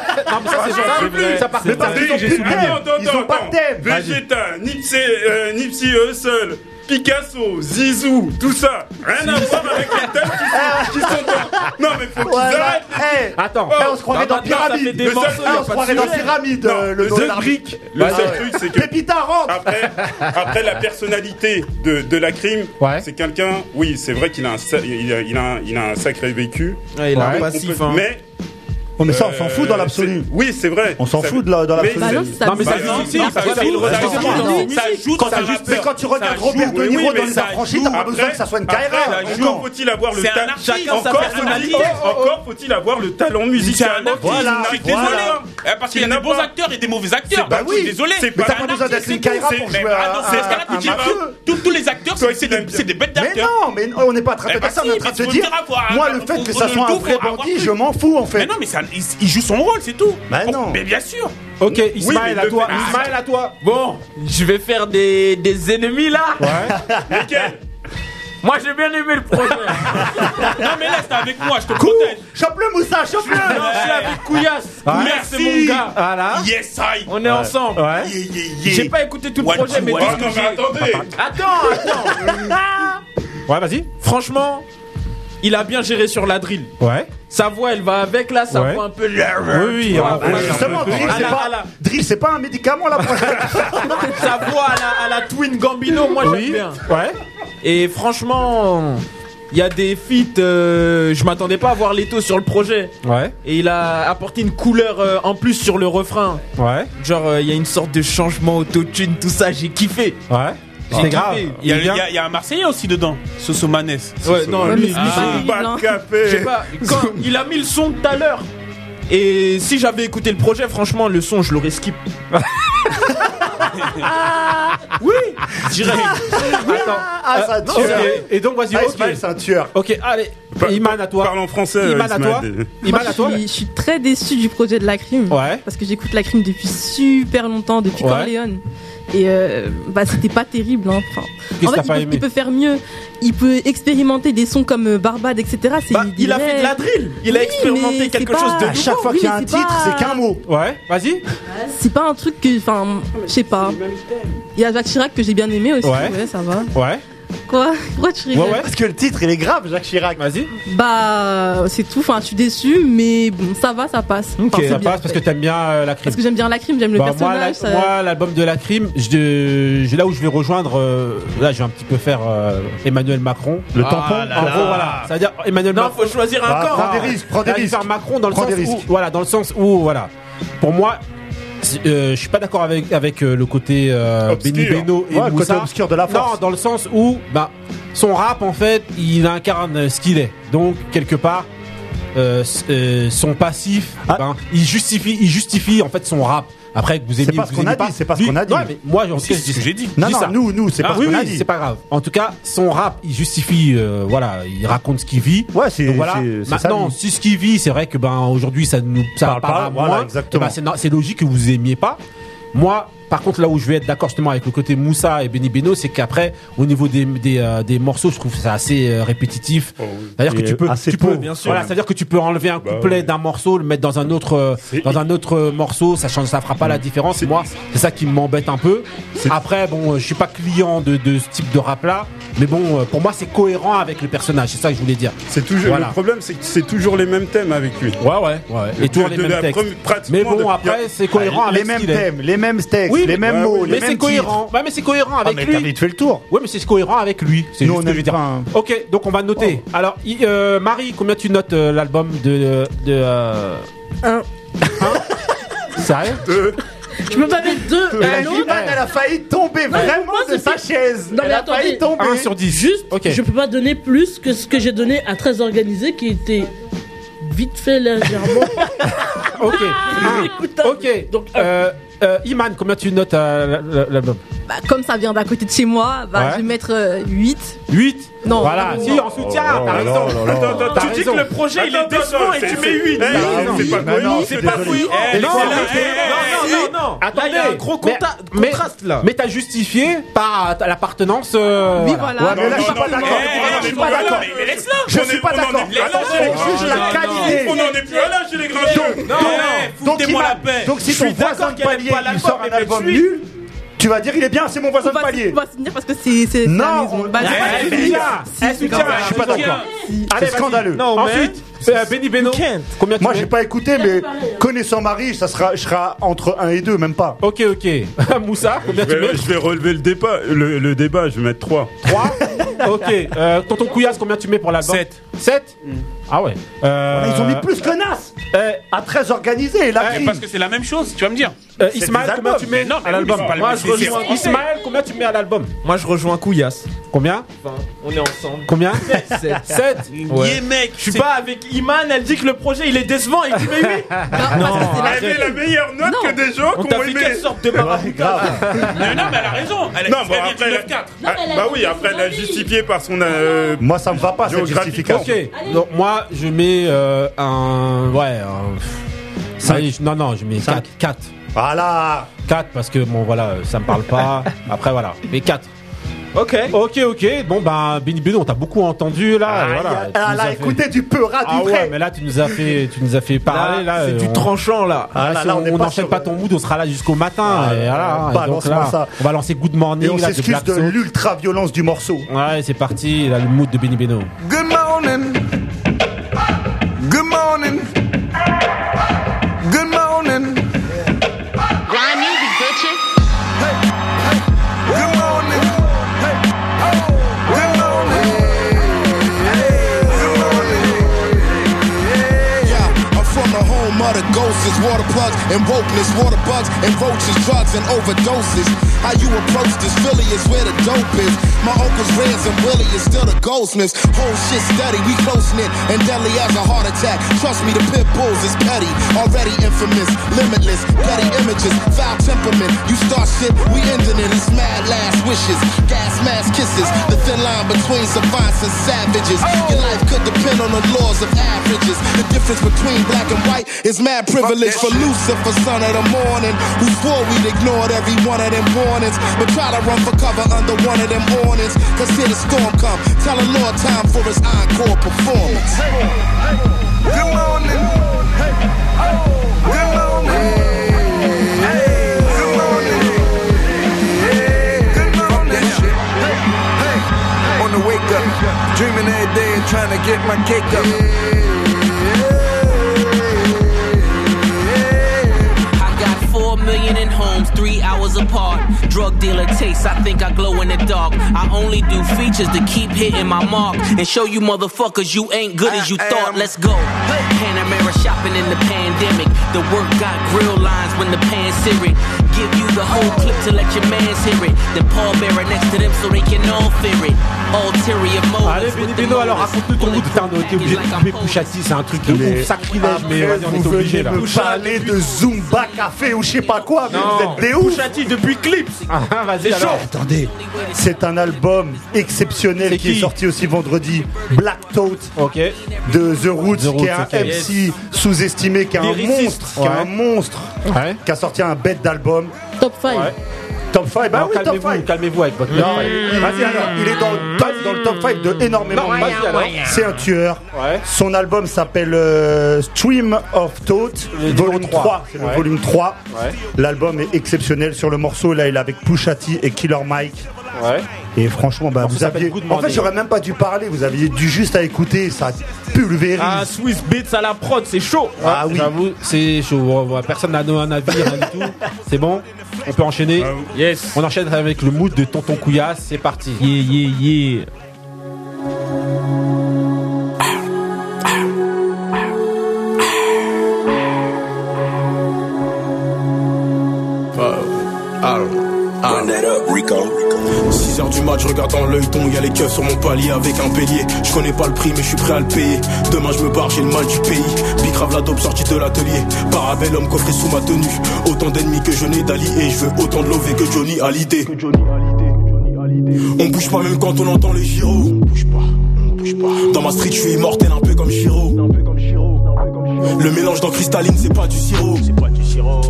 D: c'est vrai, c'est vrai. Ça, par
G: Mais
D: contre,
G: t'as
D: c'est un truc
G: des-
D: que j'ai souligné.
G: Attends, attends,
D: Ils ont
G: attends,
D: pas de
G: attends.
D: thème.
G: Vegeta, Nipsey, euh, Nipsey Hussle, Picasso, Zizou, tout ça. Rien à voir avec les thèmes qui sont, qui sont dans. Non, mais faut qu'ils Bah,
F: Voilà.
G: arrête.
F: Eh,
D: Attends.
F: eh, on se croirait dans Pyramide.
G: Le seul-
F: Eh, on se croirait dans Pyramide. euh,
G: le
F: Le
G: seul
F: dollar.
G: truc, le seul truc, c'est que Ah,
F: Pépita rentre.
K: Ah,
G: après, après la personnalité de, de la crime, c'est quelqu'un, oui, c'est vrai qu'il a, un sa- il a, il a un- il a un sacré vécu.
K: Ouais, il a un
G: On peut-
K: passif, hein.
G: Mais.
F: Oh, mais ça, on s'en fout dans
G: euh,
F: l'absolu.
G: c'est- Oui, c'est vrai.
F: On s'en
G: Ça-
F: fout de la- dans
G: mais-
F: l'absolu. Bah non, ça-
G: Non, mais ça
F: Bah non,
G: joue, si,
F: non,
G: ça
F: ça
G: joue,
F: joue,
G: ça
F: ça
G: joue,
F: joue.
G: ça joue
F: Quand
G: ça
F: t'as juste-
G: rappeur.
F: mais quand tu regardes
G: Ça
F: Robert
G: joue,
F: De
G: oui,
F: Niro
G: mais
F: dans Les
G: ça
F: Affranchis,
G: joue.
F: t'as pas besoin que ça soit une
G: Après,
F: carrière.
G: ça joue.
F: Encore.
G: Encore faut-il avoir le
F: C'est un
G: talent
F: artiste,
G: Encore
F: ça fait
G: faut-il-
F: analyser.
G: oh, Encore faut-il avoir le talent musical.
F: C'est un artiste, Voilà,
G: Je suis
F: voilà.
G: désolé, hein.
F: Eh,
E: parce qu'il y a des bons acteurs et des mauvais acteurs.
F: Bah
E: Je suis
F: oui.
E: désolé.
F: Mais t'as pas besoin d'être une Kaira pour jouer à- à- à un mafieux.
E: Tous tous les acteurs, c'est c'est des c'est des bêtes
F: Mais
E: d'acteurs.
F: non, mais on n'est pas attrapé
E: Eh bah
F: par ça,
E: si,
F: on est en train
E: mais
F: de
E: tu
F: se
E: veux
F: dire.
E: me dire avoir un-
F: Moi, le fait
E: hein. on-
F: que
E: on
F: ça
E: le
F: soit un
E: douvre
F: vrai
E: pour avoir
F: bandit,
E: plus.
F: je m'en fous en
E: Mais
F: fait.
E: non, mais ça- il il joue son rôle, c'est tout.
F: Bah
E: Bon,
F: non.
E: Mais bien sûr.
D: Ok,
E: Oui,
D: Ismaël
E: mais
D: à
E: le
D: toi.
E: fait- Ah,
D: Ismaël à toi.
K: Bon, je vais faire des, des ennemis là.
D: Ouais.
E: Lesquels
K: Moi j'ai bien aimé le projet.
E: non mais là t'es avec moi, je te
K: protège.
F: Chope-le Moussa, chope-le
K: Non, je suis avec Couillasse. Couillasse, c'est
D: Ouais.
K: Ah, mon
D: Merci.
K: gars.
D: Voilà.
E: Yes, I.
K: On est ensemble.
D: Ouais.
K: J'ai pas écouté tout le
D: One,
K: projet,
D: two,
K: mais
D: one.
K: tout ce
D: Oh, non,
K: que
D: mais
K: j'ai. Attends, attends.
D: Ouais, vas-y.
K: Franchement, il a bien géré sur la drill.
D: Ouais.
K: Sa voix, elle va avec là, sa
D: Ouais.
K: voix un peu.
D: Oui, oui,
K: Tu vois,
D: on- on-
K: voilà.
F: Justement, drill,
K: À
F: c'est
K: la- à
F: pas,
K: la-
F: drill, c'est pas un médicament là. pour-
K: Sa voix à la, à la Twin Gambino, moi j'aime
D: Oui.
K: bien.
D: Ouais.
K: Et franchement, Il y a des feats, euh, je m'attendais pas à voir Leto sur le projet.
D: Ouais.
K: Et il a apporté une couleur euh, en plus sur le refrain.
D: Ouais.
K: Genre, euh, il y a une sorte de changement autotune, tout ça, j'ai kiffé.
D: Ouais.
K: J'ai kiffé.
E: Il y, a, il, y a, il y a un Marseillais aussi dedans, Sosomanes.
K: Ouais, non, lui, lui, lui,
E: Ah, Bas
K: lui, je sais pas, quand il a mis le son tout à l'heure. Et si j'avais écouté le projet, franchement, le son, je l'aurais skip.
O: Ah.
K: oui, direct.
D: Attends. Euh,
K: Ah, ça
D: non,
K: tue.
D: ok. Et donc, vas-y,
F: Ah,
D: ok.
F: Ismaël, c'est un tueur.
D: Ok, allez. Iman à toi. Parle
G: en français.
F: Euh,
D: Iman à toi.
J: Moi,
D: Iman à
J: je,
D: toi.
J: suis, je suis très déçue du projet de la crime. Parce que j'écoute la crime depuis super longtemps, depuis
D: Ouais.
J: Corleone. Et euh, bah, c'était pas terrible. hein. Enfin,
K: Qu'est-ce
J: en fait,
K: que t'as
J: il
K: pas
J: peut,
K: aimé
J: il peut faire mieux. Il peut expérimenter des sons comme euh, Barbade, etc. C'est
K: Bah, il a fait de la drill. Il a
J: Oui,
K: expérimenté
J: mais
K: quelque
J: c'est
K: chose de
J: pas-
K: nouveau.
J: chaque fois Oui, qu'il y a mais un c'est titre, pas- c'est qu'un
F: mot.
D: Ouais, vas-y.
J: C'est pas un truc que. Enfin, je sais pas. Il y a Jacques Chirac que j'ai bien aimé aussi.
F: Ouais.
J: Ouais, ça va.
D: Ouais.
J: Quoi Pourquoi tu rigoles
F: Parce que le titre, il est grave, Jacques Chirac.
D: Vas-y.
J: Bah, c'est tout. Enfin, je suis déçue, mais bon, ça va, ça passe.
D: Ok,
J: Enfin, c'est
D: ça
J: bien
D: passe parce que
J: fait.
D: t'aimes bien euh, la crime.
J: Parce que j'aime bien la crime, j'aime le
D: Bah, moi, la-
J: personnage. ça-
D: moi, l'album de la crime, je, je- là où je vais rejoindre, euh, là, je vais un petit peu faire euh, Emmanuel Macron.
F: Le
D: Ah
F: tampon
D: là
F: En
D: là.
F: gros, voilà.
D: Ça veut dire Emmanuel
K: Non,
D: Macron. Bah,
K: faut choisir un camp.
D: prends
K: Ah.
D: des risques, prends des
K: Là,
D: risques.
K: faire Macron dans le
D: Prends
K: sens
D: des
K: où-
D: risques. voilà, dans le sens où, voilà. Pour moi, c'est- euh, je suis pas d'accord avec avec euh, le côté euh,
F: Obscur.
D: Benny Beno et
F: Ouais, le côté
D: Moussa.
F: obscur de la force.
D: Non, dans le sens où, bah, son rap en fait, il incarne euh, ce qu'il est. Donc quelque part. euh, s- euh, son passif,
F: Ah.
D: ben, il justifie, il justifie en fait son rap. Après que vous aimiez,
F: pas
D: ou
F: ce
D: que vous
F: qu'on
D: aimiez
F: a dit, c'est pas ce
D: lui-
F: qu'on a dit.
D: Ouais, mais moi, en tout
F: Si,
D: cas,
F: c'est
D: je dis
F: ce que j'ai dit.
D: je
F: Non,
D: dis
F: non,
D: ça.
F: nous, nous, c'est
D: Ah,
F: pas ce
D: oui,
F: qu'on a
D: oui,
F: dit.
D: C'est pas grave. En tout cas, son rap, il justifie, euh, voilà, il raconte ce qu'il vit.
F: Ouais, c'est-
D: Donc voilà.
F: c'est- c'est
D: Maintenant,
F: ça,
D: si ce qu'il vit, c'est vrai que ben aujourd'hui, ça nous, ça
F: Parle pas,
D: parlera
F: voilà,
D: moins,
F: exactement.
D: eh ben, c'est no- c'est logique que vous aimiez pas. Moi, par contre, là où je vais être d'accord justement avec le côté Moussa et Benny Beno, c'est qu'après, au niveau des, des, euh, des morceaux, je trouve ça assez euh, répétitif. C'est-à-dire que
F: Oh Et
D: tu peux,
F: assez
D: tu peux,
F: pauvre, bien sûr.
D: voilà, c'est-à-dire que tu peux enlever
K: Bah
D: un
G: Euh,
D: couplet d'un morceau, le mettre dans un autre, euh, dans un autre euh, morceau, ça change, ça fera
G: Mm.
D: pas la différence. Moi, c'est ça qui m'embête un peu. Après, bon, euh, je suis pas client de, de ce type de rap là, mais bon, euh, pour moi, c'est cohérent avec le personnage. C'est ça que je voulais dire.
G: C'est toujours
D: Voilà.
G: le problème, c'est que c'est toujours les mêmes thèmes avec lui.
D: Ouais, ouais, ouais. Et toujours les mêmes textes. Mais bon, après, c'est cohérent avec
F: Ah, Les
D: ce
F: mêmes
D: qu'il est.
F: thèmes, les mêmes textes,
D: Oui,
F: les
D: mais-
F: mêmes
D: ouais,
F: mots,
D: oui,
F: les
D: mais
F: mêmes
D: c'est cohérent.
F: titres.
D: Ouais, mais c'est cohérent
F: Ah,
D: avec
F: mais
D: lui.
F: t'as vite fait le tour.
D: Ouais, mais c'est cohérent avec lui. C'est
F: Nous,
D: juste
F: on
D: ce que je
F: aime
D: veux dire.
F: pas un- Oh.
D: Ok, donc on va noter. Alors, i- euh, Marie, combien tu notes euh, l'album de. de euh,
J: Un.
D: Sérieux
G: Euh.
J: Je me bavais deux.
F: Et la
J: allô
F: Iman, elle a failli tomber
P: Non, mais
F: vraiment
P: moi,
F: de
P: c'était-
F: sa chaise.
P: Non, mais
F: elle a
P: attendez.
F: failli tomber.
P: Un sur
D: 10.
P: Juste,
D: Ok.
P: je peux pas donner plus que ce que j'ai donné à très organisé qui était vite fait légèrement. Ah.
D: Ok.
H: Ah. hein.
D: Ok. Donc, euh, euh, Iman, combien tu notes euh, la- la- l'album
J: Bah, comme ça vient d'à côté de chez moi, bah,
D: Ouais.
J: je vais mettre euh, 8.
D: 8
J: Non,
D: Voilà,
J: non,
D: si,
J: non.
D: en soutien, t'as raison.
G: attends,
D: T'as
G: tu dis
D: raison.
G: que le projet, il est
D: Attends,
G: décevant
D: attends,
G: et
D: c'est-
G: tu mets
D: c'est-
G: huit.
D: t'as
G: Non,
D: raison.
G: c'est pas
D: Non,
G: cohérent,
D: non,
G: c'est pas
D: désolé.
G: cohérent.
D: Eh,
G: Non,
D: non,
G: c'est là,
D: non,
G: eh,
D: non,
G: eh,
D: non, non.
G: eh. Là,
D: Attendez.
G: il y a un gros
D: Mais-
G: conta-
D: mais-
G: contraste, là.
D: Mais t'as justifié par euh, l'appartenance. euh,
J: Oui, voilà.
D: Ouais, mais là, je suis pas d'accord.
J: Je suis pas d'accord.
D: Je suis pas d'accord.
F: juge la qualité.
G: On n'en est plus à là chez les grincheux.
F: Donc- donc,
G: foutez-moi
F: Iman,
G: la paix.
F: donc si
G: Je
F: ton
G: suis
F: voisin
G: d'accord
F: de
G: qu'elle aime
F: palier
G: pas
F: il
G: l'album,
F: sort un
G: mais
F: album
G: je suis-
F: nul, tu vas dire il est bien, c'est mon voisin
J: On
F: de
J: va,
F: palier.
J: on va se tenir parce que c'est c'est- c'est
F: Non,
J: la maison. Bah,
F: Eh,
J: c'est pas-
F: eh,
J: c'est-
F: soutien.
J: c'est-
F: Eh, soutien. Je suis pas d'accord.
D: Allez,
F: C'est
D: vas-y.
F: scandaleux.
D: Non, mais-
F: Ensuite,
D: euh, Benny Beno. Combien tu
F: Moi,
D: mets
F: j'ai pas écouté, mais connaissant Marie, ça sera, je serai entre 1 et 2, même pas.
D: Ok, ok. Moussa, combien
G: Je
D: tu
G: vais, je
D: mets
G: vais relever le débat, le, le débat, je vais mettre 3.
D: 3 Ok. Euh, Tonton Couillasse, combien tu mets pour l'album 7. 7 Ah ouais. Euh,
F: Ils ont mis plus connasse À 13 organisé, la
E: Ouais, Eh, parce que c'est la même chose, tu vas me dire.
D: Euh, Ismaël, combien tu mets
E: Non, mais
D: à
E: oui, mais
D: l'album
E: c'est pas le
D: Moi,
E: même
D: je
E: style, c'est
D: rejoins
E: français.
D: Ismaël, combien tu mets à l'album Moi, je rejoins Couillasse. Combien
K: On est ensemble.
D: Combien
K: 7.
D: 7
K: Yeah, mec. Je suis pas avec Iman, elle dit que le projet il est décevant et tu mets 8.
G: Elle met la meilleure note que des gens
K: On
G: qui
K: t'a
G: ont
K: fait
G: aimé.
K: quelle sorte de maraboutage
E: Mais non, mais elle a raison. Elle
G: Non, bon,
E: elle vient
G: après,
E: du
G: la-
E: 9-4.
G: Ah,
E: mais elle a
G: bah
E: dit
G: oui,
E: que
G: après,
E: son
G: elle a
E: avis.
G: justifié par son. euh,
F: Moi, ça me va pas, cette
G: géographiquement.
F: justification.
D: Ok, donc moi je mets euh, un. Ouais, un.
F: Cinq.
D: Allez, je- Non, non, je mets 4. 4.
F: Voilà
D: 4 parce que bon, voilà, euh, ça me parle pas. Après, voilà, mais 4.
K: Ok.
D: Ok, ok. Bon, ben, Benny Beno, on t'a beaucoup entendu là. et voilà,
F: Elle
D: tu nous
F: a- elle
D: as
F: a
D: fait-
F: écouté du peu rat
D: Ah
F: du
D: ouais,
F: vrai.
D: mais là tu nous as fait, tu nous as fait parler là.
K: c'est
D: euh,
K: du
D: on-
K: tranchant là.
D: Ah,
F: Ah, là,
D: si
F: là,
D: on
F: on est pas
D: n'enchaîne
F: sur-
D: pas ton mood, on sera là jusqu'au matin.
F: Ah,
D: et voilà, hein,
F: euh,
D: et donc
F: balance-moi
D: là,
F: ça.
D: on va lancer Good
F: Et
D: Morning
F: on
D: là, de
F: s'excuse
D: Black
F: de
D: Soul.
F: l'ultra-violence du morceau.
D: Ouais, c'est parti, là, le mood de Benny Beno.
I: Good morning. Good morning. Good morning. Grind music, bitches. Hey, hey. Good morning. Hey, oh. Good morning. Hey.
Q: ghosts is water plugs and wokeness, water bugs and vultures, drugs and overdoses. How you approach this Philly is where the dope is. My uncle's Reds and Willie is still the goldsmiths. Whole shit steady, we close knit and deadly as a heart attack. Trust me, the pit bulls is petty, already infamous, limitless, petty images, foul temperament. You start shit, we ending it. It's mad last wishes, gas mask kisses, the thin line between savants and savages. Your life could depend on the laws of averages. The difference between black and white is mad privilege for Lucifer, son of the morning, who swore we'd ignored every one of them warnings, but try to run for cover under one of them warnings. Cause here the storm come, tell the Lord time for his encore performance. Good morning. Good morning.
N: On the wake up, dreaming every day and trying to get my cake up.
R: I got four million in homes, three hours apart. Drug dealer taste, I think I glow in the dark. I only do features to keep hitting my mark and show you motherfuckers you ain't good as you thought. Let's go. Panamera shopping in the pandemic. The work got grill lines when the pan's seared. Give you the whole clip to let your mans hear it. The pallbearer next to them so they can all fear it. Ulterior
D: Allez,
R: motives.
D: Bini Bino, alors raconte-nous ton goût. Putain, on était obligé de couper Pouchati, c'est un truc de
F: Mais
D: ouf, sacrilège, mais vas-y, on
F: vous
D: était obligé
F: venez
D: là.
F: me parler de Zumba Café ou je sais pas quoi, mais
D: Non.
F: vous êtes des ouf depuis Clips
D: Ah, vas-y, alors.
F: Attendez, c'est un album exceptionnel
D: C'est
F: qui,
D: qui
F: est sorti aussi vendredi, Black Tote de The Roots,
D: The Roots,
F: qui est un
D: ok.
F: MC sous-estimé, qui est un
D: Lyriciste.
F: monstre, qui est un
D: Ouais.
F: monstre, qui a sorti un bête d'album.
S: Top 5
F: Top 5, bah
D: Alors,
F: oui, top
D: calmez-vous,
F: 5
D: Calmez-vous avec votre
F: Mmh. Vas-y alors, il est dans le top, dans le top 5 de énormément
D: Non,
F: de
D: vas-y
F: monde.
D: alors.
F: C'est un tueur. Son album s'appelle euh, Stream of Thought, volume 3. C'est le
D: Ouais.
F: volume 3.
D: Ouais.
F: L'album est exceptionnel sur le morceau. Là, il est avec Pushati et Killer Mike. Et franchement, bah, vous
D: s'appelle Euh,
F: aviez.
D: Good
F: En fait,
D: Morning.
F: j'aurais même pas dû parler. Vous aviez dû juste à écouter. Ça pulvérise.
D: Ah, Swiss Beats à la prod, c'est chaud. Ah oui. J'avoue, c'est chaud. On voit- Personne n'a un avis, rien du tout. C'est bon. On peut enchaîner. Yes. On enchaîne avec le mood de Tonton Couillasse. C'est parti. Yeah, yeah, yeah.
E: Run that up, Rico. 6 heures du match, je regarde dans l'œil ton, y'a les keufs sur mon palier avec un bélier. Je connais pas le prix, mais je suis prêt à le payer. Demain, je me barre, j'ai le mal du pays. Bicrave la dope sortie de l'atelier. Parabellum homme coffré sous ma tenue. Autant d'ennemis que je n'ai d'alliés. Je veux autant de lové que Johnny Hallyday. On bouge pas même quand on entend les gyros. Dans ma street, je suis immortel, un peu comme Giro. Le mélange dans cristalline, c'est pas du sirop. C'est pas du sirop,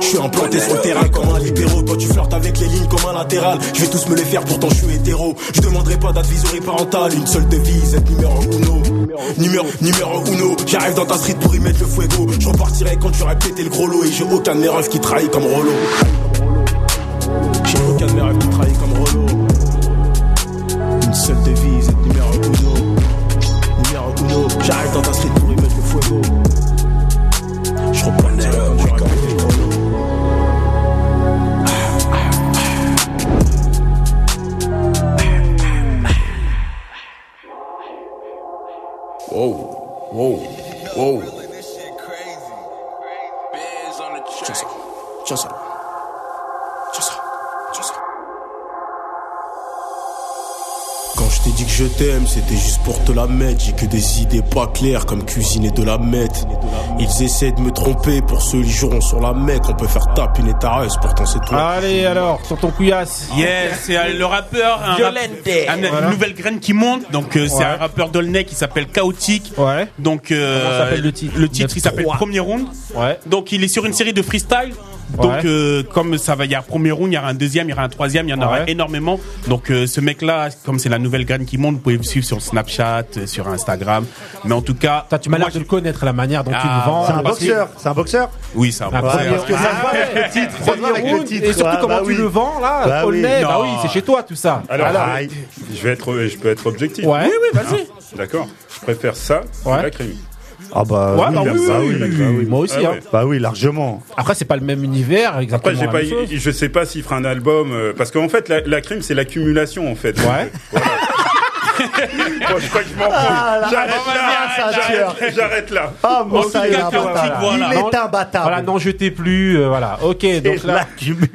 E: Je suis implanté sur le terrain comme un libéraux. Toi, tu flirtes avec les lignes comme un latéral. Je vais tous me les faire, pourtant je suis hétéro. Je demanderai pas d'advisorie parentale. Une seule devise, être numéro uno. Numéro, numéro uno. J'arrive dans ta street pour y mettre le fuego. Je repartirai quand tu auras pété le gros lot. Et j'ai aucun de mes rêves qui trahit comme Rollo. J'ai aucun de mes rêves qui trahit comme Rollo. Une seule devise, être numéro uno. Numéro uno. J'arrive dans ta street pour y mettre le fuego. Je repartirai quand tu auras pété le gros lot. Whoa, whoa, whoa. Just, just, just, just. Quand je t'ai dit que je t'aime, c'était juste pour te la mettre. J'ai que des idées pas claires comme cuisiner de la mette. Ils essaient de me tromper pour ceux qui joueront sur la mec. On peut faire tapiner ta race, pourtant c'est toi.
D: Allez, alors, Tonton Couillasse.
T: Yes, c'est euh, le rappeur. un rap- un- Une nouvelle graine qui monte. Donc, euh, c'est
D: Ouais.
T: un rappeur d'Aulnay qui s'appelle Chaotic.
D: Ouais.
T: Donc, euh,
D: Comment s'appelle le titre
T: titre, il
D: Neuf
T: s'appelle
D: trois.
T: Premier Round.
D: Ouais.
T: Donc, il est sur une série de freestyle. Donc,
D: Ouais.
T: euh, comme ça va, il y a un premier round, il y aura un deuxième, il y aura un troisième, il y en aura
D: Ouais.
T: énormément. Donc, euh, ce mec-là, comme c'est la nouvelle graine qui monte, vous pouvez le suivre sur le Snapchat, euh, sur Instagram. Mais en tout cas.
D: Tu m'as l'air de le connaître, la manière dont tu le vends.
T: C'est un boxeur,
F: c'est un boxeur
T: Oui, c'est un
D: Ah,
T: boxeur.
D: parce que ça se voit avec le titre.
T: Ah,
D: Ça se voit avec le titre. Ah, bah Et surtout, comment tu le vends,
F: Ah,
D: là,
T: Bah
D: au
T: oui.
D: nez. Bah
T: Non.
D: oui, c'est chez toi, tout ça.
G: Alors,
D: Alors,
G: je, vais être, je peux être objectif.
D: Ouais. Oui, oui, vas-y.
G: Hein D'accord. Je préfère ça que la crème.
F: Ah bah,
G: Ouais, bah oui, oui, oui, oui.
D: moi aussi.
G: Ah
D: hein.
G: ouais.
F: Bah oui, largement.
D: Après, c'est pas le même univers, exactement.
G: Après, j'ai
D: la
G: pas,
D: même chose.
G: je sais pas s'il fera un album euh, parce qu'en fait, la, la crime, c'est l'accumulation en fait. Ouais. Bon, je crois que je m'en
F: Ah,
G: fous.
F: là,
G: J'arrête
F: ah, ça
G: là, j'arrête-
F: tire.
G: j'arrête là.
F: Ah, mon
G: En tout
F: ça, il est
G: cas,
F: un bâtard, là.
G: voilà.
F: Il est imbattable.
D: Voilà, n'en jetez plus. euh, voilà. Ok, donc là.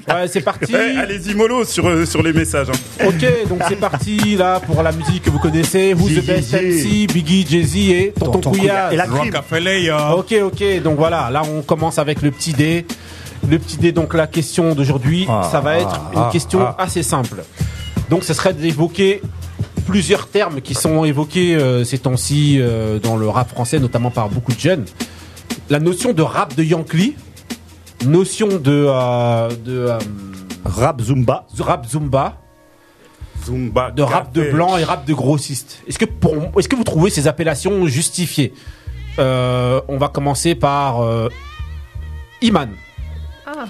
F: là,
D: Ouais, c'est parti.
G: Ouais, Allez-y mollo sur, euh, sur les messages. hein.
D: Ok, donc c'est parti là pour la musique que vous connaissez. Who's the best
G: Gigi.
D: MC, Biggie, Jay-Z et Tonton
G: Tonton
D: Couillard.
G: Couillard. Et la crime.
D: hein. Ok, ok, donc voilà, là on commence avec le petit dé. Le petit dé, donc la question d'aujourd'hui,
F: Ah,
D: ça va être
F: ah,
D: une
F: ah,
D: question
F: ah.
D: assez simple. Donc ce serait d'évoquer plusieurs termes qui sont évoqués euh, ces temps-ci euh, dans le rap français, notamment par beaucoup de jeunes. La notion de rap de Yankee, notion de... euh, de
F: rap Zumba.
D: Rap Zumba.
G: Zumba.
D: De rap de blanc et rap de grossiste. Est-ce que, pour, est-ce que vous trouvez ces appellations justifiées Euh, On va commencer par euh, Iman.
J: Ah.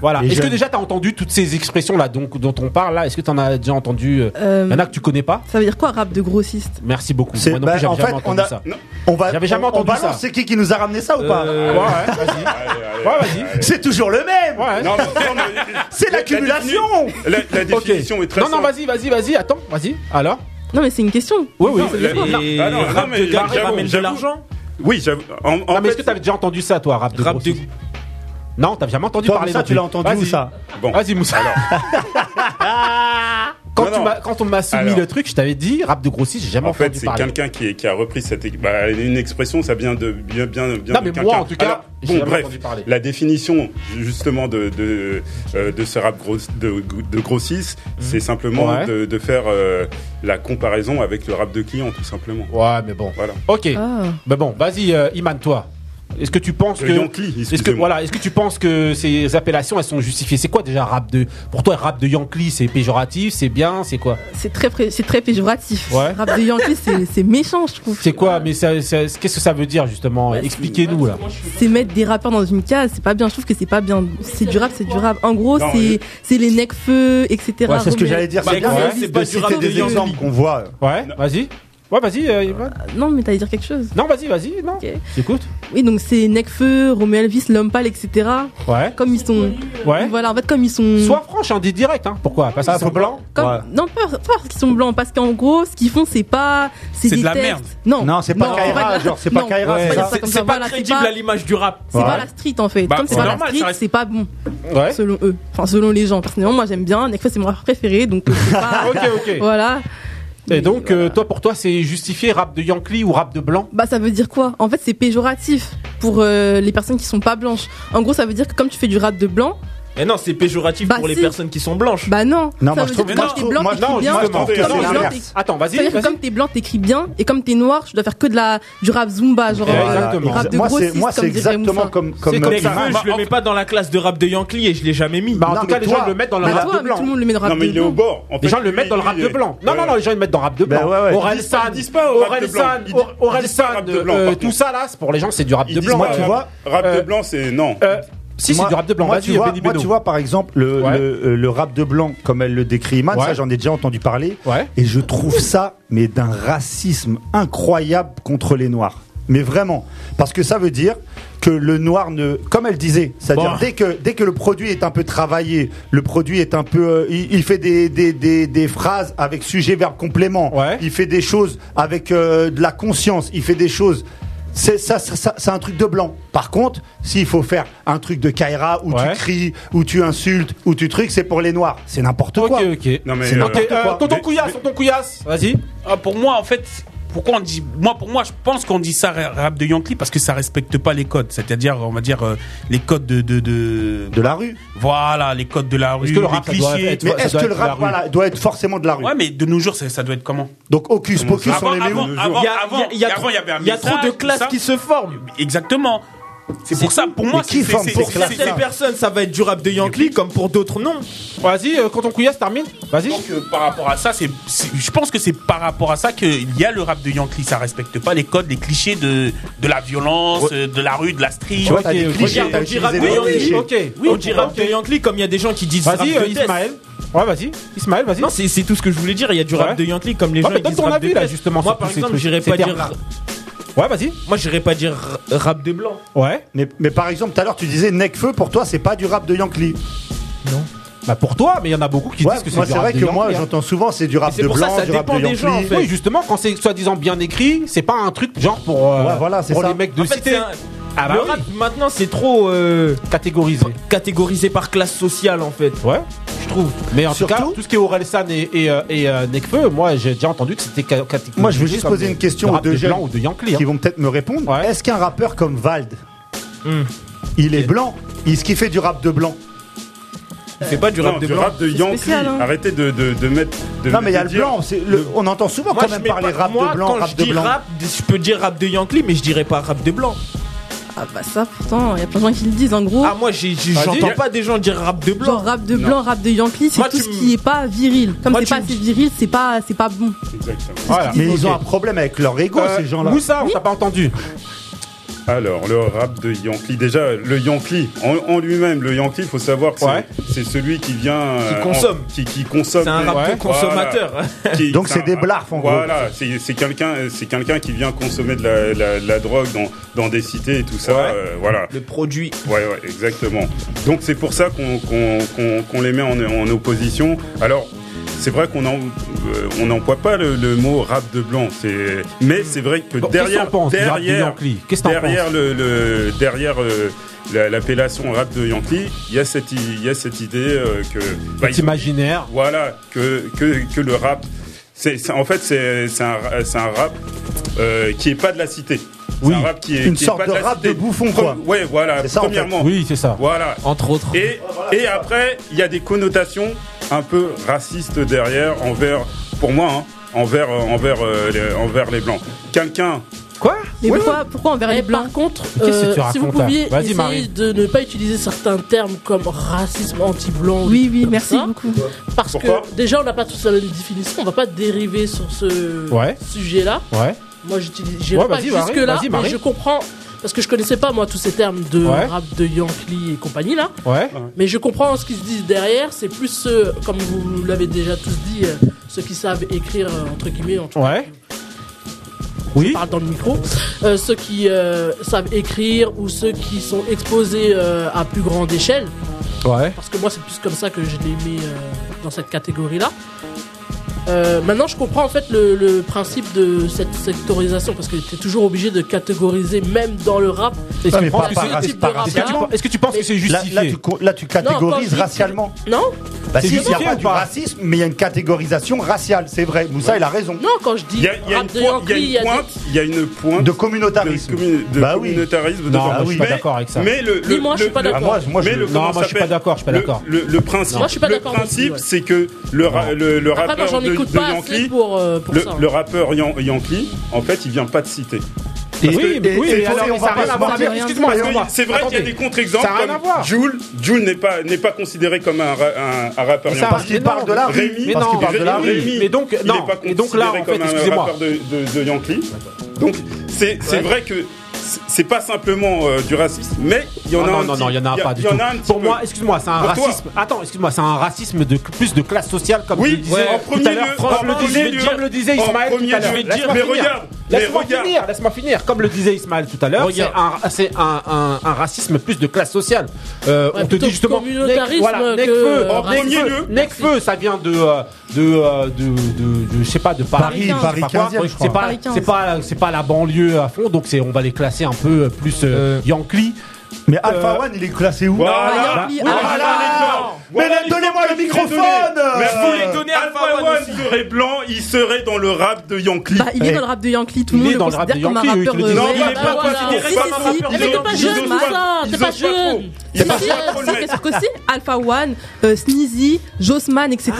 D: Voilà.
F: Les
D: Est-ce que
F: jeunes.
D: déjà tu as entendu toutes ces expressions là donc, dont on parle là Est-ce que tu en as déjà entendu euh,
J: Euh,
D: y en a que tu connais pas
J: Ça veut dire quoi, rap de grossiste
D: Merci beaucoup.
F: C'est-
D: Moi non
F: bah,
D: plus, j'avais
F: en
D: jamais
F: fait,
D: entendu
F: on a-
D: ça.
F: non, On va.
D: J'avais jamais
F: on-
D: entendu
F: on balance,
D: ça.
F: C'est qui qui nous a ramené ça ou pas
D: Euh, ouais,
F: C'est toujours le même.
G: Non, mais- non,
F: C'est l'accumulation.
G: La, la définition est très
D: Non, non,
G: simple.
D: vas-y, vas-y, vas-y, attends, vas-y. Alors
J: Non, mais c'est une question.
D: Oui, oui.
G: Non,
D: c'est-
G: la-
D: non.
G: Ah non, non, mais
D: Rap
G: j'avoue,
D: ramène
G: j'avoue. Oui, j'avoue. En, en
D: Non, mais
G: fait,
D: est-ce que t'avais déjà entendu ça, toi, rap de grossiste Non, t'as jamais entendu
F: Toi,
D: parler
F: Moussa,
D: non
F: tu
D: plus.
F: l'as entendu,
D: Vas-y.
F: Moussa
D: Vas-y, Moussa. quand, tu m'as- quand on m'a soumis
G: Alors.
D: le truc, je t'avais dit rap de grossiste, j'ai jamais
G: En fait,
D: entendu
G: c'est
D: parler.
G: quelqu'un qui, est- qui a repris cette ex- bah, une expression, ça vient de bien bien bien de
D: Non, mais moi,
G: quelqu'un.
D: en tout cas,
G: Alors,
D: j'ai
G: bon
D: jamais
G: bref,
D: entendu parler.
G: la définition justement de de, euh, de ce rap gros, de, de grossiste, c'est simplement
D: Mhm. Ouais.
G: de, de faire euh, la comparaison avec le rap de client tout simplement.
D: Ouais, mais bon.
G: Voilà.
D: Ok.
F: Ah.
D: Bah bon, vas-y, euh, Iman, toi. Est-ce que tu penses
G: Euh, Yankee,
D: que est-ce que
G: excusez-moi.
D: voilà, est-ce que tu penses que ces appellations elles sont justifiées C'est quoi déjà rap de Pour toi, rap de Yankee, c'est péjoratif, c'est bien, c'est quoi
J: C'est très, pré- c'est très péjoratif.
D: Ouais.
J: Rap de Yankee, c'est c'est méchant, je trouve.
D: C'est quoi Mais ça, ça- qu'est-ce que ça veut dire
F: Bah,
D: justement Expliquez-nous là.
J: C'est mettre des rappeurs dans une case, c'est pas bien. Je trouve que c'est pas bien. C'est du rap, c'est du rap. En gros,
F: Non,
J: c'est c'est les necfeux, etc.
F: Ouais, c'est ce que
J: Romeo-
F: j'allais dire.
J: Bah,
F: C'est bien
J: Romeo-
F: de citer des exemples qu'on voit.
D: Ouais, vas-y. Ouais, vas-y, euh, Iman.
J: Non, mais t'allais dire quelque chose.
D: Non, vas-y, vas-y, non. J'écoute.
J: Oui, donc c'est Necfeu, Romeo Elvis, Lompal, etc.
D: Ouais.
J: Comme ils sont.
D: Ouais.
J: Voilà, en fait, comme ils sont.
D: Sois franche, hein, dis direct, hein. Pourquoi Parce qu'ils sont blancs.
J: Comme- Non, pas, pas parce qu'ils sont blancs, parce qu'en gros, ce qu'ils font, c'est pas. C'est
D: C'est
J: des
D: de la
J: textes.
D: merde.
J: Non,
D: Non, c'est pas Kaira,
J: de la-
D: genre, c'est pas
J: non,
D: Kaira,
J: on peut
D: c'est
J: dire
D: ça.
J: ça comme
D: C'est-
J: ça,
D: c'est
J: voilà,
D: pas
K: crédible à l'image du rap.
J: C'est pas la street en fait.
K: Bah,
J: Comme c'est
K: c'est
J: pas
K: normal,
J: la
K: ça
J: street,
K: reste-
J: c'est pas bon.
K: Ouais.
J: Selon eux. Enfin, selon les gens. Personnellement, moi j'aime bien. Nekfeu, c'est mon rap préféré. Donc, euh, c'est pas.
D: Ok, ok.
J: Voilà.
D: Et donc, euh, toi, pour toi, c'est justifié rap de Yankee ou rap de blanc
J: Bah, ça veut dire quoi En fait, c'est péjoratif pour euh, les personnes qui sont pas blanches. En gros, ça veut dire que comme tu fais du rap de blanc,
K: Mais Eh non, c'est péjoratif
J: Bah
K: pour les
J: si.
K: personnes qui sont blanches.
J: bah non.
K: Non,
J: ça
K: moi,
J: veut
K: je
J: dire
K: trouve-
J: que
K: mais
J: quand
K: non,
J: t'es blanc,
K: moi,
J: t'écris
K: non,
J: bien.
K: justement,
J: Comme
K: c'est
J: t'es blanc,
K: l'inverse.
J: t'écris-
D: Attends, vas-y,
J: Ça veut dire que
D: vas-y.
J: Comme t'es blanc, t'écris bien. Et comme t'es noir, tu dois faire que de la, du rap Zumba. Genre,
K: Voilà,
J: euh,
K: exactement.
J: rap de
K: Moi, c'est-
J: grossiste,
K: moi, c'est
J: comme dirait
K: exactement
J: Moussa.
K: comme- comme-
J: comme
K: Nekfeu,
J: ça. Bah,
K: je le mets pas dans la classe de rap de Yankee et je l'ai jamais mis.
D: Bah, en tout cas, les gens le mettent dans le
J: Bah,
D: rap
J: toi,
D: de
J: mais
D: blanc.
J: tout le monde le met dans le rap de blanc.
G: En
D: les
G: fait,
D: gens le mettent dans le rap de blanc. Non, non, non, les gens ils le mettent dans le rap de blanc.
F: ouais, Ah ouais.
G: Bah, Ils
D: Orelsan,
G: disent pas- ils disent pas au rap de blanc.
D: Orelsan,
G: Ils-
D: Or-
G: ils
D: Orelsan,
G: disent pas rap de blanc,
D: euh,
G: par
D: tout ça là, c'est pour les gens, c'est du rap de
G: Ils disent
D: blanc.
G: pas
D: tu
G: rap-
D: vois. euh,
G: Rap de blanc, c'est non.
D: Si, c'est
F: Moi-
D: du rap de blanc.
F: Moi,
D: Vas-y,
F: tu vois,
D: Benny
F: moi,
D: Beno.
F: tu vois, par exemple, le,
D: Ouais.
F: le, euh, le rap de blanc, comme elle le décrit Iman,
D: Ouais.
F: ça, j'en ai déjà entendu parler.
D: Ouais.
F: Et je trouve ça, mais d'un racisme incroyable contre les Noirs. Mais vraiment. Parce que ça veut dire que le noir ne. Comme elle disait, c'est-à-dire
D: Bon.
F: dès, que, dès que le produit est un peu travaillé, le produit est un peu. euh, il, il fait des, des, des, des phrases avec sujet, verbe, complément. Il fait des choses avec euh, de la conscience. Il fait des choses. C'est ça, ça, ça- c'est un truc de blanc. Par contre, s'il faut faire un truc de Kaira où tu cries, où tu insultes, où tu trucs, c'est pour les noirs. C'est n'importe quoi.
G: Non, mais,
F: c'est
G: euh,
F: n'importe
G: euh,
F: quoi.
D: Tonton Couillasse, tonton Couillasse, vas-y.
E: Ah, pour moi, en fait, pourquoi on dit. Moi, pour moi, je pense qu'on dit ça ra- rap de Yankee parce que ça respecte pas les codes. C'est-à-dire, on va dire, euh, les codes de, de, de.
F: la rue.
E: Voilà, les codes de la rue,
F: que le rap,
E: les
F: ça doit
E: clichés.
F: être- Mais ça est-ce doit que le être de la rap, rue voilà, doit être forcément de la rue
E: Ouais, mais de nos jours, ça, ça doit être comment
F: Donc, Hocus Pocus,
E: avant,
F: on les met où
E: avant,
F: de nos jours
E: avant,
F: Il y a-
E: avant,
F: il y a- il y a
E: avant,
F: trop-
E: il y avait un
F: il y a trop
E: message,
F: de
E: tout
F: classes
E: ça.
F: qui
K: se forment.
E: Exactement. C'est pour ça, pour moi, c'est- c'est-
K: Pour
E: c'est- c'est-
K: certaines personnes, ça va être du rap de Yankee, comme pour d'autres, non.
D: Vas-y,
E: euh,
D: quand on couillasse, termine. Vas-y.
E: Donc euh, par rapport à ça, c'est, c'est- je pense que c'est par rapport à ça qu'il y a le rap de Yankee. Ça respecte pas les codes, les clichés de, de la violence, euh, de la rue, de la street.
K: Tu vois, t'as des Ok, clichés, regarde, t'as on dit utilisé rap des de Yankee, clichés. ok.
E: Oui,
K: On dit rap de Yankee, comme il y a des gens qui disent
D: Vas-y,
K: rap
D: euh,
K: de death.
D: Ismaël. Ouais, vas-y. Ismaël, vas-y.
K: Non, c'est c'est tout ce que je voulais dire. Il y a du rap
D: Ouais.
K: de Yankee comme les
D: Ouais,
K: gens
D: mais
K: ils
D: donne
K: disent
D: ton
K: rap
D: avis,
K: de
D: là,
K: death.
D: justement,
K: Moi,
D: sur
K: par
D: tous ces
K: exemple,
D: trucs,
K: j'irais
D: ces
K: pas dire.
D: termes-là. Ouais, vas-y.
K: Moi, j'irais pas dire r- rap des blancs.
D: Ouais.
F: Mais, mais par exemple, tout à l'heure, tu disais Necfeu, pour toi, c'est pas du rap de Yankee.
K: Non.
D: Bah pour toi, mais il y en a beaucoup qui
F: Ouais,
D: disent que c'est
F: moi,
D: du
F: c'est
D: rap
F: vrai
D: de
F: que moi,
D: Yankee, hein.
F: j'entends souvent, c'est du
D: Et
F: rap
D: c'est
F: de
D: pour
F: blanc,
D: ça, ça
F: du rap
D: dépend
F: de
D: des gens. En
F: Yankee.
D: fait. Oui, justement, quand c'est soi-disant bien écrit, c'est pas un truc genre pour, euh,
F: Ouais, voilà, c'est
D: pour
F: ça.
D: les mecs de
F: En fait,
D: cité.
F: c'est un-
D: Ah bah
K: le
D: oui.
K: rap maintenant c'est trop
D: catégorisé.
K: Catégorisé par classe sociale en fait.
D: Ouais. Je trouve. Mais en tout cas, tout ce qui est Aurel San et, et, euh, et, euh, Nekfeu, moi j'ai déjà entendu que c'était ca- catégorisé.
F: Moi, je veux juste
D: comme
F: poser une
D: du
F: question aux
D: rap
F: deux
D: de
F: jeunes
D: Blanc ou de Yankee. hein.
F: qui vont peut-être me répondre. Est-ce qu'un rappeur comme Vald,
K: Hmm.
F: il est blanc Est-ce qu'il fait du rap de blanc
K: Il fait pas du rap
F: Non,
K: de
F: du
K: blanc.
F: rap de
K: C'est
F: Yankee.
K: spécial, hein.
G: Arrêtez de, de, de mettre. De
F: Non, mais il y a
G: de
F: le
G: dire-
F: blanc. c'est le- On entend souvent
K: Moi,
F: quand
K: je
F: même
K: mets
F: parler
K: pas-
F: rap
K: moi,
F: de blanc,
K: quand
F: rap
K: je
F: de
K: dis
F: blanc.
K: rap, je peux dire rap de Yankee, mais je dirais pas rap de blanc.
J: Ah bah ça pourtant, il y a plein de gens qui le disent en gros.
K: Ah moi, j'ai- j'ai-
J: Vas-y.
K: j'entends pas des gens dire rap de blanc.
J: Genre rap de blanc, rap de Yankee, c'est tout ce qui est pas viril. Comme c'est pas assez viril, c'est pas, c'est pas bon.
G: Voilà.
F: Mais ils
G: Ok.
F: ont un problème avec leur ego,
G: Euh,
F: ces gens-là.
G: Moussa, on
F: t'a
D: pas entendu.
G: Alors, le rap de Yankee. Déjà, le Yankee, en, en lui-même, le Yankee, il faut savoir que c'est-
F: Ouais.
G: c'est celui qui vient. euh, en-
K: consomme.
G: qui, qui consomme.
K: C'est un
G: des-
K: rap de consommateur.
G: Qui-
F: Donc, c'est
G: un-
F: des blarfs, en gros.
G: Voilà, c'est c'est quelqu'un c'est quelqu'un qui vient consommer de la, la- la drogue dans, dans des cités et tout ça. euh, voilà.
K: Le produit.
G: Ouais, ouais, exactement. Donc, c'est pour ça qu'on qu'on- qu'on- qu'on les met en, en opposition. Alors. C'est vrai qu'on en- euh, on n'emploie pas le, le mot rap de blanc, c'est- mais c'est vrai que
D: Bon, qu'est-ce
G: derrière,
D: que t'en penses du rap de
G: derrière,
D: Yankee Qu'est-ce que t'en
G: derrière
D: penses
G: le, le- derrière euh, la- l'appellation rap de Yankee, il y a cette, i- il y a cette idée euh, que bah,
D: Cet imaginaire.
G: Voilà que que, que le rap, c'est c'est- en fait c'est c'est un, c'est un rap euh, qui est pas de la cité. C'est
D: Oui.
G: un rap qui est,
D: Une
G: qui est
D: sorte
G: pas
D: de
G: la
D: rap de
G: cité.
D: bouffon,
G: Pre-
D: quoi.
G: Ouais, voilà.
D: C'est ça, en fait.
G: Euh, premièrement,
D: Oui, c'est ça.
G: Voilà.
K: Entre autres.
G: Et et après, il y a des connotations un peu racistes derrière envers, pour moi, hein, envers euh, envers euh, les, envers les blancs. Quelqu'un.
D: Quoi
J: Mais pourquoi, pourquoi envers les blancs
H: Par contre,
G: Qu'est-ce que
H: euh,
G: tu
H: si vous
G: racontes, là
H: pouviez
G: Vas-y,
H: essayer
G: Marie.
H: de ne pas utiliser certains termes comme racisme anti-blanc. Oui,
J: oui, merci beaucoup.
H: Parce
D: Pourquoi
H: que déjà, on n'a pas tous la même définition. On va pas dériver sur ce
D: Ouais.
H: sujet-là.
D: Ouais.
H: Moi, j'utilise. j'irai
D: Ouais,
H: pas
D: vas-y, Marie,
H: jusque-là,
D: vas-y,
H: mais
D: Marie.
H: je comprends. Parce que je connaissais pas, moi, tous ces termes de
D: Ouais.
H: rap de Yankee et compagnie, là.
D: Ouais.
H: Mais je comprends ce qu'ils se disent derrière. C'est plus, ceux, comme vous l'avez déjà tous dit, euh, ceux qui savent écrire, euh, entre guillemets, en
D: Ouais. Oui.
H: parle dans le micro. Euh, ceux qui euh, savent écrire ou ceux qui sont exposés euh, à plus grande échelle.
D: Ouais.
H: Parce que moi, c'est plus comme ça que je les mets euh, dans cette catégorie-là. Euh, maintenant, je comprends en fait le, le principe de cette sectorisation parce que tu es toujours obligé de catégoriser, même dans le rap.
F: Est-ce que,
H: tu penses
F: pas,
H: que
F: pas
H: c'est le
F: raci-
H: type de
F: pas
H: rap-là
F: racialement. Là, là, tu, co- là, tu
H: Non, quand je
F: catégorises
H: dis que-
F: racialement.
H: Non
F: Bah
H: C'est
F: si, il n'y a
H: justifié
F: pas
H: ou
F: du
H: pas
F: racisme, mais il y a une catégorisation raciale, c'est vrai. Moussa, il a raison.
H: Non, quand je dis
F: Il y a- il y a
H: rap
F: une
H: de
F: pointe-
H: Yankee, il y a des-
G: Il y a une pointe
F: de communautarisme.
G: De, commu- de
F: Bah oui.
G: communautarisme.
F: Non,
G: dedans.
F: moi, je suis
G: Mais-
F: pas d'accord avec ça.
G: Mais le, le-
F: Dis-moi, je
G: le-
F: suis pas
G: le-
F: d'accord. Ah, moi, moi, je-
G: mais le-
F: non,
G: comment
F: moi, je suis
G: s'appelle
F: pas d'accord, je suis pas
G: le-
F: d'accord.
G: Le, le principe,
H: Moi, je suis pas
G: le
H: d'accord non plus,
G: principe,
H: ouais.
G: c'est que le, ra- le, le
H: Après, moi,
G: rappeur
H: j'en
G: de,
H: écoute
G: de
H: pas assez
G: Yankee,
H: pour, euh, pour
G: le,
H: ça.
G: le rappeur Yan- Yankee, en fait, il vient pas de cité.
D: Et-
G: Parce que-
D: oui, mais- oui, mais alors, mais ça a rien à voir
G: parce
D: avec-
G: que-
D: excuse-moi,
G: parce que
D: excuse-moi.
G: C'est vrai qu'il y a
D: Attendez.
G: des contre-exemples.
D: Ça a rien à voir.
G: Joule, Joule n'est pas n'est pas considéré comme un ra- un- un rappeur.
D: Mais ça,
G: Yankee.
D: mais non, mais-
G: Rémi,
D: mais non,
G: parce qu'il parle de la
D: oui,
G: rue.
D: mais donc,
G: il
D: non,
G: est pas
D: et donc là,
G: considéré
D: en fait,
G: comme un
D: excusez-moi.
G: rappeur de, de, de Yankee. Donc, c'est c'est
D: Ouais.
G: vrai que c'est- c'est pas simplement euh, du racisme, mais il y en
D: non,
G: a
D: Oh, Ah non,
G: un
D: non,
G: petit-
D: non, il y en a pas du
G: il y en
D: tout.
G: a un petit
D: Pour
G: peu.
D: moi, excuse-moi, c'est un
G: Pour toi.
D: racisme. Attends, excuse-moi, c'est un racisme de plus de classe sociale comme tu le disais.
G: ouais, en
D: tout
G: premier
D: à l'heure,
G: lieu,
D: Franck
G: en
D: le
G: premier
D: disait,
G: lieu,
D: comme le disait
G: en
D: Ismaël
G: premier
D: tout à l'heure.
G: lieu, je vais dire,
D: Laisse-moi
G: mais
D: finir.
G: regarde, mais
D: Laisse-moi
G: regarde.
D: finir, laisse-moi finir. Comme le disait Ismaël tout à l'heure, c'est
G: Regarde.
D: un, c'est un, un- un racisme plus de classe sociale. Euh, on te
H: plutôt
D: dit justement.
H: communautarisme
D: Nec- voilà,
H: que
D: Necfeu,
H: en premier
D: Necfeu,
H: lieu.
D: Necfeu, ça vient de, euh, de, euh, de, de- de- je sais pas, de Paris,
F: Paris,
D: je sais
F: Paris
D: pas quoi.
F: 15e, je
D: C'est
F: crois.
D: pas,
F: Paris
D: c'est pas, c'est pas la banlieue à fond, donc c'est, on va les classer un peu euh, plus euh, Yankee. Euh,
F: Mais Alpha One, il est classé où
J: Bah,
D: Voilà.
F: Oui,
D: Voilà.
F: voilà.
G: Voilà,
F: Mais là,
G: il faut
F: donnez-moi
G: que
F: le
G: je les
F: microphone
G: donne. Mais
F: euh,
G: vous les donnez à Alpha One serait blanc, il serait dans le rap de Yankee.
J: Bah, il est dans le rap de Yankee, tout le
G: Il
J: monde
G: est
J: le
G: dans le rap de
J: considère comme un
G: Yankee,
J: rappeur.
G: oui, tu le dis.
J: euh,
G: Non,
J: ouais,
G: il est
J: bah
G: pas
J: voilà.
G: considéré
J: Si,
G: comme
J: si,
G: un rappeur.
J: si.
G: Ils
J: Mais
G: osent
J: t'es pas
G: pas
J: jeune,
G: le
J: ça,
G: mettre.
J: t'es pas
G: Ils osent pas
J: jeune.
G: le mettre.
J: Si,
G: Ils osent
J: si,
G: pas le
J: ça,
G: mettre.
J: qu'est-ce que c'est Alpha One, euh, Sneezy, Jossman, etc.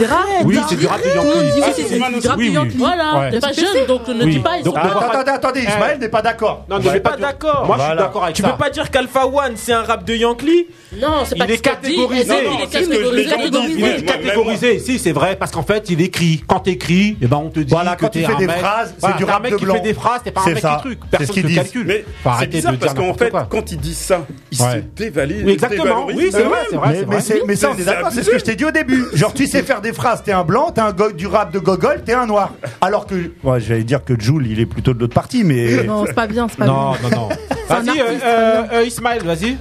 D: Oui, c'est du rap de
J: Tout le monde
D: Yankee.
J: dit,
D: Ah,
J: oui,
D: c'est
J: c'est
D: Jossman
J: du rap de
D: aussi. Oui, oui.
J: Yankee.
H: Voilà,
D: Ouais.
H: t'es pas
J: Parce que
H: jeune,
J: c'est-
H: donc ne
D: Oui.
H: dis pas.
D: Donc,
F: Attends,
D: Attends,
F: attends, attendez,
K: Eh.
F: Ismaël n'est pas d'accord.
D: Non, ne
F: Ouais.
D: pas d'accord. Moi, je suis d'accord avec
K: Tu
D: ça.
K: peux pas dire qu'Alpha One c'est un rap de Yankee
H: Non, c'est
K: pas
D: Il est catégorisé.
K: Il est catégorisé.
D: Il est catégorisé. Si, c'est vrai, parce qu'en fait, il écrit. Quand t'écris, eh ben, on te dit.
F: Voilà, quand
D: que t'es
F: tu fais
D: un
F: des
D: mec-
F: phrases, c'est
G: Bah,
D: Voilà,
F: du
D: t'es un
F: rap
D: mec
F: de
D: qui
F: blanc.
D: fait des phrases, t'es pas un
F: C'est
D: mec
F: ça.
D: qui truc.
F: C'est
D: Personne
F: ce qu'ils
D: te
F: disent.
D: calcule.
G: Mais
D: Faut
G: c'est
D: arrêter
G: bizarre
D: de
G: parce
D: dire
G: qu'en
D: n'importe
G: fait,
D: quoi.
G: quand ils disent ça, ils se
D: Ouais.
G: dévalisent.
D: Oui, exactement,
G: dévalorisent
D: oui, c'est vrai,
G: eux-mêmes.
D: c'est vrai,
F: Mais, mais c'est- mais ça, on est d'accord, c'est ce que je t'ai dit au début. Genre, tu sais faire des phrases, t'es un blanc, t'es un go- du rap de gogol, t'es un noir. Alors que. Ouais, j'allais dire que Jules, il est plutôt de l'autre partie, mais.
J: Non, c'est pas bien, c'est pas bien.
D: Non, non, non.
J: C'est un
D: Vas-y, euh,
J: artiste,
D: euh, euh, Ismaël, vas-y.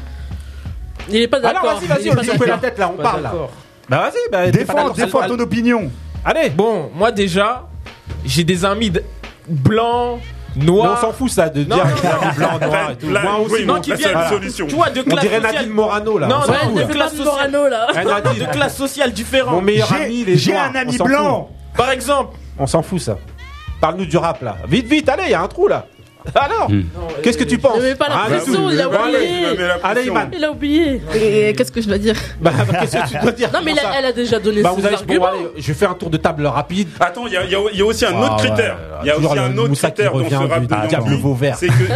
H: Il est pas
D: Alors,
H: d'accord.
D: vas-y, vas-y,
H: Il est
D: on
H: pas
D: lui coupe la
H: d'accord.
D: tête là, on
H: Pas
D: parle là.
H: d'accord.
D: Bah vas-y, bah, t'es pas
K: Défends-
D: d'accord,
K: défends
D: c'est le-
K: ton
F: opinion.
K: Allez. Bon, moi déjà, j'ai des amis de- blancs, noirs.
D: Mais on s'en fout, ça, de
K: Non,
D: dire
K: non,
D: qu'il y a
K: non.
D: des blancs, noirs et tout. Blanc, Moi aussi, oui,
G: bah,
D: moi,
K: non, qui
D: ça, c'est
K: viennent.
D: la
K: solution.
D: solution.
K: Tu vois, de
D: On
K: classe
D: dirait
K: sociale.
D: Nadine Morano, là.
K: Non,
D: On s'en fout,
K: non, de
D: là.
K: classe
D: Nadine
K: sociale.
D: Morano, là.
K: Non, non,
D: Nadine.
K: de classe sociale différente.
D: Mon meilleur ami, les noirs, on s'en fout.
K: Par exemple.
D: On s'en fout, ça. Parle-nous du rap, là. Vite, vite, allez, il y a un trou, là. Alors,
K: Hmm.
D: qu'est-ce que tu penses Ah,
J: Mais pas la
D: Allez,
J: pression,
D: tout.
J: il a
D: Allez,
J: oublié.
D: Allez, Iman.
J: Il a oublié. Et, et qu'est-ce que je dois dire
D: Bah, qu'est-ce que tu dois dire
J: Non, mais
D: Comment
J: elle a-
D: ça
J: elle a déjà donné
D: Bah,
J: ses
D: vous allez- bon,
J: arguments.
D: allez, Je fais un tour de table rapide.
G: Attends, il y a, il y a- il y a aussi un
D: Ah
G: autre
D: ouais,
G: critère. Il y a
D: toujours
G: aussi
D: le
G: un autre
D: Moussa qui
G: critère dans
D: revient
G: ce rap
D: du-
G: de
D: du diable
G: Yankee,
D: au vert.
G: C'est que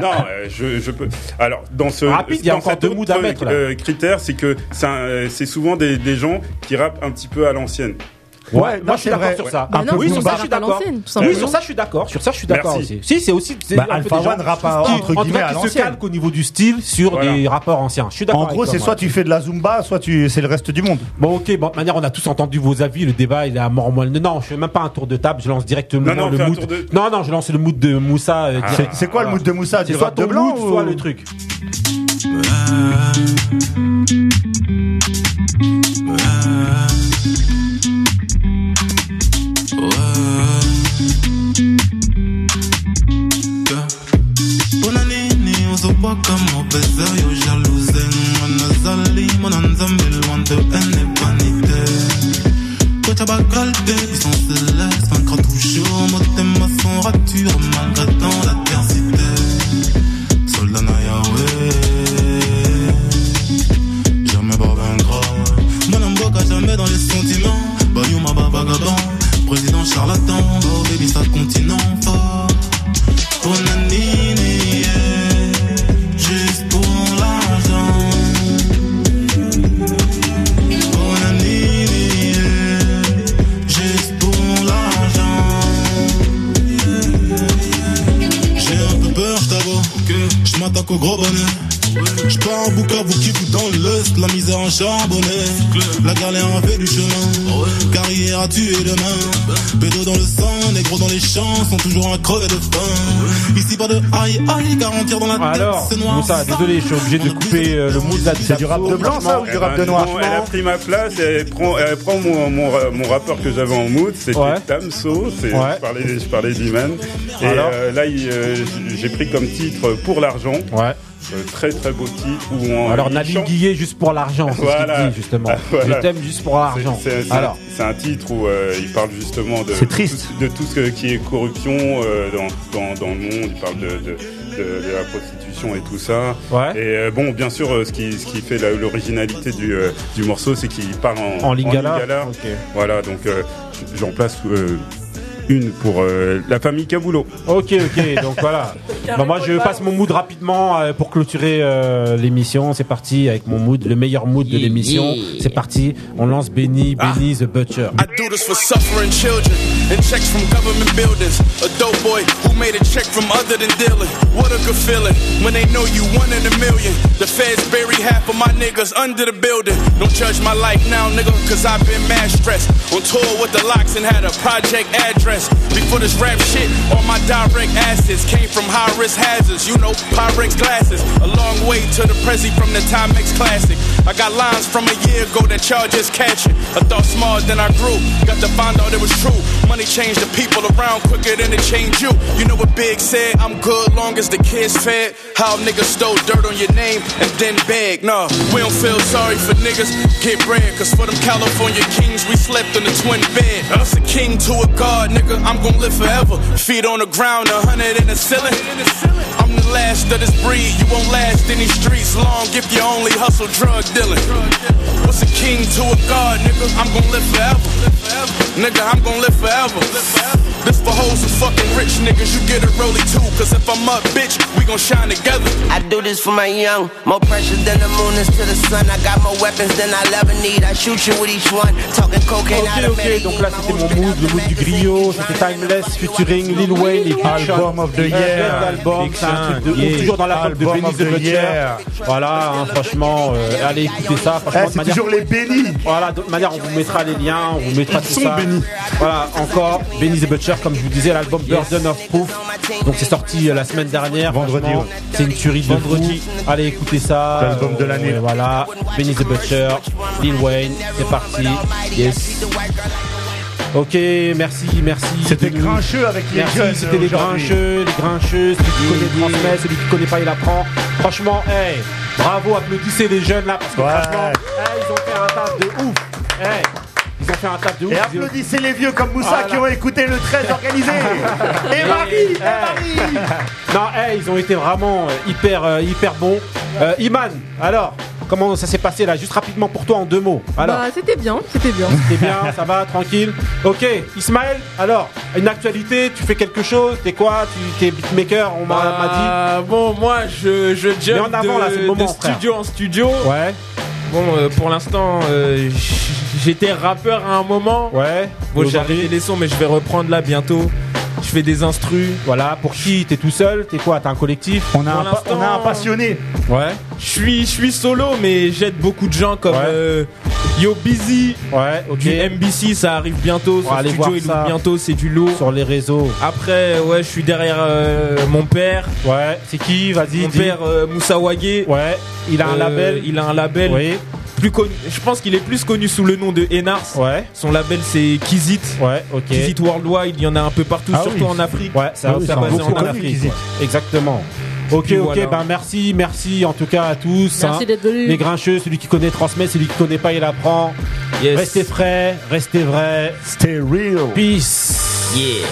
G: non, euh, je, je peux. Alors dans ce
D: Rapide, il y a
G: dans
D: encore
G: cet
D: deux moods à
G: autre,
D: mettre, là.
G: euh, critère, c'est que c'est un, euh, c'est souvent des, des gens qui rappent un petit peu à l'ancienne.
D: Ouais, Ouais, moi, je suis d'accord sur ça.
G: Un peu
D: oui, sur
G: Zumba.
D: ça, je suis d'accord. Oui, sur ça, je suis d'accord. Sur ça, je suis d'accord
F: Merci.
D: aussi. Si, c'est aussi. c'est
F: Bah,
D: un peu
F: Alpha
D: des gens
F: One rappe
D: qui-
F: à-
D: qui-
F: entre
D: en tout cas,
F: guillemets, à
D: qui se
F: l'ancienne.
D: calquent au niveau du style sur
F: Voilà.
D: des rapports anciens. Je suis d'accord.
F: En gros, c'est soit tu fais de la Zumba, soit tu c'est le reste du monde.
D: Bon, ok, bon, de manière, on a tous entendu vos avis, le débat, il est à mort moelle. Non, je fais même pas un tour de table, je lance directement
F: Non, non, on
D: le
F: fait un
D: mood.
F: tour de-
D: Non, non, je lance le mood de Moussa. euh,
F: Ah.
D: direct.
F: C'est- c'est quoi le mood de Moussa, du
D: C'est soit
F: rap de
D: ton
F: blanc
D: mood,
F: ou-
D: soit le truc.
I: Kuna nini uzokuwa kama pesa yo jalousie mwanazali mwananzambel wante ene vanite Kocha bakal baby sans céleste vaincra toujours motema sans rature malgré tant d'adversité Soldat na Yahweh Jamais pas vaincra Mwanamboka jamais dans les sentiments Bayuma ba vagabond Président charlatan Oh baby ça continent fort Bonanini, yeah, juste pour l'argent. Bonanini, yeah, juste pour l'argent. J'ai un peu peur, je t'avoue, que je m'attaque au gros bonnet. Je pars en bouca, vous qui vous dans l'est, la misère en charbonnet. La galère a fait du chemin, carrière à tuer demain. Pédo dans le sang, négro dans les champs, sont toujours à crever de faim. Ici pas de aïe aïe, garantir dans la tête,
D: Alors,
I: c'est noir.
D: Moussa, désolé, je suis obligé de couper euh, le mood là. C'est du rap de
G: Eh ben, dis donc, Elle a pris ma place, elle prend, elle prend mon, mon, ra- mon rappeur que j'avais en mood, c'était Tamso, c'est-
D: Ouais.
G: je parlais, je parlais d'Iman. Et
D: Alors
G: euh, là, il, euh, j'ai pris comme titre Pour l'argent. Euh, très très beau titre. Où on,
D: Alors,
G: il
D: Nadine
G: chante-
D: Guillet, juste pour l'argent, c'est ce
G: Voilà.
D: qu'il dit, justement.
G: Ah, voilà.
D: Je t'aime juste pour l'argent.
G: C'est- c'est-
D: Alors,
G: C'est un titre où euh, il parle justement de,
D: C'est triste.
G: de tout ce qui est corruption euh, dans, dans- dans le monde. Il parle de, de- de- de la prostitution et tout ça. Et euh, bon, bien sûr, euh, ce, qui, ce qui fait la- l'originalité du, euh, du morceau, c'est qu'il parle en,
D: En lingala.
G: Ok. Voilà, donc euh, j'en place euh, une pour euh, la famille Caboulot.
D: Ok, ok, donc voilà. Bah, moi, je passe mon mood rapidement euh, pour clôturer euh, l'émission. C'est parti avec mon mood, le meilleur mood de l'émission. C'est parti, on lance Benny, Benny the Butcher.
L: I do this for suffering children and checks from government buildings. A dope boy who made a check from other than dealing. What a good feeling when they know you one in a million. The feds bury half of my niggas under the building. Don't judge my life now, nigga, cause I've been mad stressed. On tour with the locks and had a project address. Before this rap shit, all my direct assets came from high risk hazards. You know, Pyrex glasses. A long way to the Prezi from the Timex Classic. I got lines from a year ago that y'all just catching. I thought small, then I grew. Got to find out it was true. Money changed the people around quicker than it changed you. You know what Big said? I'm good long as the kids fed. How niggas stole dirt on your name and then beg. Nah, we don't feel sorry for niggas. Get bread, cause for them California kings, we slept in the twin bed. Us a king to a god, nigga. I'm gonna live forever. Feet on the ground, a hundred in the ceiling. I'm the last of this breed. You won't last in these streets long if you only hustle drug dealing. What's a king to a god, nigga? I'm gonna live forever. Nigga, I'm gonna live forever. This for hoes and fucking rich niggas. You get a rolly too, cause if I'm up, bitch, we gon' shine together.
U: I do this for my young. More precious than the moon is to the sun. I got more weapons than I'll ever need. I shoot you with each one. Talking cocaine
D: Ok,
U: out of
D: ok, donc là c'était mon mood, le mood du griot, c'était Timeless, featuring Lil Wayne et Big
F: Album
D: Sean.
F: of the
D: Un
F: year.
D: chef d'album,
F: Big
D: c'est un truc de
F: Sean,
D: ouf,
F: yeah.
D: toujours dans l'album de
F: Album
D: Benny
F: of
D: the
F: the
D: Butcher.
F: year.
D: Voilà, hein, franchement, euh, allez écouter ça. franchement,
F: Eh,
D: de
F: c'est toujours les bénis.
D: Voilà, de toute manière, on vous mettra les liens, on vous mettra
F: Ils
D: tout
F: sont
D: ça.
F: bénis.
D: Voilà, encore Benny the Butcher, dernière, comme je vous disais, l'album Burden of Proof. Donc c'est sorti euh, la semaine dernière. Vendredi. C'est une tuerie de Vendredi. Allez écoutez ça. L'album de l'année. Voilà. Benny the Butcher, Lil Wayne. C'est parti. Yes. Ok, merci, merci. C'était
F: grincheux avec les
D: merci,
F: jeunes,
D: C'était les
F: aujourd'hui.
D: grincheux, les grincheux. Celui qui connaît transmet, celui qui connaît pas il apprend. Franchement, hey, bravo, applaudissez les jeunes là parce que franchement, hey, ils ont fait un taf de ouf. Hey, ils ont fait un taf de ouf.
F: Et
D: Ils-
F: applaudissez les vieux comme Moussa
D: Voilà.
F: qui ont écouté le 13 organisé. et Marie, et Marie.
D: Non, hey, ils ont été vraiment euh, hyper, euh, hyper bons. Euh, Iman, alors, comment ça s'est passé là Juste rapidement pour toi en deux mots. Alors,
J: Bah, c'était bien, c'était bien.
D: t'es bien, ça va, tranquille. Ok, Ismaël, alors, une actualité, tu fais quelque chose, t'es quoi Tu t'es beatmaker, on m'a m'a dit.
K: Ah, bon, moi je, je jump
D: Mais en avant,
K: de,
D: là, c'est le moment,
K: de
D: frère.
K: studio en studio.
D: Ouais.
K: Bon, euh, pour l'instant, euh, j- j'étais rappeur à un moment.
D: Ouais.
K: Bon,
D: Et
K: j'ai arrêté les sons, mais je vais reprendre là bientôt. Je fais des instrus.
D: Voilà, pour qui T'es tout seul T'es quoi T'as un collectif
F: On a, un pa- on a un passionné.
D: Ouais.
K: Je suis, je suis solo, mais j'aide beaucoup de gens comme euh, Yo Busy.
D: Ouais, ok.
K: Du MBC, ça arrive bientôt. Son
D: aller
K: studio,
D: voir
K: il
D: ça.
K: ouvre bientôt, c'est du lourd.
D: Sur les réseaux.
K: Après, ouais, je suis derrière euh, mon père.
D: Ouais, c'est qui Vas-y.
K: Mon
D: dis.
K: père euh, Moussa Wagé.
D: Ouais, il a un label.
K: Il a un label.
D: Oui.
K: Plus connu, je pense qu'il est plus connu sous le nom de Enars.
D: Ouais.
K: Son label c'est Kizit.
D: Ouais, ok.
K: Kizit Worldwide, il y en a un peu partout,
D: Ah
K: surtout
D: oui.
K: en Afrique.
D: Ouais, ça,
K: Donc,
D: ça
K: basé
D: beaucoup
K: en
D: connu,
K: Afrique,
D: Kizit.
K: quoi.
D: Exactement. Ok,
K: Puis
D: ok,
K: voilà.
D: ben merci, merci en tout cas à tous. hein.
K: Merci d'être venus.
D: Les grincheux, celui qui connaît transmet, celui qui connaît pas il apprend.
K: Yes.
D: Restez frais, restez vrais.
F: Stay real.
D: Peace. Yeah.